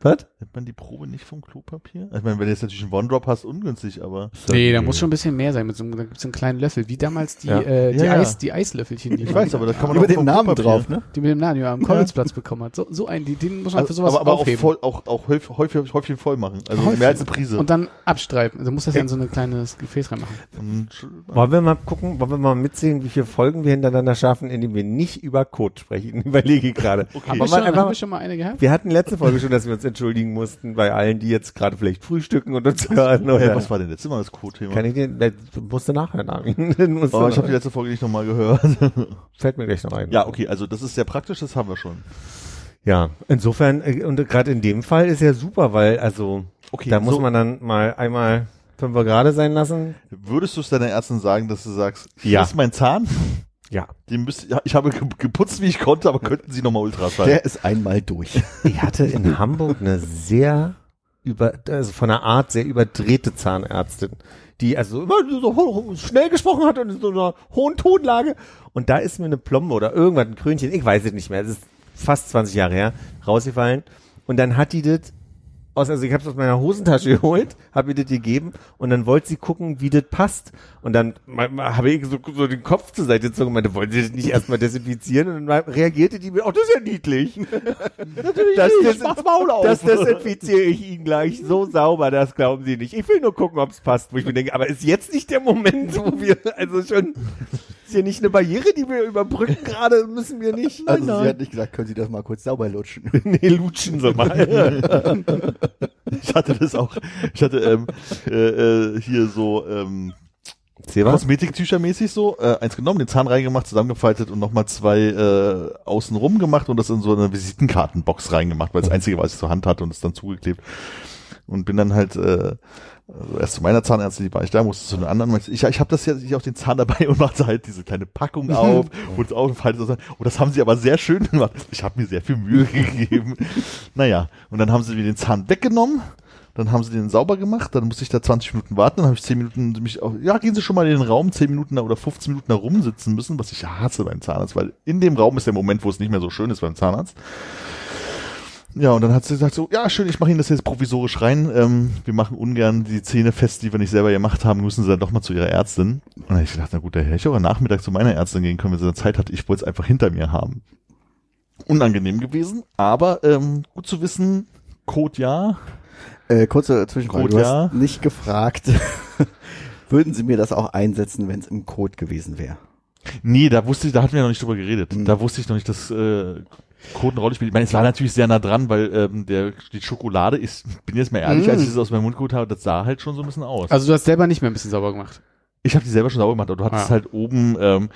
[SPEAKER 1] Was?
[SPEAKER 5] Nimmt man die Probe nicht vom Klopapier? Ich meine, wenn du jetzt natürlich einen One-Drop hast, ungünstig, aber.
[SPEAKER 3] Nee, da muss schon ein bisschen mehr sein. Mit so einem, da gibt's einen kleinen Löffel. Wie damals die,
[SPEAKER 1] Ja.
[SPEAKER 3] äh, die,
[SPEAKER 5] Ja, ja.
[SPEAKER 3] Eis, die Eislöffelchen, die,
[SPEAKER 5] Ich
[SPEAKER 3] man-
[SPEAKER 5] weiß, aber da kann man
[SPEAKER 4] Über
[SPEAKER 5] auch
[SPEAKER 4] den
[SPEAKER 5] vom
[SPEAKER 4] Namen
[SPEAKER 5] Klopapier-
[SPEAKER 4] drauf, ne?
[SPEAKER 3] die mit dem Namen, die man am Collegeplatz bekommen hat. So, so einen, die, den muss man für
[SPEAKER 5] Also,
[SPEAKER 3] sowas
[SPEAKER 5] aber aber auch,
[SPEAKER 3] aufheben.
[SPEAKER 5] voll, auch, auch häufig, häufig, häufig voll machen. Also
[SPEAKER 3] Häufig.
[SPEAKER 5] mehr als eine Prise.
[SPEAKER 3] Und dann abstreiben. Da muss das ja in so ein kleines Gefäß reinmachen.
[SPEAKER 5] Und-
[SPEAKER 1] Wollen wir mal gucken, wollen wir mal mitsehen, wie viele Folgen wir hintereinander schaffen, indem wir nicht über Code sprechen? Überlege ich gerade.
[SPEAKER 5] Okay.
[SPEAKER 3] Haben
[SPEAKER 1] Wollen
[SPEAKER 3] wir,
[SPEAKER 1] wir
[SPEAKER 3] schon, haben
[SPEAKER 1] einfach,
[SPEAKER 3] wir schon mal eine gehabt?
[SPEAKER 1] wir hatten letzte Folge schon, dass wir uns entschuldigen mussten bei allen, die jetzt gerade vielleicht frühstücken und uns hören.
[SPEAKER 5] Hey,
[SPEAKER 1] Oder?
[SPEAKER 5] Äh, was war denn letztes Mal das Code-Thema?
[SPEAKER 1] Kann ich dir, na, du musst du nachhören, Armin. Du musst
[SPEAKER 5] Oh,
[SPEAKER 1] du
[SPEAKER 5] ich habe die
[SPEAKER 1] nachhören.
[SPEAKER 5] letzte Folge nicht nochmal gehört.
[SPEAKER 1] Fällt mir gleich noch ein.
[SPEAKER 5] ja, okay, also das ist sehr praktisch, das haben wir schon.
[SPEAKER 1] Ja, insofern, äh, und gerade in dem Fall ist ja super, weil, also,
[SPEAKER 5] Okay,
[SPEAKER 1] da muss
[SPEAKER 5] so-
[SPEAKER 1] man dann mal einmal fünfer gerade sein lassen.
[SPEAKER 5] Würdest du es deiner Ärztin sagen, dass du sagst, hier
[SPEAKER 1] Ja.
[SPEAKER 5] ist mein Zahn,
[SPEAKER 1] Ja.
[SPEAKER 5] den müsst, ja, ich habe ge- geputzt, wie ich konnte, aber könnten sie nochmal Ultraschall?
[SPEAKER 4] Der ist einmal durch.
[SPEAKER 1] Ich hatte in Hamburg eine sehr über, also von einer Art sehr überdrehte Zahnärztin, die also immer so ho- ho- schnell gesprochen hat und in so einer hohen Tonlage. Und da ist mir eine Plombe oder irgendwas, ein Krönchen, ich weiß es nicht mehr, es ist fast 20 Jahre her, rausgefallen. Und dann hat die das aus, also ich habe es aus meiner Hosentasche geholt, habe ihr das gegeben und dann wollte sie gucken, wie das passt. Und dann ma- ma- habe ich so, so den Kopf zur Seite gezogen und meinte, wollen Sie das nicht erstmal desinfizieren? Und dann reagierte die mit, oh, das ist ja niedlich. Natürlich das, das, mach's Maul auf. Das desinfiziere ich Ihnen gleich so sauber, das glauben Sie nicht. Ich will nur gucken, ob es passt, wo ich mir denke, aber ist jetzt nicht der Moment, wo wir, also schon, ist hier nicht eine Barriere, die wir überbrücken gerade, müssen wir nicht.
[SPEAKER 4] Also sie hat nicht gesagt, können Sie das mal kurz sauber lutschen.
[SPEAKER 1] nee, lutschen Sie mal.
[SPEAKER 5] Ich hatte das auch, ich hatte ähm, äh, äh, hier so ähm,
[SPEAKER 1] Zewa?
[SPEAKER 5] Kosmetiktücher mäßig so, äh, eins genommen, den Zahn reingemacht, zusammengefaltet und nochmal zwei äh, außenrum gemacht und das in so eine Visitenkartenbox reingemacht, weil das einzige, was ich zur Hand hatte und es dann zugeklebt. Und bin dann halt äh, also erst zu meiner Zahnärztin, die war ich da, musste zu einer anderen. meinte, Ich, ja, ich habe das jetzt, ich auch den Zahn dabei und machte halt diese kleine Packung auf und auf und faltet das an. Und das haben sie aber sehr schön gemacht. Ich habe mir sehr viel Mühe gegeben. Naja, und dann haben sie mir den Zahn weggenommen. Dann haben sie den sauber gemacht, dann musste ich da 20 Minuten warten, dann habe ich 10 Minuten mich auf, ja, gehen Sie schon mal in den Raum, 10 Minuten oder 15 Minuten da rumsitzen müssen, was ich hasse beim Zahnarzt, weil in dem Raum ist der Moment, wo es nicht mehr so schön ist beim Zahnarzt. Ja, und dann hat sie gesagt so, ja, schön, ich mache Ihnen das jetzt provisorisch rein. Ähm, wir machen ungern die Zähne fest, die wir nicht selber gemacht haben, müssen Sie dann doch mal zu Ihrer Ärztin. Und dann hab ich gedacht, na gut, da hätte ich auch am Nachmittag zu meiner Ärztin gehen können, wenn sie dann Zeit hatte. Ich wollte es einfach hinter mir haben. Unangenehm gewesen, aber ähm, gut zu wissen, Code ja.
[SPEAKER 4] Äh, kurze Zwischenfrage.
[SPEAKER 5] Code,
[SPEAKER 4] du
[SPEAKER 5] ja.
[SPEAKER 4] hast nicht gefragt, würden Sie mir das auch einsetzen, wenn es im Code gewesen wäre?
[SPEAKER 5] Nee, da wusste ich, da hatten wir noch nicht drüber geredet.
[SPEAKER 3] Hm.
[SPEAKER 5] Da wusste ich noch nicht, dass äh, Code eine Rolle spielt. Ich meine, es war natürlich sehr nah dran, weil ähm, der, die Schokolade ist, bin jetzt mal ehrlich, als ich es aus meinem Mund geholt habe, das sah halt schon so ein bisschen aus.
[SPEAKER 3] Hm. Also du hast selber nicht mehr ein bisschen sauber gemacht.
[SPEAKER 5] Ich habe die selber schon sauber gemacht, aber du hattest
[SPEAKER 3] Ah.
[SPEAKER 5] halt oben, ähm,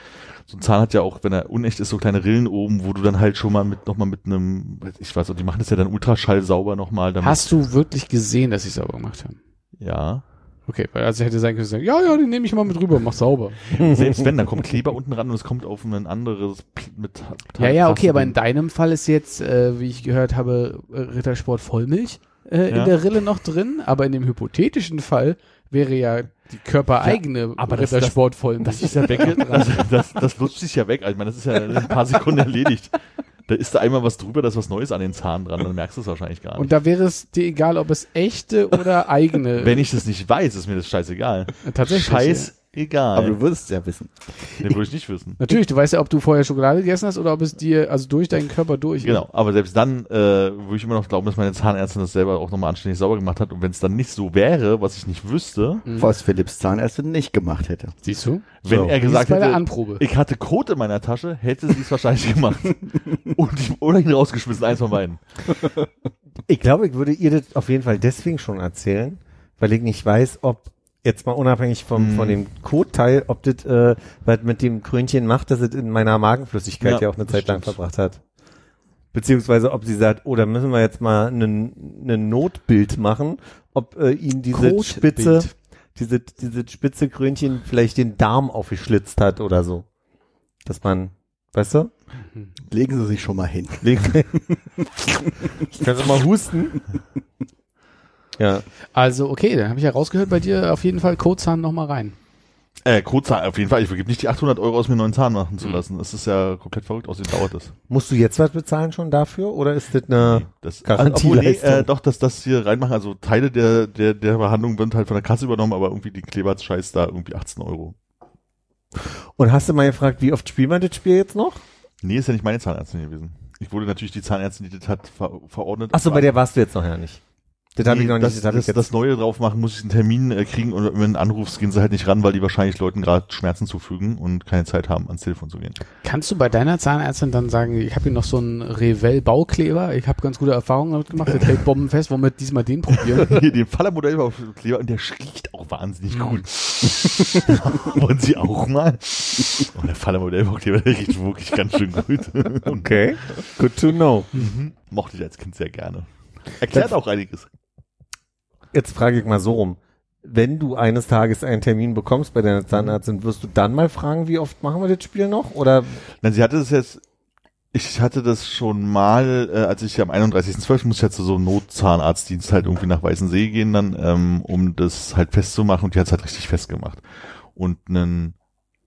[SPEAKER 5] so ein Zahn hat ja auch, wenn er unecht ist, so kleine Rillen oben, wo du dann halt schon mal mit, nochmal mit einem, ich weiß auch, die machen das ja dann Ultraschall sauber nochmal. damit-
[SPEAKER 3] Hast du wirklich gesehen, dass ich sauber gemacht habe?
[SPEAKER 5] Ja.
[SPEAKER 3] Okay, weil also hätte sein können, sagen, ja, ja, den nehme ich mal mit rüber, mach sauber.
[SPEAKER 5] Selbst wenn, dann kommt Kleber unten ran und es kommt auf ein anderes Pl- mit.
[SPEAKER 3] Ja, ja, okay, aber in deinem Fall ist jetzt, äh, wie ich gehört habe, äh, Rittersport Vollmilch äh,
[SPEAKER 5] Ja.
[SPEAKER 3] in der Rille noch drin, aber in dem hypothetischen Fall wäre ja die körpereigene
[SPEAKER 5] aber das-
[SPEAKER 3] Rittersport Vollmilch.
[SPEAKER 5] Das ist ja weg. Das, Also das, das lutscht sich ja weg. Also, ich meine, das ist ja in ein paar Sekunden erledigt. Da ist da einmal was drüber, da ist was Neues an den Zahn dran, dann merkst du es wahrscheinlich gar nicht.
[SPEAKER 3] Und da wäre es dir egal, ob es echte oder eigene.
[SPEAKER 5] wenn ich das nicht weiß, ist mir das scheißegal.
[SPEAKER 3] Tatsächlich,
[SPEAKER 5] Scheißegal.
[SPEAKER 4] Aber du würdest es ja wissen.
[SPEAKER 5] Den würde ich nicht wissen.
[SPEAKER 3] Natürlich, du weißt ja, ob du vorher Schokolade gegessen hast oder ob es dir, also durch deinen Körper durch.
[SPEAKER 5] Genau, aber selbst dann äh, würde ich immer noch glauben, dass meine Zahnärztin das selber auch nochmal anständig sauber gemacht hat. Und wenn es dann nicht so wäre, was ich nicht wüsste,
[SPEAKER 4] Was Philipps Zahnärztin nicht gemacht hätte.
[SPEAKER 3] Siehst du?
[SPEAKER 5] wenn er
[SPEAKER 3] Die ist
[SPEAKER 5] gesagt
[SPEAKER 3] bei der
[SPEAKER 5] hätte,
[SPEAKER 3] Anprobe.
[SPEAKER 5] ich hatte Code in meiner Tasche, hätte sie es wahrscheinlich gemacht. Und ich, oder ihn rausgeschmissen, eins von beiden.
[SPEAKER 1] Ich glaube, ich würde ihr das auf jeden Fall deswegen schon erzählen, weil ich nicht weiß, ob jetzt mal unabhängig vom, von dem Kotteil, ob das äh, was mit dem Krönchen macht, dass es in meiner Magenflüssigkeit ja,
[SPEAKER 5] Ja,
[SPEAKER 1] auch eine
[SPEAKER 5] das
[SPEAKER 1] Zeit lang
[SPEAKER 5] stimmt.
[SPEAKER 1] verbracht hat. Beziehungsweise ob sie sagt, oh, da müssen wir jetzt mal ein Notbild machen, ob äh, ihnen diese
[SPEAKER 3] Kotbild.
[SPEAKER 1] spitze, diese, diese spitze Krönchen vielleicht den Darm aufgeschlitzt hat oder so. Dass man, weißt du?
[SPEAKER 4] Legen Sie sich schon mal hin.
[SPEAKER 1] Kannst du mal husten? ja.
[SPEAKER 3] Also, okay, dann habe ich ja rausgehört bei dir auf jeden Fall Codezahn nochmal rein.
[SPEAKER 5] Äh, Codezahl auf jeden Fall. Ich vergebe nicht die 800 Euro aus mir neuen Zahn machen zu lassen. Das ist ja komplett verrückt. Außerdem dauert das.
[SPEAKER 1] Musst du jetzt was bezahlen schon dafür oder ist das eine
[SPEAKER 5] das also,
[SPEAKER 1] Garantieleistung.
[SPEAKER 5] obwohl, nee, äh, doch, dass das hier reinmachen. Also Teile der, der, der Behandlung werden halt von der Kasse übernommen, aber irgendwie die Kleberscheiß da irgendwie 18 Euro.
[SPEAKER 1] Und hast du mal gefragt, wie oft spielt man das Spiel jetzt noch?
[SPEAKER 5] Nee, ist ja nicht meine Zahnärztin gewesen. Ich wurde natürlich die Zahnärztin, die das hat, ver verordnet.
[SPEAKER 1] Achso, bei der warst du jetzt noch ja nicht. Das habe
[SPEAKER 5] Nee,
[SPEAKER 1] ich noch nicht,
[SPEAKER 5] das,
[SPEAKER 1] das habe ich
[SPEAKER 5] das,
[SPEAKER 1] jetzt.
[SPEAKER 5] das Neue drauf machen, muss ich einen Termin äh, kriegen und wenn einen Anrufs gehen sie halt nicht ran, weil die wahrscheinlich Leuten gerade Schmerzen zufügen und keine Zeit haben, ans Telefon zu gehen.
[SPEAKER 3] Kannst du bei deiner Zahnärztin dann sagen, ich habe hier noch so einen Revell-Baukleber, ich habe ganz gute Erfahrungen damit gemacht, der hält Bomben fest, wollen wir diesmal den probieren?
[SPEAKER 5] Hier, den Fallermodell war auf dem Kleber und der riecht auch wahnsinnig gut. Wollen Sie auch mal? Und der Fallermodell auf dem Kleber, der riecht wirklich ganz schön gut.
[SPEAKER 1] okay, good to know.
[SPEAKER 5] Mochte ich als Kind sehr gerne. Erklärt auch einiges.
[SPEAKER 1] Jetzt frage ich mal so rum. Wenn du eines Tages einen Termin bekommst bei deiner Zahnärztin, wirst du dann mal fragen, wie oft machen wir das Spiel noch? Oder
[SPEAKER 5] Na, sie hatte das jetzt, ich hatte das schon mal, äh, als ich am 31.12. muss ich halt zu so einem Notzahnarztdienst halt irgendwie nach Weißensee gehen dann, ähm, um das halt festzumachen und die hat es halt richtig festgemacht. Und einen,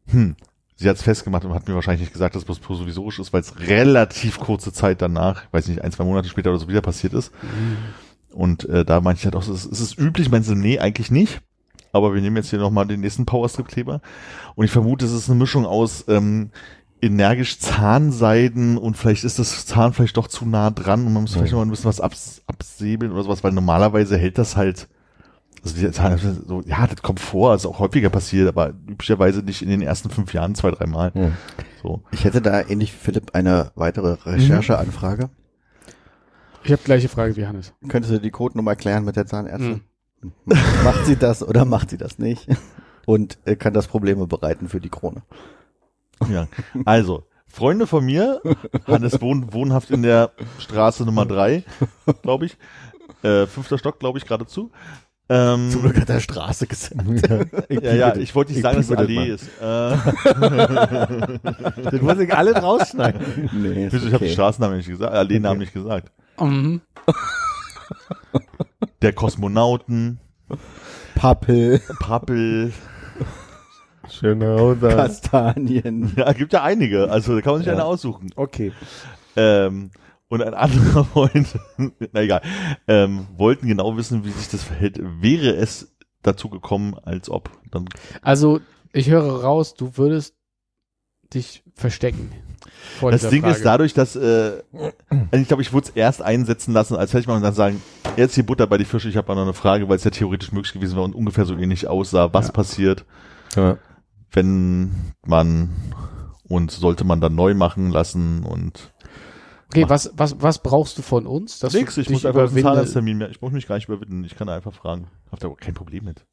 [SPEAKER 5] hm, sie hat es festgemacht und hat mir wahrscheinlich nicht gesagt, dass das provisorisch ist, weil es relativ kurze Zeit danach, ich weiß nicht, ein, zwei Monate später oder so wieder passiert ist. Und äh, da meinte ich halt auch, so, es ist, es ist üblich, meinst du, nee, eigentlich nicht. Aber wir nehmen jetzt hier nochmal den nächsten Powerstrip-Kleber. Und ich vermute, es ist eine Mischung aus, ähm, energisch Zahnseiden und vielleicht ist das Zahnfleisch doch zu nah dran und man muss vielleicht noch mal ein bisschen was abs absäbeln oder sowas, weil normalerweise hält das halt, also die Zahn, so, ja, das kommt vor, ist auch häufiger passiert, aber üblicherweise nicht in den ersten fünf Jahren zwei, dreimal. So.
[SPEAKER 4] Ich hätte da ähnlich wie Philipp eine weitere Rechercheanfrage.
[SPEAKER 3] Ich habe gleiche Frage wie Hannes.
[SPEAKER 4] Könntest du Mhm. die Codenummer klären mit der Zahnärztin? Mhm. macht sie das oder macht sie das nicht? Und äh, kann das Probleme bereiten für die Krone.
[SPEAKER 5] Ja. Also, Freunde von mir, Hannes wohnt wohnhaft in der Straße Nummer drei, glaube ich. Äh, fünfter Stock, glaube ich, geradezu. Ähm,
[SPEAKER 4] Zum Glück hat er Straße gesagt.
[SPEAKER 5] ja, ja, ich wollte nicht sagen, dass es
[SPEAKER 1] piepel das
[SPEAKER 5] Allee
[SPEAKER 1] mal.
[SPEAKER 5] ist. Äh,
[SPEAKER 1] das muss ich alle rausschneiden.
[SPEAKER 4] nee, ist
[SPEAKER 5] Wieso, ich habe den
[SPEAKER 4] okay.
[SPEAKER 5] Straßennamen nicht gesagt, Alleennamen nicht gesagt.
[SPEAKER 3] Mhm.
[SPEAKER 5] Der Kosmonauten,
[SPEAKER 4] Pappel,
[SPEAKER 5] Pappel,
[SPEAKER 1] Schöne
[SPEAKER 4] Äh,
[SPEAKER 1] Hose.
[SPEAKER 4] Kastanien.
[SPEAKER 5] ja, gibt ja einige, also da kann man sich eine aussuchen.
[SPEAKER 1] Okay.
[SPEAKER 5] Ähm, und ein anderer Freund, na egal, ähm, wollten genau wissen, wie sich das verhält. Wäre es dazu gekommen, als ob, dann
[SPEAKER 3] Also, ich höre raus, du würdest dich verstecken. vor
[SPEAKER 5] Das
[SPEAKER 3] dieser
[SPEAKER 5] Ding
[SPEAKER 3] Frage.
[SPEAKER 5] ist dadurch, dass äh, also ich glaube, ich würde es erst einsetzen lassen, als fertig machen und dann sagen, jetzt hier Butter bei die Fische, ich habe mal noch eine Frage, weil es ja theoretisch möglich gewesen wäre und ungefähr so ähnlich aussah, was passiert,
[SPEAKER 1] Ja.
[SPEAKER 5] wenn man und sollte man dann neu machen lassen und
[SPEAKER 3] Okay, was, was, was brauchst du von uns? dass du
[SPEAKER 5] nix, ich
[SPEAKER 3] dich
[SPEAKER 5] muss einfach einen
[SPEAKER 3] überwindest?
[SPEAKER 5] Zahnarzttermin mehr, ich brauche mich gar nicht überwinden, ich kann da einfach fragen. Hab da kein Problem mit.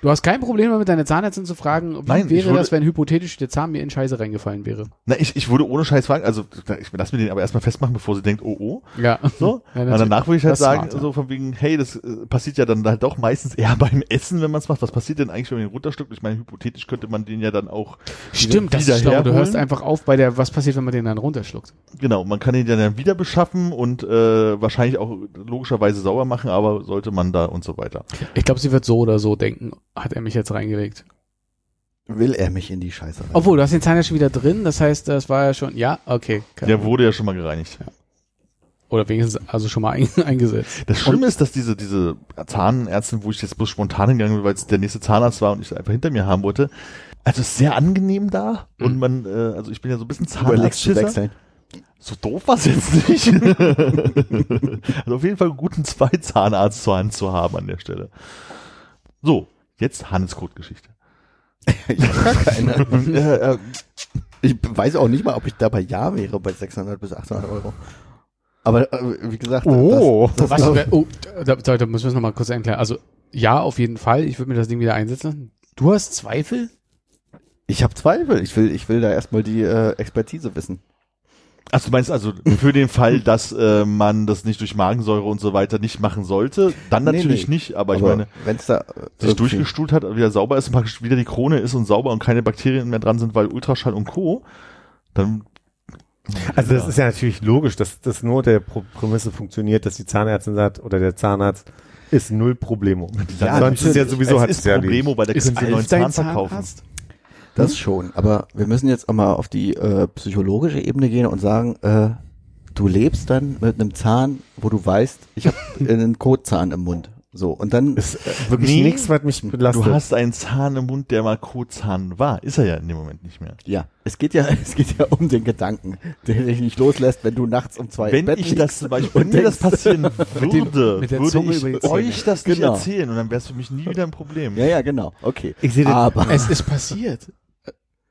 [SPEAKER 3] Du hast kein Problem damit, deine Zahnärztin zu fragen, wie
[SPEAKER 5] Nein, ich
[SPEAKER 3] wäre
[SPEAKER 5] würde-
[SPEAKER 3] das, wenn hypothetisch der Zahn mir in Scheiße reingefallen wäre?
[SPEAKER 5] Na, ich, ich würde ohne Scheiß fragen, also ich lass mir den aber erstmal festmachen, bevor sie denkt, oh oh.
[SPEAKER 3] Ja.
[SPEAKER 5] So,
[SPEAKER 3] Ja,
[SPEAKER 5] und
[SPEAKER 3] natürlich.
[SPEAKER 5] danach würde ich
[SPEAKER 3] Hm.
[SPEAKER 5] halt
[SPEAKER 3] Das ist
[SPEAKER 5] sagen,
[SPEAKER 3] smart, ja.
[SPEAKER 5] so von wegen, hey, das äh, passiert ja dann halt auch meistens eher beim Essen, wenn man es macht. Was passiert denn eigentlich, wenn man den runterstückt? Ich meine, hypothetisch könnte man den ja dann auch,
[SPEAKER 3] Stimmt, das
[SPEAKER 5] wieder
[SPEAKER 3] ist schlau. Du
[SPEAKER 5] herholen.
[SPEAKER 3] hörst einfach auf bei der, was passiert, wenn man den dann runterschluckt.
[SPEAKER 5] genau, man kann ihn ja dann wieder beschaffen und äh, wahrscheinlich auch logischerweise sauber machen, aber sollte man da und so weiter.
[SPEAKER 3] Ich glaube, sie wird so oder so denken, hat er mich jetzt reingelegt.
[SPEAKER 4] Will er mich in die Scheiße rein?
[SPEAKER 3] Obwohl, du hast den Zahn ja schon wieder drin, das heißt, das war ja schon, ja, okay. keine
[SPEAKER 5] Der
[SPEAKER 3] Ahnung.
[SPEAKER 5] wurde ja schon mal gereinigt.
[SPEAKER 3] oder wenigstens also schon mal ein, eingesetzt.
[SPEAKER 5] Das Schlimme ist, dass diese, diese Zahnärztin, wo ich jetzt bloß spontan hingegangen bin, weil es der nächste Zahnarzt war und ich es einfach hinter mir haben wollte, also es ist sehr angenehm da und man, äh, also ich bin ja so ein bisschen
[SPEAKER 4] Überlegst Mhm. du
[SPEAKER 5] Zahnarztschisser.
[SPEAKER 4] wechseln?
[SPEAKER 5] So doof war es jetzt nicht. also auf jeden Fall einen guten Zweizahnarzt zur Hand zu haben an der Stelle. So, jetzt Hannes Code-Geschichte.
[SPEAKER 4] Ich hab gar keine.
[SPEAKER 5] äh, äh,
[SPEAKER 4] Ich weiß auch nicht mal, ob ich dabei ja wäre bei 600 bis 800 Euro. Aber äh, wie gesagt,
[SPEAKER 1] Oh.
[SPEAKER 4] das, das
[SPEAKER 3] Was,
[SPEAKER 4] glaub,
[SPEAKER 3] wär- oh, da, da, da müssen wir es nochmal kurz erklären. Also, ja, auf jeden Fall. Ich würde mir das Ding wieder einsetzen. lassen. Du hast Zweifel?
[SPEAKER 4] ich habe Zweifel. Ich will, ich will da erstmal die äh, Expertise wissen.
[SPEAKER 5] also du meinst also für den Fall, dass äh, man das nicht durch Magensäure und so weiter nicht machen sollte, dann
[SPEAKER 4] Nee,
[SPEAKER 5] natürlich
[SPEAKER 4] nee.
[SPEAKER 5] nicht, aber, ich
[SPEAKER 4] Aber
[SPEAKER 5] meine,
[SPEAKER 4] wenn's da äh,
[SPEAKER 5] sich
[SPEAKER 4] irgendwie-
[SPEAKER 5] durchgestuhlt hat, wieder sauber ist und praktisch wieder die Krone ist und sauber und keine Bakterien mehr dran sind, weil Ultraschall und Co., dann
[SPEAKER 1] Also das ist ja natürlich logisch, dass das nur der Pro Prämisse funktioniert, dass die Zahnärztin sagt oder der Zahnarzt ist null Problemo.
[SPEAKER 5] Ja,
[SPEAKER 1] Sonst ist ja sowieso
[SPEAKER 5] es
[SPEAKER 1] hat
[SPEAKER 5] ist Problemo, weil der
[SPEAKER 3] Ist
[SPEAKER 5] können sie einen neuen
[SPEAKER 3] Alf dein
[SPEAKER 5] Zahn verkaufen.
[SPEAKER 3] Zahnarzt?
[SPEAKER 4] Das schon, aber wir müssen jetzt auch mal auf die äh, psychologische Ebene gehen und sagen, äh, du lebst dann mit einem Zahn, wo du weißt, ich habe einen Kotzahn im Mund. So, und dann ist äh, wirklich
[SPEAKER 1] Nee.
[SPEAKER 4] nichts.
[SPEAKER 1] Nichts, was mich belastet.
[SPEAKER 5] Du hast einen Zahn im Mund, der mal Kozahn war. Ist er ja in dem Moment nicht mehr.
[SPEAKER 4] Ja, es geht ja, es geht ja um den Gedanken, der dich nicht loslässt, wenn du nachts um zwei im
[SPEAKER 5] Wenn
[SPEAKER 4] Bett
[SPEAKER 5] ich
[SPEAKER 4] liegst
[SPEAKER 5] das zum Beispiel, wenn
[SPEAKER 4] und
[SPEAKER 5] mir das
[SPEAKER 4] denkst-
[SPEAKER 5] passieren würde,
[SPEAKER 3] mit der
[SPEAKER 5] würde
[SPEAKER 3] Zunge
[SPEAKER 5] ich
[SPEAKER 3] über die Zähne.
[SPEAKER 5] euch das nicht
[SPEAKER 4] Genau.
[SPEAKER 5] erzählen und dann wäre es für mich nie wieder ein Problem.
[SPEAKER 4] Ja, ja, genau. Okay.
[SPEAKER 1] Ich sehe den-
[SPEAKER 4] aber
[SPEAKER 3] Es ist passiert.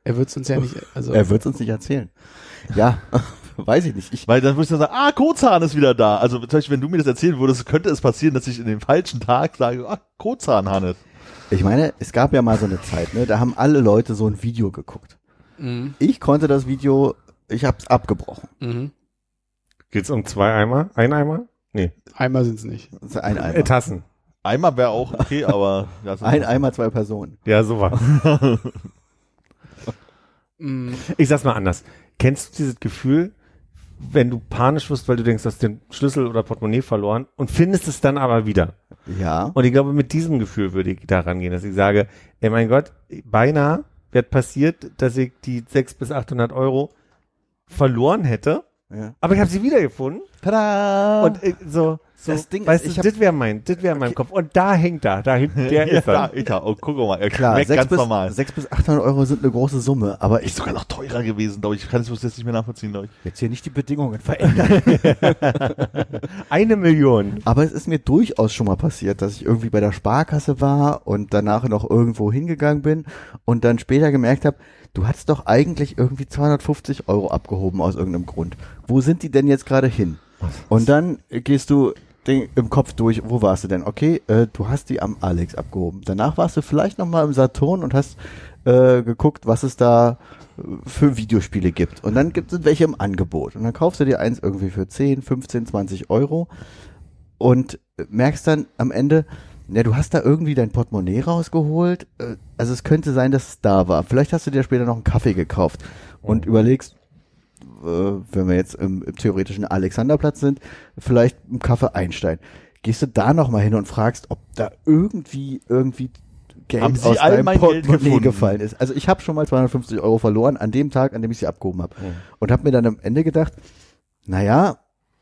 [SPEAKER 3] Er wird uns ja nicht, also.
[SPEAKER 4] er wird es uns nicht erzählen. Ja, weiß ich nicht. Ich,
[SPEAKER 5] Weil dann würde ich dann sagen, ah, Kozahn ist wieder da. Also zum Beispiel, wenn du mir das erzählen würdest, könnte es passieren, dass ich in dem falschen Tag sage, ah, Kozahn, Hannes.
[SPEAKER 4] ich meine, es gab ja mal so eine Zeit, ne, da haben alle Leute so ein Video geguckt.
[SPEAKER 3] Mhm.
[SPEAKER 4] Ich konnte das Video, ich hab's abgebrochen.
[SPEAKER 3] Mhm.
[SPEAKER 1] Geht's um zwei Eimer? Ein Eimer?
[SPEAKER 3] Einmal sind's nicht.
[SPEAKER 4] Das ist Ein
[SPEAKER 1] Äh,
[SPEAKER 4] Eimer.
[SPEAKER 1] Tassen.
[SPEAKER 5] Einmal wäre auch okay, aber das
[SPEAKER 4] Ein Eimer, zwei Personen.
[SPEAKER 1] Ja, so war.
[SPEAKER 4] Mm.
[SPEAKER 3] Mhm.
[SPEAKER 1] Ich sag's mal anders. Kennst du dieses Gefühl, wenn du panisch wirst, weil du denkst, du hast den Schlüssel oder Portemonnaie verloren und findest es dann aber wieder?
[SPEAKER 4] Ja.
[SPEAKER 1] Und ich glaube, mit diesem Gefühl würde ich da rangehen, dass ich sage, ey, mein Gott, beinahe wäre passiert, dass ich die 600 bis 800 Euro verloren hätte,
[SPEAKER 4] ja.
[SPEAKER 1] aber ich habe sie wiedergefunden
[SPEAKER 4] Tada!
[SPEAKER 1] und ich, so, so
[SPEAKER 4] Oh. Das Ding ist,
[SPEAKER 1] weißt
[SPEAKER 4] ich
[SPEAKER 1] du,
[SPEAKER 4] hab-
[SPEAKER 1] das wäre mein, das wäre in meinem Kopf und da hängt da, da hängt der
[SPEAKER 5] ja,
[SPEAKER 1] ist
[SPEAKER 5] da,
[SPEAKER 1] da.
[SPEAKER 5] ist er. Oh, guck mal, er
[SPEAKER 4] Klar,
[SPEAKER 5] schmeckt
[SPEAKER 4] 6
[SPEAKER 5] ganz
[SPEAKER 4] bis,
[SPEAKER 5] normal.
[SPEAKER 4] sechs bis 800 Euro sind eine große Summe, aber ich
[SPEAKER 5] Ist sogar noch teurer gewesen, glaube ich. Ich kann es bloß jetzt nicht mehr nachvollziehen, glaube ich.
[SPEAKER 4] jetzt hier nicht die Bedingungen verändern.
[SPEAKER 1] Eine Million.
[SPEAKER 4] aber es ist mir durchaus schon mal passiert, dass ich irgendwie bei der Sparkasse war und danach noch irgendwo hingegangen bin und dann später gemerkt habe, du hast doch eigentlich irgendwie 250 Euro abgehoben aus irgendeinem Grund. Wo sind die denn jetzt gerade hin? Und dann gehst du den, im Kopf durch, wo warst du denn? Okay, äh, du hast die am Alex abgehoben. Danach warst du vielleicht nochmal im Saturn und hast äh, geguckt, was es da äh, für Videospiele gibt. Und dann gibt es welche im Angebot. Und dann kaufst du dir eins irgendwie für 10, 15, 20 Euro und äh, merkst dann am Ende, ja, du hast da irgendwie dein Portemonnaie rausgeholt. Äh, Also es könnte sein, dass es da war. Vielleicht hast du dir später noch einen Kaffee gekauft und
[SPEAKER 5] Mhm.
[SPEAKER 4] überlegst, äh, wenn wir jetzt im, im theoretischen Alexanderplatz sind, vielleicht im Kaffee Einstein. Gehst du da nochmal hin und fragst, ob da irgendwie, irgendwie Geld
[SPEAKER 5] Haben Sie
[SPEAKER 4] aus
[SPEAKER 5] all
[SPEAKER 4] deinem
[SPEAKER 5] mein Geld
[SPEAKER 4] Portemonnaie
[SPEAKER 5] gefunden?
[SPEAKER 4] gefallen ist. Also ich habe schon mal 250 Euro verloren an dem Tag, an dem ich sie abgehoben habe. Und habe mir dann am Ende gedacht, naja,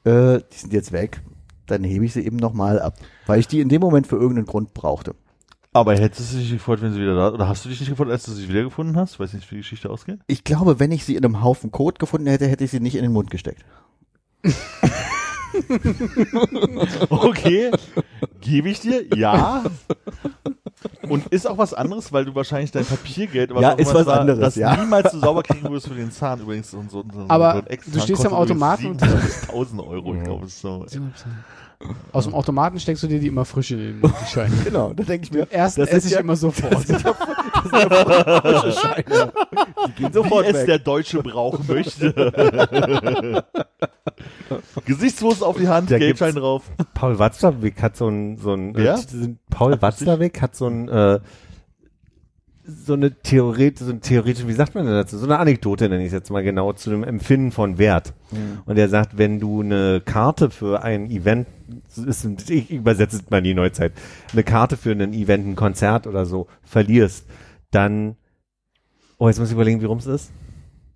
[SPEAKER 4] äh, die sind jetzt weg, dann hebe ich sie eben nochmal ab. Weil ich die in dem Moment für irgendeinen Grund brauchte.
[SPEAKER 5] Aber hättest du dich gefreut, wenn sie wieder da Oder hast du dich nicht gefreut, als du sie wiedergefunden hast? Weiß nicht, wie die Geschichte ausgeht.
[SPEAKER 4] Ich glaube, wenn ich sie in einem Haufen Kot gefunden hätte, hätte ich sie nicht in den Mund gesteckt.
[SPEAKER 5] Okay, gebe ich dir, ja. Und ist auch was anderes, weil du wahrscheinlich dein Papiergeld,
[SPEAKER 4] Ja,
[SPEAKER 5] auch
[SPEAKER 4] ist
[SPEAKER 5] immer
[SPEAKER 4] was
[SPEAKER 5] es war,
[SPEAKER 4] anderes,
[SPEAKER 5] das
[SPEAKER 4] ja.
[SPEAKER 5] niemals so sauber kriegen würdest für den Zahn übrigens. Und so, und so,
[SPEAKER 3] Aber
[SPEAKER 5] so ein extra
[SPEAKER 3] du stehst am
[SPEAKER 5] kostet übrigens
[SPEAKER 3] Automaten und-
[SPEAKER 5] 700 bis 1000 Euro, ich glaube, ist so.
[SPEAKER 3] Aus dem Automaten steckst du dir die immer frisch in den Mund, die Scheine.
[SPEAKER 4] Genau, da denke ich mir,
[SPEAKER 3] Erst
[SPEAKER 4] Das
[SPEAKER 3] esse
[SPEAKER 4] ist
[SPEAKER 3] ich
[SPEAKER 4] ja-
[SPEAKER 3] immer sofort.
[SPEAKER 5] Sofort wie es der Deutsche brauchen möchte. Gesichtslos auf die Hand,
[SPEAKER 1] Da
[SPEAKER 5] Geldschein
[SPEAKER 1] gibt's-
[SPEAKER 5] drauf.
[SPEAKER 1] Paul Watzlawick hat so ein, so ein
[SPEAKER 5] Wer?
[SPEAKER 1] äh, diesen- Paul Watzlawick hat so ein äh, so eine Theoret, so ein theoretisch, wie sagt man denn dazu? So eine Anekdote nenne ich es jetzt mal genau zu dem Empfinden von Wert.
[SPEAKER 4] Mhm.
[SPEAKER 1] Und er sagt, wenn du eine Karte für ein Event, das ist, ein- ich übersetze es mal in die Neuzeit, eine Karte für ein Event, ein Konzert oder so verlierst, dann, oh, jetzt muss ich überlegen, wie rum es ist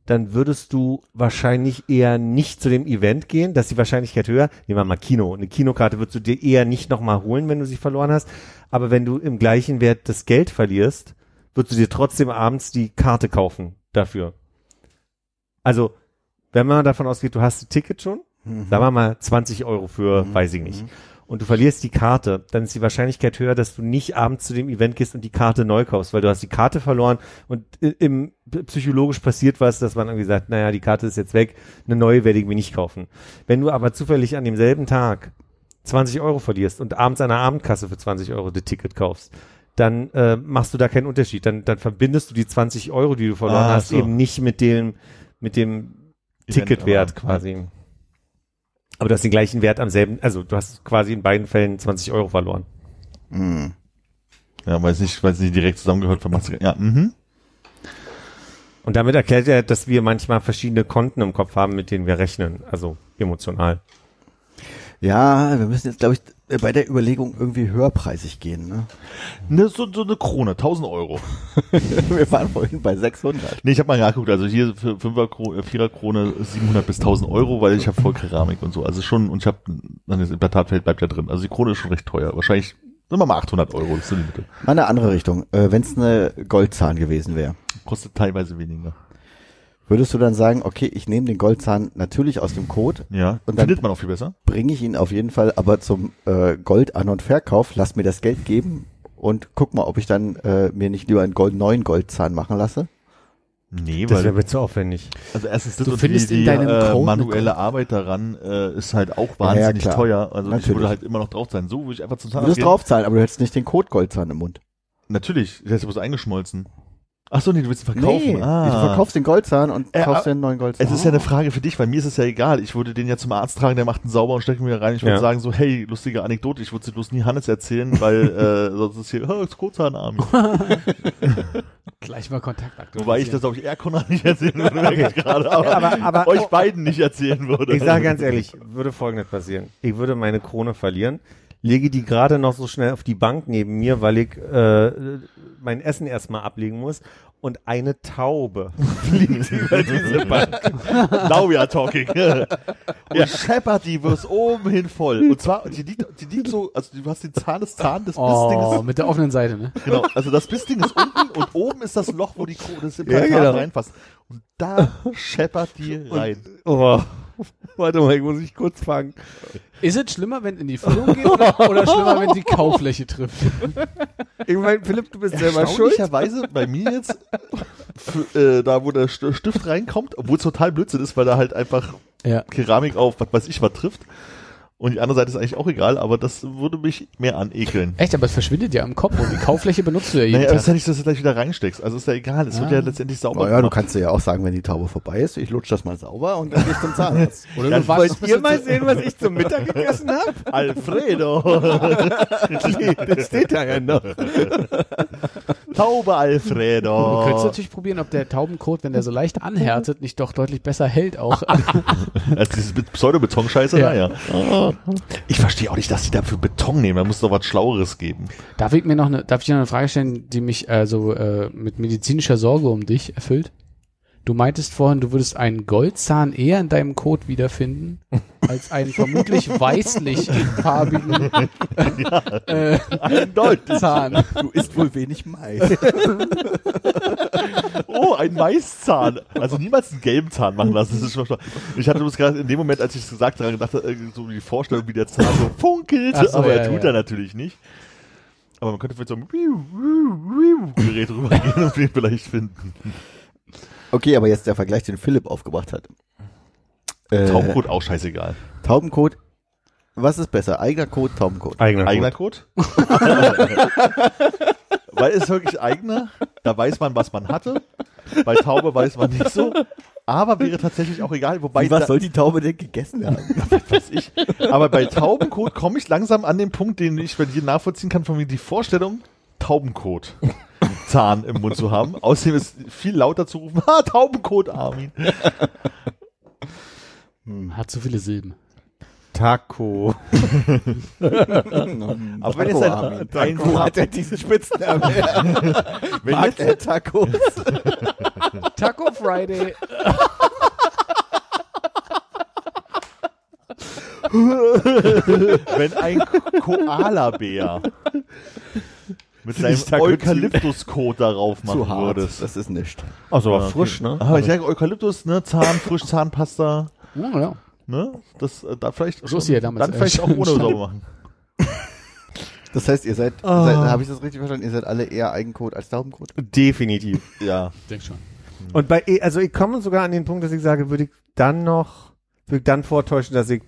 [SPEAKER 1] dann würdest du wahrscheinlich eher nicht zu dem Event gehen, dass die Wahrscheinlichkeit höher. Nehmen wir mal Kino. Eine Kinokarte würdest du dir eher nicht nochmal holen, wenn du sie verloren hast. Aber wenn du im gleichen Wert das Geld verlierst, würdest du dir trotzdem abends die Karte kaufen dafür. Also, wenn man davon ausgeht, du hast ein Ticket schon,
[SPEAKER 5] Mhm.
[SPEAKER 1] sagen wir mal 20 Euro für, weiß ich nicht, und du verlierst die Karte, dann ist die Wahrscheinlichkeit höher, dass du nicht abends zu dem Event gehst und die Karte neu kaufst, weil du hast die Karte verloren und i- im psychologisch passiert was, dass man irgendwie sagt, naja, die Karte ist jetzt weg, eine neue werde ich mir nicht kaufen. Wenn du aber zufällig an demselben Tag 20 Euro verlierst und abends an der Abendkasse für 20 Euro das Ticket kaufst, dann äh, machst du da keinen Unterschied. Dann, dann verbindest du die 20 Euro, die du verloren
[SPEAKER 5] Ah,
[SPEAKER 1] hast,
[SPEAKER 5] so.
[SPEAKER 1] eben nicht mit dem, mit dem Ticketwert quasi. Aber du hast den gleichen Wert am selben, also du hast quasi in beiden Fällen 20 Euro verloren.
[SPEAKER 5] Ja, weiß nicht, weiß nicht direkt zusammengehört von Maske. Ja, mhm.
[SPEAKER 1] Und damit erklärt er, dass wir manchmal verschiedene Konten im Kopf haben, mit denen wir rechnen, also emotional.
[SPEAKER 4] Ja, wir müssen jetzt, glaube ich, äh, bei der Überlegung irgendwie höherpreisig gehen. Ne?
[SPEAKER 5] Ne, so, so eine Krone, 1000 Euro.
[SPEAKER 4] Wir waren vorhin bei 600.
[SPEAKER 5] Nee, ich habe mal nachgeguckt, also hier für 5er, 4er Krone 700 bis 1000 Euro, weil ich habe voll Keramik und so. Also schon, und ich habe, dann das Implantatfeld bleibt ja drin. Also die Krone ist schon recht teuer. Wahrscheinlich, sagen wir mal 800 Euro, das ist so die Mitte.
[SPEAKER 4] Mal eine andere Richtung. Äh, Wenn es eine Goldzahn gewesen wäre,
[SPEAKER 5] Kostet teilweise weniger.
[SPEAKER 4] würdest du dann sagen, okay, ich nehme den Goldzahn natürlich aus dem Code,
[SPEAKER 5] Ja,
[SPEAKER 4] Und dann-
[SPEAKER 5] findet man auch viel besser.
[SPEAKER 4] bringe ich ihn auf jeden Fall aber zum äh, Gold an und Verkauf, lass mir das Geld geben und guck mal, ob ich dann äh, mir nicht lieber einen Gold, neuen Goldzahn machen lasse.
[SPEAKER 5] Nee,
[SPEAKER 1] Das wäre mir zu aufwendig.
[SPEAKER 5] Also erstens das
[SPEAKER 3] Du
[SPEAKER 5] und
[SPEAKER 3] findest
[SPEAKER 5] die, die
[SPEAKER 3] in deinem
[SPEAKER 5] äh,
[SPEAKER 3] Code
[SPEAKER 5] manuelle Arbeit daran äh, ist halt auch
[SPEAKER 4] Ja, ja,
[SPEAKER 5] wahnsinnig
[SPEAKER 4] klar.
[SPEAKER 5] teuer. Also ich
[SPEAKER 4] Natürlich.
[SPEAKER 5] würde halt immer noch drauf sein. So würde ich einfach zum
[SPEAKER 4] Du
[SPEAKER 5] Zahnarzt
[SPEAKER 4] würdest
[SPEAKER 5] gehen.
[SPEAKER 4] draufzahlen, aber du hättest nicht den Code-Goldzahn im Mund.
[SPEAKER 5] Natürlich, der ist ja bloß eingeschmolzen. Ach so, nee, du willst ihn verkaufen. ah.
[SPEAKER 4] du verkaufst den Goldzahn und
[SPEAKER 5] Äh,
[SPEAKER 4] kaufst
[SPEAKER 5] aber-
[SPEAKER 4] dir einen neuen Goldzahn.
[SPEAKER 5] Es ist ja eine Frage für dich, weil mir ist es ja egal. Ich würde den ja zum Arzt tragen, der macht ihn sauber und steckt ihn wieder rein. Ich würde
[SPEAKER 1] Ja.
[SPEAKER 5] sagen so, hey, lustige Anekdote, ich würde sie bloß nie Hannes erzählen, weil äh, sonst ist hier, oh, Kurzhaarnarm.
[SPEAKER 3] Gleich mal Kontakt aktuell.
[SPEAKER 5] Wobei ich das, glaube ich, eher Konrad nicht erzählen würde, wirklich gerade, aber,
[SPEAKER 1] aber- aber-
[SPEAKER 5] euch beiden nicht erzählen würde.
[SPEAKER 1] Ich sage ganz ehrlich, würde folgendes passieren. Ich würde meine Krone verlieren, lege die gerade noch so schnell auf die Bank neben mir, weil ich äh, mein Essen erstmal ablegen muss und eine Taube fliegt über diese Bank.
[SPEAKER 5] Now we are talking. Und scheppert die bis oben hin voll. Und zwar, die liegt, die liegt so, also du hast den Zahn des Zahn des
[SPEAKER 3] Oh,
[SPEAKER 5] Bissdinges.
[SPEAKER 3] mit der offenen Seite, ne?
[SPEAKER 5] Genau, also das Bissding ist unten und oben ist das Loch, wo die Kuh das Implantat
[SPEAKER 1] genau.
[SPEAKER 5] reinpasst. Und da scheppert die rein.
[SPEAKER 1] Oh, warte mal, ich muss mich kurz fangen.
[SPEAKER 3] Ist es schlimmer, wenn in die Füllung geht oder, oder schlimmer, wenn die Kaufläche trifft?
[SPEAKER 1] Ich meine, Philipp, du bist selber schuld.
[SPEAKER 5] Erstaunlicherweise bei mir jetzt, für, äh, da wo der St- Stift reinkommt, obwohl es total Blödsinn ist, weil da halt einfach
[SPEAKER 3] Ja.
[SPEAKER 5] Keramik auf was weiß ich was trifft. Und die andere Seite ist eigentlich auch egal, aber das würde mich mehr anekeln.
[SPEAKER 3] Echt, aber es verschwindet ja im Kopf und die Kaufläche benutzt du ja jeden
[SPEAKER 5] Naja, aber es ist
[SPEAKER 3] Tag.
[SPEAKER 5] ja nicht, dass du gleich wieder reinsteckst. Also ist ja egal, es wird ja letztendlich sauber
[SPEAKER 4] Naja, du
[SPEAKER 5] gemacht.
[SPEAKER 4] kannst dir ja auch sagen, wenn die Taube vorbei ist, ich lutsch das mal sauber und dann geh ich zum Zahnarzt.
[SPEAKER 3] Oder
[SPEAKER 5] Ja,
[SPEAKER 3] du wartest, bis
[SPEAKER 1] Ihr
[SPEAKER 3] du-
[SPEAKER 1] mal sehen, was ich zum Mittag gegessen habe?
[SPEAKER 5] Alfredo!
[SPEAKER 1] Das steht da ja noch.
[SPEAKER 5] Taube
[SPEAKER 3] Du könntest
[SPEAKER 5] Alfredo!
[SPEAKER 3] natürlich probieren, ob der Taubenkot, wenn der so leicht anhärtet, nicht doch deutlich besser hält auch.
[SPEAKER 5] Also dieses Be- Pseudo-Beton-Scheiße,
[SPEAKER 3] Ja.
[SPEAKER 5] naja. Ich verstehe auch nicht, dass die dafür Beton nehmen. Da muss doch was Schlaueres geben.
[SPEAKER 3] darf ich mir noch eine, darf ich dir noch eine Frage stellen, die mich äh, so äh, mit medizinischer Sorge um dich erfüllt? Du meintest vorhin, du würdest einen Goldzahn eher in deinem Kot wiederfinden, als einen vermutlich weißlich farbigen äh, Goldzahn.
[SPEAKER 4] Du isst wohl wenig Mais.
[SPEAKER 5] Oh, ein Maiszahn. Also niemals einen gelben Zahn machen lassen. Das ist schon schlau. Ich hatte bloß gerade in dem Moment, als ich es gesagt habe, gedacht, äh, so die Vorstellung, wie der Zahn so funkelt.
[SPEAKER 3] Ach so,
[SPEAKER 5] aber
[SPEAKER 3] ja,
[SPEAKER 5] er tut
[SPEAKER 3] ja.
[SPEAKER 5] er natürlich nicht. Aber man könnte vielleicht so ein Wiu, Wiu, Wiu Gerät rübergehen und den vielleicht finden.
[SPEAKER 4] Okay, aber jetzt der Vergleich, den Philipp aufgebracht hat. Äh,
[SPEAKER 5] Taubcode auch scheißegal.
[SPEAKER 4] Taubenkot. Was ist besser? Eigener Code, Taubenkot.
[SPEAKER 1] Eigener,
[SPEAKER 5] Eigener Code? Weil es wirklich eigener, da weiß man, was man hatte. Bei Taube weiß man nicht so. Aber wäre tatsächlich auch egal, wobei
[SPEAKER 4] Und was
[SPEAKER 5] da-
[SPEAKER 4] soll die Taube denn gegessen haben?
[SPEAKER 5] weiß ich. Aber bei Taubenkot komme ich langsam an den Punkt, den ich bei dir nachvollziehen kann, von mir die Vorstellung, Taubenkot. Zahn im Mund zu haben. Außerdem ist viel lauter zu rufen, ha, Taubenkot, Armin.
[SPEAKER 3] Hat zu viele Silben.
[SPEAKER 1] Taco.
[SPEAKER 5] Aber wenn jetzt ein, ein, ein
[SPEAKER 4] er diese Spitznamen?
[SPEAKER 5] wenn
[SPEAKER 4] Mag
[SPEAKER 5] jetzt,
[SPEAKER 4] er Tacos?
[SPEAKER 3] Taco Friday.
[SPEAKER 5] wenn ein Koalabär mit seinem
[SPEAKER 1] Tacos-
[SPEAKER 5] Eukalyptuskot darauf machen
[SPEAKER 4] Zu hart.
[SPEAKER 5] würdest.
[SPEAKER 4] Das ist nicht.
[SPEAKER 1] Also war frisch, ne?
[SPEAKER 5] Aber Ah, ich sage Eukalyptus, ne, Zahn, Frischzahnpasta,
[SPEAKER 3] Oh, ja.
[SPEAKER 5] ne, das, äh, da vielleicht,
[SPEAKER 3] So ist sie ja damals
[SPEAKER 5] dann vielleicht auch ohne
[SPEAKER 3] entstanden.
[SPEAKER 5] sauber machen.
[SPEAKER 4] Das heißt, ihr seid, seid
[SPEAKER 5] Ah.
[SPEAKER 4] habe ich das richtig verstanden? Ihr seid alle eher Eigencode als Taubencode?
[SPEAKER 1] Definitiv.
[SPEAKER 5] Ja.
[SPEAKER 3] Denk schon.
[SPEAKER 1] Und bei, E- also ich komme sogar an den Punkt, dass ich sage, würde ich dann noch, würde ich dann vortäuschen, dass ich,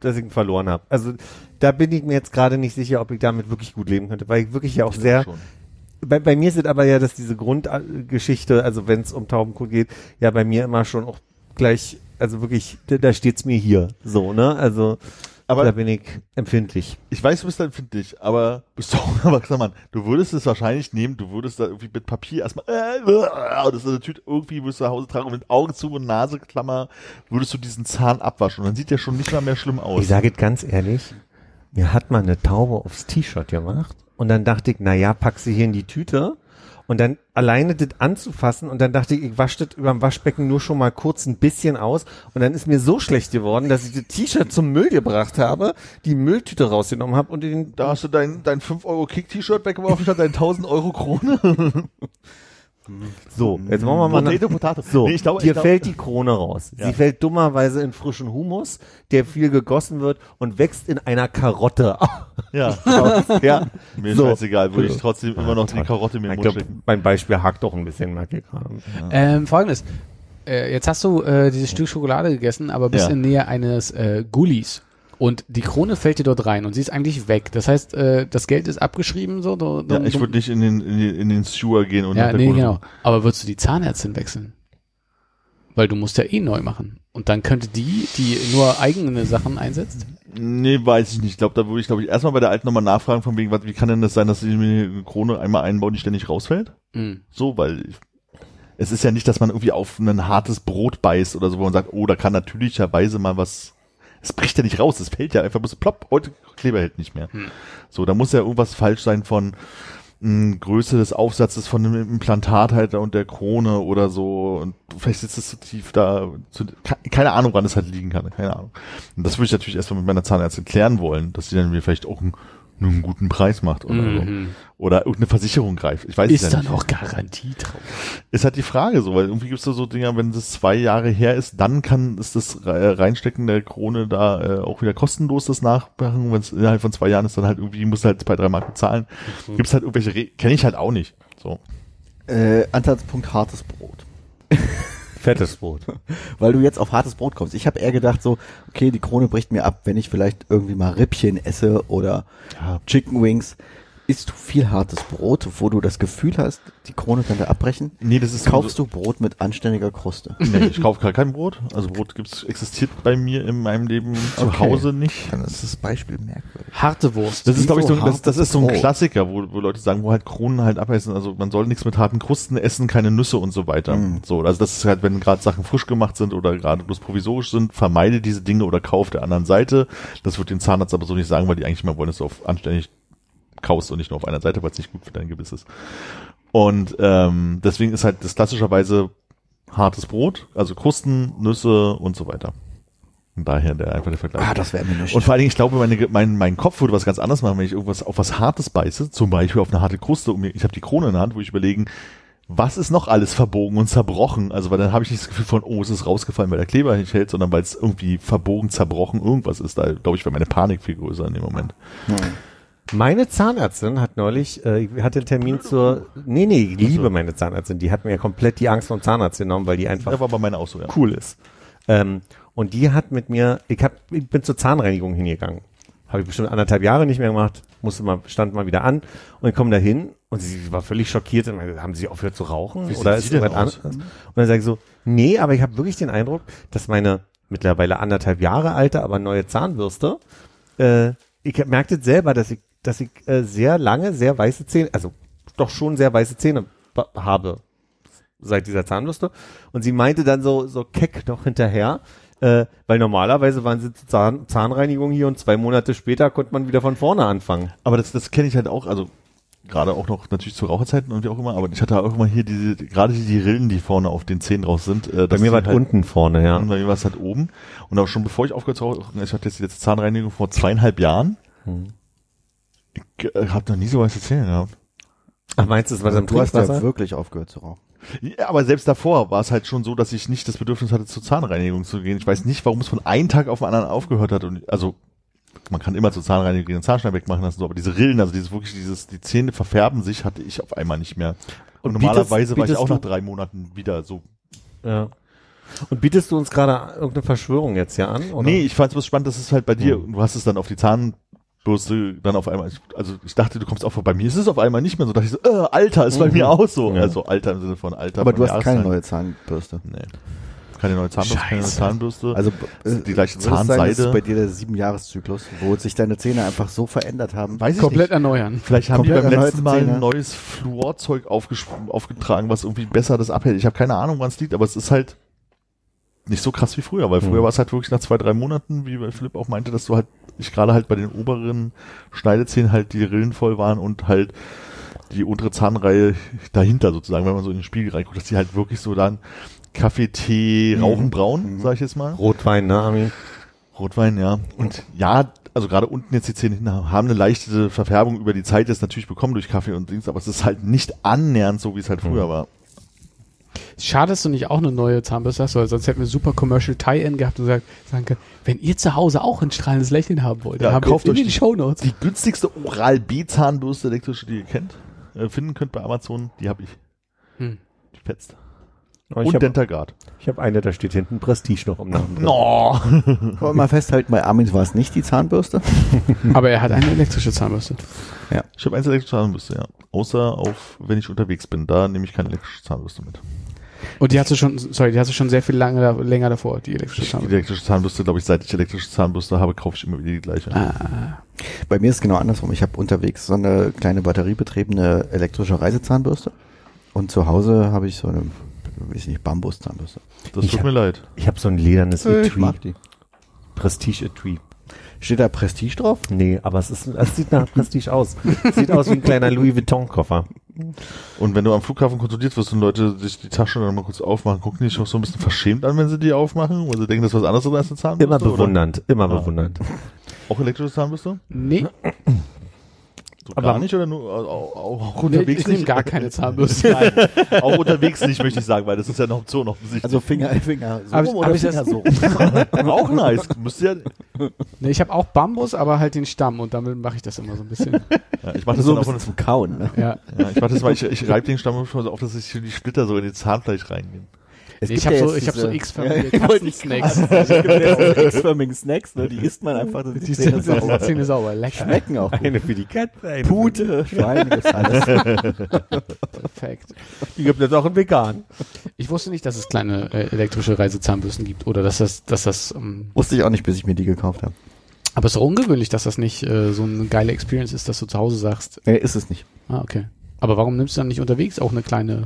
[SPEAKER 1] dass ich ihn verloren habe. Also da bin ich mir jetzt gerade nicht sicher, ob ich damit wirklich gut leben könnte, weil ich wirklich ja auch sehr,
[SPEAKER 5] schon.
[SPEAKER 1] bei, bei mir sind aber ja, dass diese Grundgeschichte, also wenn es um Taubenkot geht, ja bei mir immer schon auch gleich, also wirklich, da, da steht's mir hier, so, ne, also da
[SPEAKER 5] aber
[SPEAKER 1] bin ich empfindlich.
[SPEAKER 5] ich weiß, du bist da empfindlich, aber bist du auch ein erwachsener Mann. Du würdest es wahrscheinlich nehmen, du würdest da irgendwie mit Papier erstmal, äh, äh, das ist eine Tüte, irgendwie würdest du nach Hause tragen und mit Augen zu und Naseklammer würdest du diesen Zahn abwaschen und dann sieht der schon nicht mal mehr schlimm aus.
[SPEAKER 1] Ich sage es ganz ehrlich, mir hat mal eine Taube aufs T-Shirt gemacht und dann dachte ich, na ja, pack sie hier in die Tüte und dann alleine das anzufassen und dann dachte ich, ich wasche das über dem Waschbecken nur schon mal kurz ein bisschen aus und dann ist mir so schlecht geworden, dass ich das T-Shirt zum Müll gebracht habe, die Mülltüte rausgenommen habe und den
[SPEAKER 5] Da hast du dein, dein 5-Euro-Kick-T-Shirt weggeworfen statt dein 1000-Euro-Krone.
[SPEAKER 1] so, jetzt machen wir mal eine-
[SPEAKER 5] Potato, Mm. Potato.
[SPEAKER 1] So,
[SPEAKER 5] Nee, ich glaube,
[SPEAKER 1] dir
[SPEAKER 5] ich glaube-
[SPEAKER 1] fällt die Krone raus.
[SPEAKER 5] Ja.
[SPEAKER 1] Sie fällt dummerweise in frischen Humus, der viel gegossen wird und wächst in einer Karotte.
[SPEAKER 5] Ja,
[SPEAKER 1] ja.
[SPEAKER 5] mir ist
[SPEAKER 1] So.
[SPEAKER 5] scheißegal, würde ich trotzdem immer noch die Karotte mir in
[SPEAKER 1] Ich
[SPEAKER 5] den Mund
[SPEAKER 1] glaub,
[SPEAKER 5] stecken.
[SPEAKER 1] mein Beispiel hakt doch ein bisschen, merke ich gerade.
[SPEAKER 3] Ähm, Folgendes. Äh, jetzt hast du äh, dieses Stück Schokolade gegessen, aber bist
[SPEAKER 5] Ja.
[SPEAKER 3] in Nähe eines äh, Gullis. Und die Krone fällt dir dort rein und sie ist eigentlich weg. Das heißt, äh, das Geld ist abgeschrieben. So, du, du,
[SPEAKER 5] Ja, ich
[SPEAKER 3] du-
[SPEAKER 5] würde nicht in den, in den, in den Sewer gehen und
[SPEAKER 3] Ja,
[SPEAKER 5] nach der
[SPEAKER 3] nee,
[SPEAKER 5] Krone
[SPEAKER 3] genau. Aber würdest du die Zahnärztin wechseln? Weil du musst ja eh neu machen. Und dann könnte die, die nur eigene Sachen einsetzt.
[SPEAKER 5] Nee, weiß ich nicht. Ich glaube, da würde ich, glaube ich, erstmal bei der alten nochmal nachfragen, von wegen, was, wie kann denn das sein, dass sie mir eine Krone einmal einbauen, die ständig rausfällt?
[SPEAKER 3] Mhm.
[SPEAKER 5] So, weil ich, es ist ja nicht, dass man irgendwie auf ein hartes Brot beißt oder so, wo man sagt, oh, da kann natürlicherweise mal was. Es bricht ja nicht raus, es fällt ja einfach bloß plopp, heute Kleber hält nicht mehr. So, da muss ja irgendwas falsch sein von mh, Größe des Aufsatzes von dem Implantat halt und der Krone oder so. Und vielleicht sitzt es zu tief da. Zu, ke- keine Ahnung, wann es halt liegen kann. Keine Ahnung. Und das würde ich natürlich erstmal mit meiner Zahnärztin klären wollen, dass sie dann mir vielleicht auch einen, einen guten Preis macht oder so. Oder irgendeine Versicherung greift. Ich weiß
[SPEAKER 3] Ist
[SPEAKER 5] es ja
[SPEAKER 3] dann
[SPEAKER 5] nicht.
[SPEAKER 3] auch Garantie drauf.
[SPEAKER 5] Ist halt die Frage so, weil irgendwie gibt's da so Dinger, wenn das zwei Jahre her ist, dann kann ist das Re- äh, Reinstecken der Krone da äh, auch wieder kostenlos das Nachmachen. Wenn es innerhalb von zwei Jahren ist, dann halt irgendwie muss halt zwei, drei Mark bezahlen. Gibt's halt irgendwelche Re kenne ich halt auch nicht. So.
[SPEAKER 4] Äh, Ansatzpunkt hartes Brot.
[SPEAKER 1] Fettes Brot.
[SPEAKER 4] Weil du jetzt auf hartes Brot kommst. Ich habe eher gedacht so, okay, die Krone bricht mir ab, wenn ich vielleicht irgendwie mal Rippchen esse oder Chicken Wings. Isst du viel hartes Brot, wo du das Gefühl hast, die Krone könnte abbrechen?
[SPEAKER 5] Nee, das ist
[SPEAKER 4] Kaufst du Brot mit anständiger Kruste?
[SPEAKER 5] Nee, ich kaufe gar kein Brot. Also Brot gibt's existiert bei mir in meinem Leben zu
[SPEAKER 4] Okay.
[SPEAKER 5] Hause nicht.
[SPEAKER 4] Dann ist das Beispiel merkwürdig.
[SPEAKER 3] Harte Wurst.
[SPEAKER 5] Das ist, glaube ich, so,
[SPEAKER 4] Wieso
[SPEAKER 5] ein- das, das ist so ein
[SPEAKER 4] hartes Brot?
[SPEAKER 5] Klassiker, wo, wo Leute sagen, wo halt Kronen halt abessen. Also man soll nichts mit harten Krusten essen, keine Nüsse und so weiter.
[SPEAKER 4] Mhm.
[SPEAKER 5] So, also das ist halt, wenn gerade Sachen frisch gemacht sind oder gerade bloß provisorisch sind, vermeide diese Dinge oder kauf der anderen Seite. Das wird den Zahnarzt aber so nicht sagen, weil die eigentlich mal wollen, dass du auf anständig kaust und nicht nur auf einer Seite, weil es nicht gut für dein Gebiss ist. Und ähm, deswegen ist halt das klassischerweise hartes Brot, also Krusten, Nüsse und so weiter. Und daher der einfache Vergleich.
[SPEAKER 4] Ah, das wäre mir nicht.
[SPEAKER 5] Und vor allen Dingen, ich glaube, meine, mein, mein Kopf würde was ganz anderes machen, wenn ich irgendwas auf was Hartes beiße, zum Beispiel auf eine harte Kruste. Und mir- ich habe die Krone in der Hand, wo ich überlegen, was ist noch alles verbogen und zerbrochen? Also, weil dann habe ich nicht das Gefühl von, oh, es ist rausgefallen, weil der Kleber nicht hält, sondern weil es irgendwie verbogen, zerbrochen, irgendwas ist. Da, glaube ich, wäre meine Panik viel größer in dem Moment.
[SPEAKER 1] Meine Zahnärztin hat neulich, äh, ich hatte einen Termin zur, nee, nee, ich liebe meine Zahnärztin. Die hat mir komplett die Angst vom Zahnarzt genommen, weil die einfach
[SPEAKER 5] Das war aber meine auch so, ja.
[SPEAKER 1] cool ist. Ähm, und die hat mit mir, ich, hab, ich bin zur Zahnreinigung hingegangen. Habe ich bestimmt anderthalb Jahre nicht mehr gemacht, musste mal, stand mal wieder an und ich komme da hin und sie war völlig schockiert und meinte, haben sie aufgehört zu rauchen?
[SPEAKER 5] sieht
[SPEAKER 1] Oder
[SPEAKER 5] sie
[SPEAKER 1] ist
[SPEAKER 5] denn
[SPEAKER 1] irgendwas
[SPEAKER 5] aus?
[SPEAKER 1] anderes? Und dann sage ich so, nee, aber ich habe wirklich den Eindruck, dass meine mittlerweile anderthalb Jahre alte, aber neue Zahnbürste, äh, ich hab- merkte selber, dass ich, dass ich äh, sehr lange, sehr weiße Zähne, also doch schon sehr weiße Zähne ba- habe seit dieser Zahnbürste. Und sie meinte dann so, so keck noch hinterher, äh, weil normalerweise waren sie zur Zahn Zahnreinigung hier und zwei Monate später konnte man wieder von vorne anfangen.
[SPEAKER 5] Aber das, das kenne ich halt auch, also gerade auch noch natürlich zu Raucherzeiten und wie auch immer, aber ich hatte auch immer hier diese, gerade die Rillen, die vorne auf den Zähnen raus sind. Äh,
[SPEAKER 1] Bei mir war
[SPEAKER 5] halt,
[SPEAKER 1] unten vorne, ja.
[SPEAKER 5] Und bei mir war es halt oben. Und auch schon bevor ich aufgehört habe, ich hatte jetzt die letzte Zahnreinigung vor zweieinhalb Jahren.
[SPEAKER 1] Mhm.
[SPEAKER 5] Ich äh, habe noch nie so weiße Zähne gehabt.
[SPEAKER 1] Ach, meinst Also du, es war das im
[SPEAKER 4] du hast ja
[SPEAKER 1] Trinkwasser?
[SPEAKER 4] wirklich aufgehört zu rauchen.
[SPEAKER 5] Ja, aber selbst davor war es halt schon so, dass ich nicht das Bedürfnis hatte, zur Zahnreinigung zu gehen. Ich weiß nicht, warum es von einem Tag auf den anderen aufgehört hat. Und also man kann immer zur Zahnreinigung gehen und Zahnstein wegmachen lassen, so, aber diese Rillen, also dieses wirklich, dieses, die Zähne verfärben sich, hatte ich auf einmal nicht mehr. Und,
[SPEAKER 1] Und bietest-
[SPEAKER 5] normalerweise war ich
[SPEAKER 1] bietest
[SPEAKER 5] auch
[SPEAKER 1] du-
[SPEAKER 5] nach drei Monaten wieder so
[SPEAKER 1] Ja. Und bietest du uns gerade irgendeine Verschwörung jetzt hier an? Oder?
[SPEAKER 5] Nee, ich fand's bloß spannend, dass es halt bei dir,
[SPEAKER 4] Hm.
[SPEAKER 5] du hast es dann auf die Zahnbürste dann auf einmal, ich- also ich dachte, du kommst auch vorbei. Bei mir ist es auf einmal nicht mehr so, dachte ich so, äh, Alter, ist bei mir auch so. Also Alter im Sinne von Alter.
[SPEAKER 4] Mhm. Aber
[SPEAKER 5] von
[SPEAKER 4] du hast keine
[SPEAKER 5] Jahreszeit.
[SPEAKER 4] neue Zahnbürste.
[SPEAKER 5] Nee. keine neue Zahnbürste, keine neue
[SPEAKER 3] Scheiße.
[SPEAKER 5] Zahnbürste.
[SPEAKER 4] Also
[SPEAKER 5] Das
[SPEAKER 4] äh,
[SPEAKER 5] ist die gleiche
[SPEAKER 4] würde es sein, dass
[SPEAKER 5] Zahnseide.
[SPEAKER 4] es bei dir der Siebenjahreszyklus, wo sich deine Zähne einfach so verändert haben.
[SPEAKER 5] weiß
[SPEAKER 3] Komplett erneuern.
[SPEAKER 5] Vielleicht haben die
[SPEAKER 4] Komplett
[SPEAKER 5] beim
[SPEAKER 4] erneute
[SPEAKER 5] letzten Mal
[SPEAKER 4] Szene.
[SPEAKER 5] ein neues Fluorzeug aufges- aufgetragen, was irgendwie besser das abhält. Ich habe keine Ahnung, wann es liegt, aber es ist halt nicht so krass wie früher, weil früher war es halt wirklich nach zwei, drei Monaten, wie bei Philipp auch meinte, dass du halt, ich gerade halt bei den oberen Schneidezähnen halt die Rillen voll waren und halt die untere Zahnreihe dahinter sozusagen, wenn man so in den Spiegel reinguckt, dass die halt wirklich so dann Kaffee, Tee, Rauchen, Braun, sag ich jetzt mal.
[SPEAKER 1] Rotwein, ne, Armin?
[SPEAKER 5] Rotwein, ja. Und ja, also gerade unten jetzt die Zähne hinten haben eine leichte Verfärbung über die Zeit jetzt natürlich bekommen durch Kaffee und Dings, aber es ist halt nicht annähernd so, wie es halt
[SPEAKER 1] Mhm.
[SPEAKER 5] früher war.
[SPEAKER 3] Schade, dass du nicht auch eine neue Zahnbürste hast, weil sonst hätten wir super Commercial Tie-In gehabt und gesagt, sagen können, wenn ihr zu Hause auch ein strahlendes Lächeln haben wollt,
[SPEAKER 5] Ja,
[SPEAKER 3] dann haben wir es
[SPEAKER 5] kauft
[SPEAKER 3] in
[SPEAKER 5] euch
[SPEAKER 3] den
[SPEAKER 5] die-
[SPEAKER 3] Shownotes.
[SPEAKER 5] Die günstigste Oral-B-Zahnbürste elektrische, die ihr kennt, äh, finden könnt bei Amazon, die habe ich.
[SPEAKER 3] Hm.
[SPEAKER 5] Die fetzt.
[SPEAKER 1] ich
[SPEAKER 5] Und
[SPEAKER 1] habe
[SPEAKER 5] Dentagard.
[SPEAKER 1] hab eine, da steht hinten Prestige noch im Namen. drin.
[SPEAKER 5] No.
[SPEAKER 4] Wollen wir mal festhalten, bei Armin war es nicht die Zahnbürste.
[SPEAKER 3] Aber er hat eine elektrische Zahnbürste.
[SPEAKER 5] Ich habe eins elektrische Zahnbürste, ja. Außer auf, wenn ich unterwegs bin, da nehme ich keine elektrische Zahnbürste mit.
[SPEAKER 3] Und die hast du schon, sorry, die hast du schon sehr viel lange, länger davor, die elektrische
[SPEAKER 5] Die
[SPEAKER 3] Zahnbürste.
[SPEAKER 5] elektrische Zahnbürste, glaube ich, seit ich elektrische Zahnbürste habe, kaufe ich immer wieder die gleiche.
[SPEAKER 1] Ah,
[SPEAKER 3] Ah,
[SPEAKER 4] Bei mir ist es genau andersrum. Ich habe unterwegs so eine kleine batteriebetriebene elektrische Reisezahnbürste. Und zu Hause habe ich so eine, weiß nicht, Bambuszahnbürste.
[SPEAKER 5] Das
[SPEAKER 1] Ich
[SPEAKER 5] tut
[SPEAKER 1] hab-
[SPEAKER 5] mir leid.
[SPEAKER 1] Ich habe so ein ledernes Etui.
[SPEAKER 4] die.
[SPEAKER 1] Prestige-Etui.
[SPEAKER 4] Steht da Prestige drauf?
[SPEAKER 1] Nee, aber es, ist, es sieht nach Prestige aus. Sieht aus wie ein kleiner Louis Vuitton-Koffer.
[SPEAKER 5] Und wenn du am Flughafen kontrolliert wirst und Leute sich die Tasche dann mal kurz aufmachen, gucken die dich auch so ein bisschen verschämt an, wenn sie die aufmachen, weil sie denken, das ist was anderes als eine Zahnbürste.
[SPEAKER 1] Immer
[SPEAKER 5] oder?
[SPEAKER 1] bewundernd, immer bewundernd.
[SPEAKER 5] Auch elektrische Zahnbürste?
[SPEAKER 3] Nee,
[SPEAKER 5] So
[SPEAKER 1] Aber-
[SPEAKER 5] gar nicht oder nur au- au- auch,
[SPEAKER 3] nee
[SPEAKER 5] unterwegs
[SPEAKER 3] ich nehme
[SPEAKER 5] nicht?
[SPEAKER 3] gar keine Zahnbürste.
[SPEAKER 5] auch unterwegs nicht, möchte ich sagen, weil das ist ja eine Option offensichtlich.
[SPEAKER 4] Also Finger, Finger, so
[SPEAKER 3] Hab ich-
[SPEAKER 4] rum
[SPEAKER 3] hab
[SPEAKER 4] oder
[SPEAKER 3] ich das-
[SPEAKER 4] Finger so rum?
[SPEAKER 5] auch nice. Müsste ja,
[SPEAKER 3] Nee, ich habe auch Bambus, aber halt den Stamm und damit mache ich das immer so ein bisschen.
[SPEAKER 5] ja, ich mache das
[SPEAKER 4] So
[SPEAKER 5] so
[SPEAKER 4] ein
[SPEAKER 5] davon,
[SPEAKER 4] bisschen zum Kauen, ne?
[SPEAKER 3] Ja.
[SPEAKER 5] ja, ich mach das mal, ich, ich reibe den Stamm schon so auf, dass sich hier die Splitter so in den Zahnfleisch reingehen.
[SPEAKER 4] Es
[SPEAKER 3] Nee, ich habe
[SPEAKER 4] gibt ja
[SPEAKER 3] so,
[SPEAKER 4] jetzt
[SPEAKER 3] ich hab so
[SPEAKER 4] diese-
[SPEAKER 3] X-förmige
[SPEAKER 4] Ja, ich wollte nicht
[SPEAKER 3] Snacks.
[SPEAKER 4] Es gibt ja diese X-förmigen Snacks, ne? Die isst man einfach, dann sind die
[SPEAKER 3] Die
[SPEAKER 4] Zähne sauber.
[SPEAKER 3] Zähne sauber, lecker.
[SPEAKER 4] Schmecken auch. gut.
[SPEAKER 1] Eine für die Katze. Eine
[SPEAKER 4] Pute, Schweine, gibt's alles.
[SPEAKER 3] Perfekt.
[SPEAKER 1] Die gibt jetzt auch einen Vegan.
[SPEAKER 3] Ich wusste nicht, dass es kleine äh, elektrische Reisezahnbürsten gibt oder dass das, dass das, ähm,
[SPEAKER 4] Wusste ich auch nicht, bis ich mir die gekauft habe.
[SPEAKER 3] aber es ist doch ungewöhnlich, dass das nicht äh, so eine geile Experience ist, dass du zu Hause sagst,
[SPEAKER 4] Nee, ist es nicht.
[SPEAKER 3] ah, okay. Aber warum nimmst du dann nicht unterwegs auch eine kleine,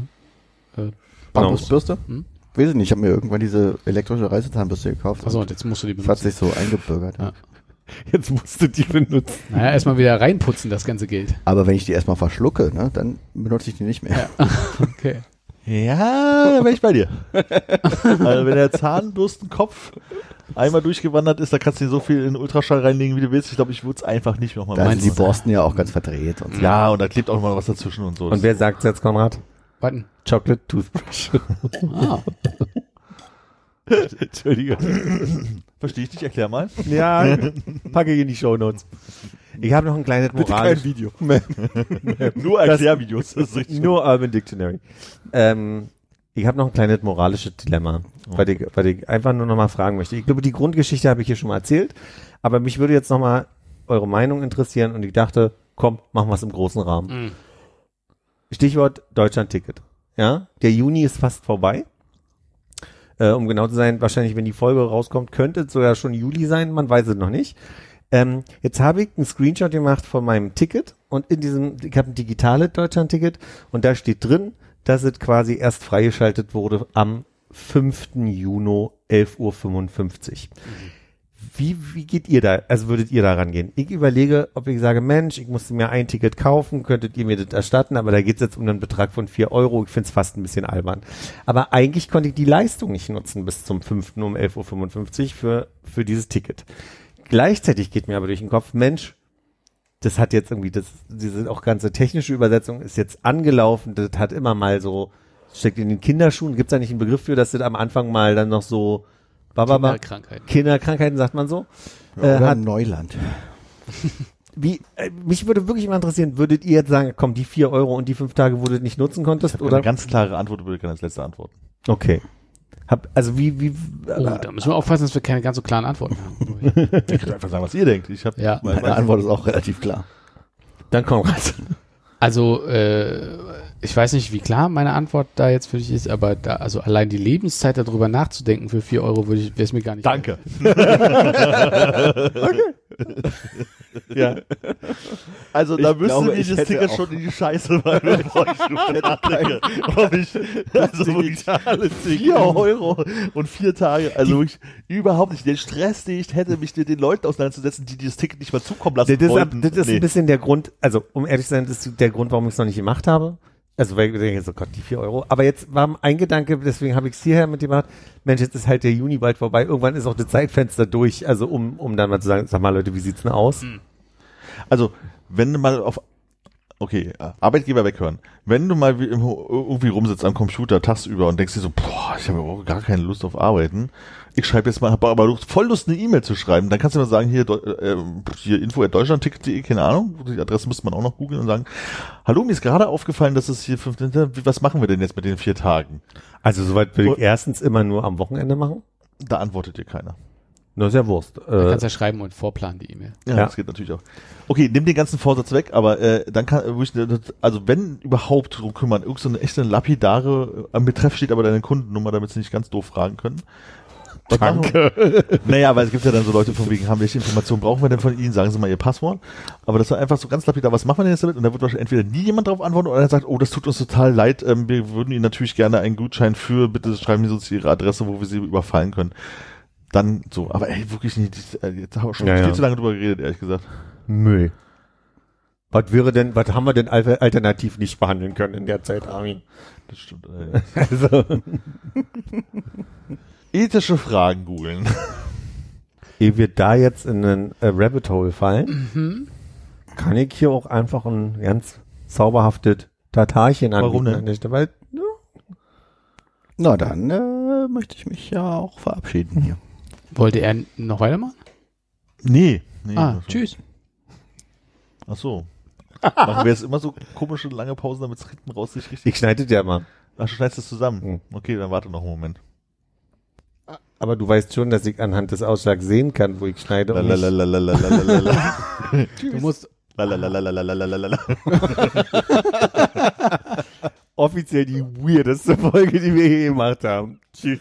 [SPEAKER 4] Genau. Bambusbürste?
[SPEAKER 3] Hm?
[SPEAKER 4] Weiß ich nicht, ich habe mir irgendwann diese elektrische Reisezahnbürste gekauft.
[SPEAKER 3] achso, und also jetzt musst du die
[SPEAKER 4] das hat
[SPEAKER 3] benutzen.
[SPEAKER 4] sich so eingebürgert.
[SPEAKER 3] Ja.
[SPEAKER 1] Jetzt musst du die benutzen.
[SPEAKER 3] Naja, erstmal wieder reinputzen, das ganze Geld.
[SPEAKER 4] Aber wenn ich die erstmal verschlucke, ne, dann benutze ich die nicht mehr.
[SPEAKER 3] Okay.
[SPEAKER 5] Ja, da bin ich bei dir. also wenn der Zahnbürstenkopf einmal durchgewandert ist, da kannst du ihn so viel in Ultraschall reinlegen, wie du willst. Ich glaube, ich würde es einfach nicht nochmal
[SPEAKER 4] Da
[SPEAKER 5] machen.
[SPEAKER 4] sind die Borsten ja auch ganz verdreht. Und so.
[SPEAKER 5] Ja, und da klebt auch mal was dazwischen und so.
[SPEAKER 1] Und wer sagt's jetzt, Konrad?
[SPEAKER 3] Warten.
[SPEAKER 1] Chocolate Toothbrush.
[SPEAKER 3] Ah,
[SPEAKER 1] Entschuldige.
[SPEAKER 5] Verstehe ich dich, erklär mal.
[SPEAKER 1] Ja, packe ich in die Shownotes. Ich habe noch ein kleines moralisches
[SPEAKER 4] Video.
[SPEAKER 5] Nur Erklärvideos. Das ist richtig.
[SPEAKER 1] Nur Urban Dictionary. Ähm, ich habe noch ein kleines moralisches Dilemma, weil, ich, weil ich einfach nur noch mal fragen möchte. Ich glaube, die Grundgeschichte habe ich hier schon mal erzählt, aber mich würde jetzt noch mal eure Meinung interessieren und ich dachte, komm, machen wir es im großen Rahmen.
[SPEAKER 3] Mhm.
[SPEAKER 1] Stichwort Deutschland-Ticket. Ja, der Juni ist fast vorbei. Äh, um genau zu sein, wahrscheinlich, wenn die Folge rauskommt, könnte es sogar schon Juli sein, man weiß es noch nicht. Ähm, jetzt habe ich einen Screenshot gemacht von meinem Ticket und in diesem, ich habe ein digitales Deutschland-Ticket und da steht drin, dass es quasi erst freigeschaltet wurde am 5. Juni 11.55 Uhr. Wie, wie geht ihr da, also würdet ihr da rangehen? Ich überlege, ob ich sage, Mensch, ich musste mir ein Ticket kaufen, könntet ihr mir das erstatten, aber da geht es jetzt um einen Betrag von 4 Euro, ich finde es fast ein bisschen albern. Aber eigentlich konnte ich die Leistung nicht nutzen bis zum 5. um 11.55 Uhr für, für dieses Ticket. Gleichzeitig geht mir aber durch den Kopf, Mensch, das hat jetzt irgendwie, das, diese auch ganze technische Übersetzung ist jetzt angelaufen, das hat immer mal so, steckt in den Kinderschuhen, gibt es da nicht einen Begriff für, dass das am Anfang mal dann noch so, bababa,
[SPEAKER 3] Kinderkrankheit.
[SPEAKER 1] Kinderkrankheiten sagt man so, äh,
[SPEAKER 4] Oder
[SPEAKER 1] hat,
[SPEAKER 4] Neuland.
[SPEAKER 1] wie, äh, mich würde wirklich mal interessieren, würdet ihr jetzt sagen, komm, die vier Euro und die fünf Tage, wo du das nicht nutzen konntest,
[SPEAKER 5] Oder
[SPEAKER 1] oder?
[SPEAKER 5] eine ganz klare Antwort würde ich gerne als letzte antworten.
[SPEAKER 1] Okay. Hab, also wie, wie,
[SPEAKER 3] Oh,
[SPEAKER 1] äh,
[SPEAKER 3] da müssen wir aufpassen, dass wir keine ganz so klaren Antworten haben.
[SPEAKER 5] Ihr könnt einfach sagen, was ihr denkt. Ich habe
[SPEAKER 3] Ja.
[SPEAKER 4] Meine Antwort ist auch relativ klar.
[SPEAKER 1] dann Konrad.
[SPEAKER 3] Also, äh, ich weiß nicht, wie klar meine Antwort da jetzt für dich ist, aber da, also allein die Lebenszeit darüber nachzudenken für 4 Euro würde ich, wäre es mir gar nicht.
[SPEAKER 5] Danke.
[SPEAKER 1] Ja.
[SPEAKER 5] Also da müssen
[SPEAKER 4] glaube,
[SPEAKER 5] wir
[SPEAKER 4] ich
[SPEAKER 5] dieses
[SPEAKER 4] hätte
[SPEAKER 5] Ticket
[SPEAKER 4] auch-
[SPEAKER 5] schon in die Scheiße, weil wir bräuchten Nachdenke. Ob ich, also wirklich alles 4 Euro und vier Tage, also wirklich überhaupt nicht. Den Stress, den ich hätte, mich mit den Leuten auseinanderzusetzen, die dieses Ticket nicht mal zukommen lassen
[SPEAKER 1] Das ist, ab-
[SPEAKER 5] wollten.
[SPEAKER 1] das ist
[SPEAKER 5] Nee.
[SPEAKER 1] ein bisschen der Grund, also um ehrlich zu sein, das ist der Grund, warum ich es noch nicht gemacht habe. Also weil ich denke, so Gott, die vier Euro. Aber jetzt war ein Gedanke, deswegen habe ich es hierher mit dem gemacht, Mensch, jetzt ist halt der Juni bald vorbei, irgendwann ist auch das Zeitfenster durch, also um, um dann mal zu sagen, sag mal Leute, wie sieht's denn aus?
[SPEAKER 3] Hm.
[SPEAKER 5] Also, wenn du mal auf Okay, ja, Arbeitgeber weghören. Wenn du mal wie im, Ho- irgendwie rumsitzt am Computer tagsüber und denkst dir so, boah, ich habe überhaupt gar keine Lust auf Arbeiten. Ich schreibe jetzt mal, habe aber Lust- voll Lust, eine E-Mail zu schreiben. Dann kannst du mal sagen, hier, Deu- äh, hier info at deutschlandticket.de, keine Ahnung. Die Adresse müsste man auch noch googeln und sagen, hallo, mir ist gerade aufgefallen, dass es hier 15. wie- Was machen wir denn jetzt mit den vier Tagen?
[SPEAKER 1] Also soweit würde ich
[SPEAKER 5] Und-
[SPEAKER 1] erstens immer nur am Wochenende machen.
[SPEAKER 5] Da antwortet dir keiner.
[SPEAKER 1] Na, ist ja Wurst.
[SPEAKER 3] Du
[SPEAKER 1] Äh,
[SPEAKER 3] kannst ja schreiben und vorplanen die E-Mail.
[SPEAKER 5] Ja,
[SPEAKER 1] Ja.
[SPEAKER 5] das geht natürlich auch. Okay, nimm den ganzen Vorsatz weg, aber äh, dann kann, wo ich- also wenn überhaupt drum kümmern, irgend so eine echte lapidare, äh, am Betreff steht aber deine Kundennummer, damit sie nicht ganz doof fragen können. Was Danke. Naja, weil es gibt ja dann so Leute von wegen, haben welche Informationen brauchen wir denn von ihnen, sagen sie mal ihr Passwort. Aber das war einfach so ganz lapidar, was machen wir denn jetzt damit? Und da wird wahrscheinlich entweder nie jemand darauf antworten oder er sagt, oh, das tut uns total leid, ähm, wir würden ihnen natürlich gerne einen Gutschein für, bitte schreiben sie uns ihre Adresse, wo wir sie überfallen können. Dann so, aber ey, wirklich nicht, die- äh, jetzt haben wir schon
[SPEAKER 1] Ja,
[SPEAKER 5] viel
[SPEAKER 1] ja.
[SPEAKER 5] zu lange drüber geredet, ehrlich gesagt.
[SPEAKER 1] Müll. Was wäre denn, was haben wir denn al- alternativ nicht behandeln können in der Zeit, Armin?
[SPEAKER 5] Das stimmt. allerdings.
[SPEAKER 1] Also,
[SPEAKER 5] Ethische Fragen googeln.
[SPEAKER 1] ehe wir da jetzt in einen äh, Rabbit Hole fallen, kann ich hier auch einfach ein ganz zauberhaftes Tatarchen anbieten.
[SPEAKER 5] Warum denn?
[SPEAKER 1] an der Stelle, Weil, ne?
[SPEAKER 4] Na dann äh, möchte ich mich ja auch verabschieden hier.
[SPEAKER 3] Wollte er noch weitermachen?
[SPEAKER 5] Nee. nee
[SPEAKER 3] ah,
[SPEAKER 5] das-
[SPEAKER 3] tschüss.
[SPEAKER 5] Ach so. Machen wir jetzt immer so komische lange Pausen, damit es hinten raus nicht richtig.
[SPEAKER 1] Ich schneide dir mal.
[SPEAKER 5] Ach, du schneidest es zusammen. Okay, dann warte noch einen Moment.
[SPEAKER 1] Aber du weißt schon, dass ich anhand des Ausschlags sehen kann, wo ich schneide. und nicht-
[SPEAKER 5] Lalalalalalalalalala.
[SPEAKER 3] Du musst,
[SPEAKER 5] Lalalalalalalalalala.
[SPEAKER 1] Offiziell die weirdeste Folge, die wir je gemacht haben. Tschüss.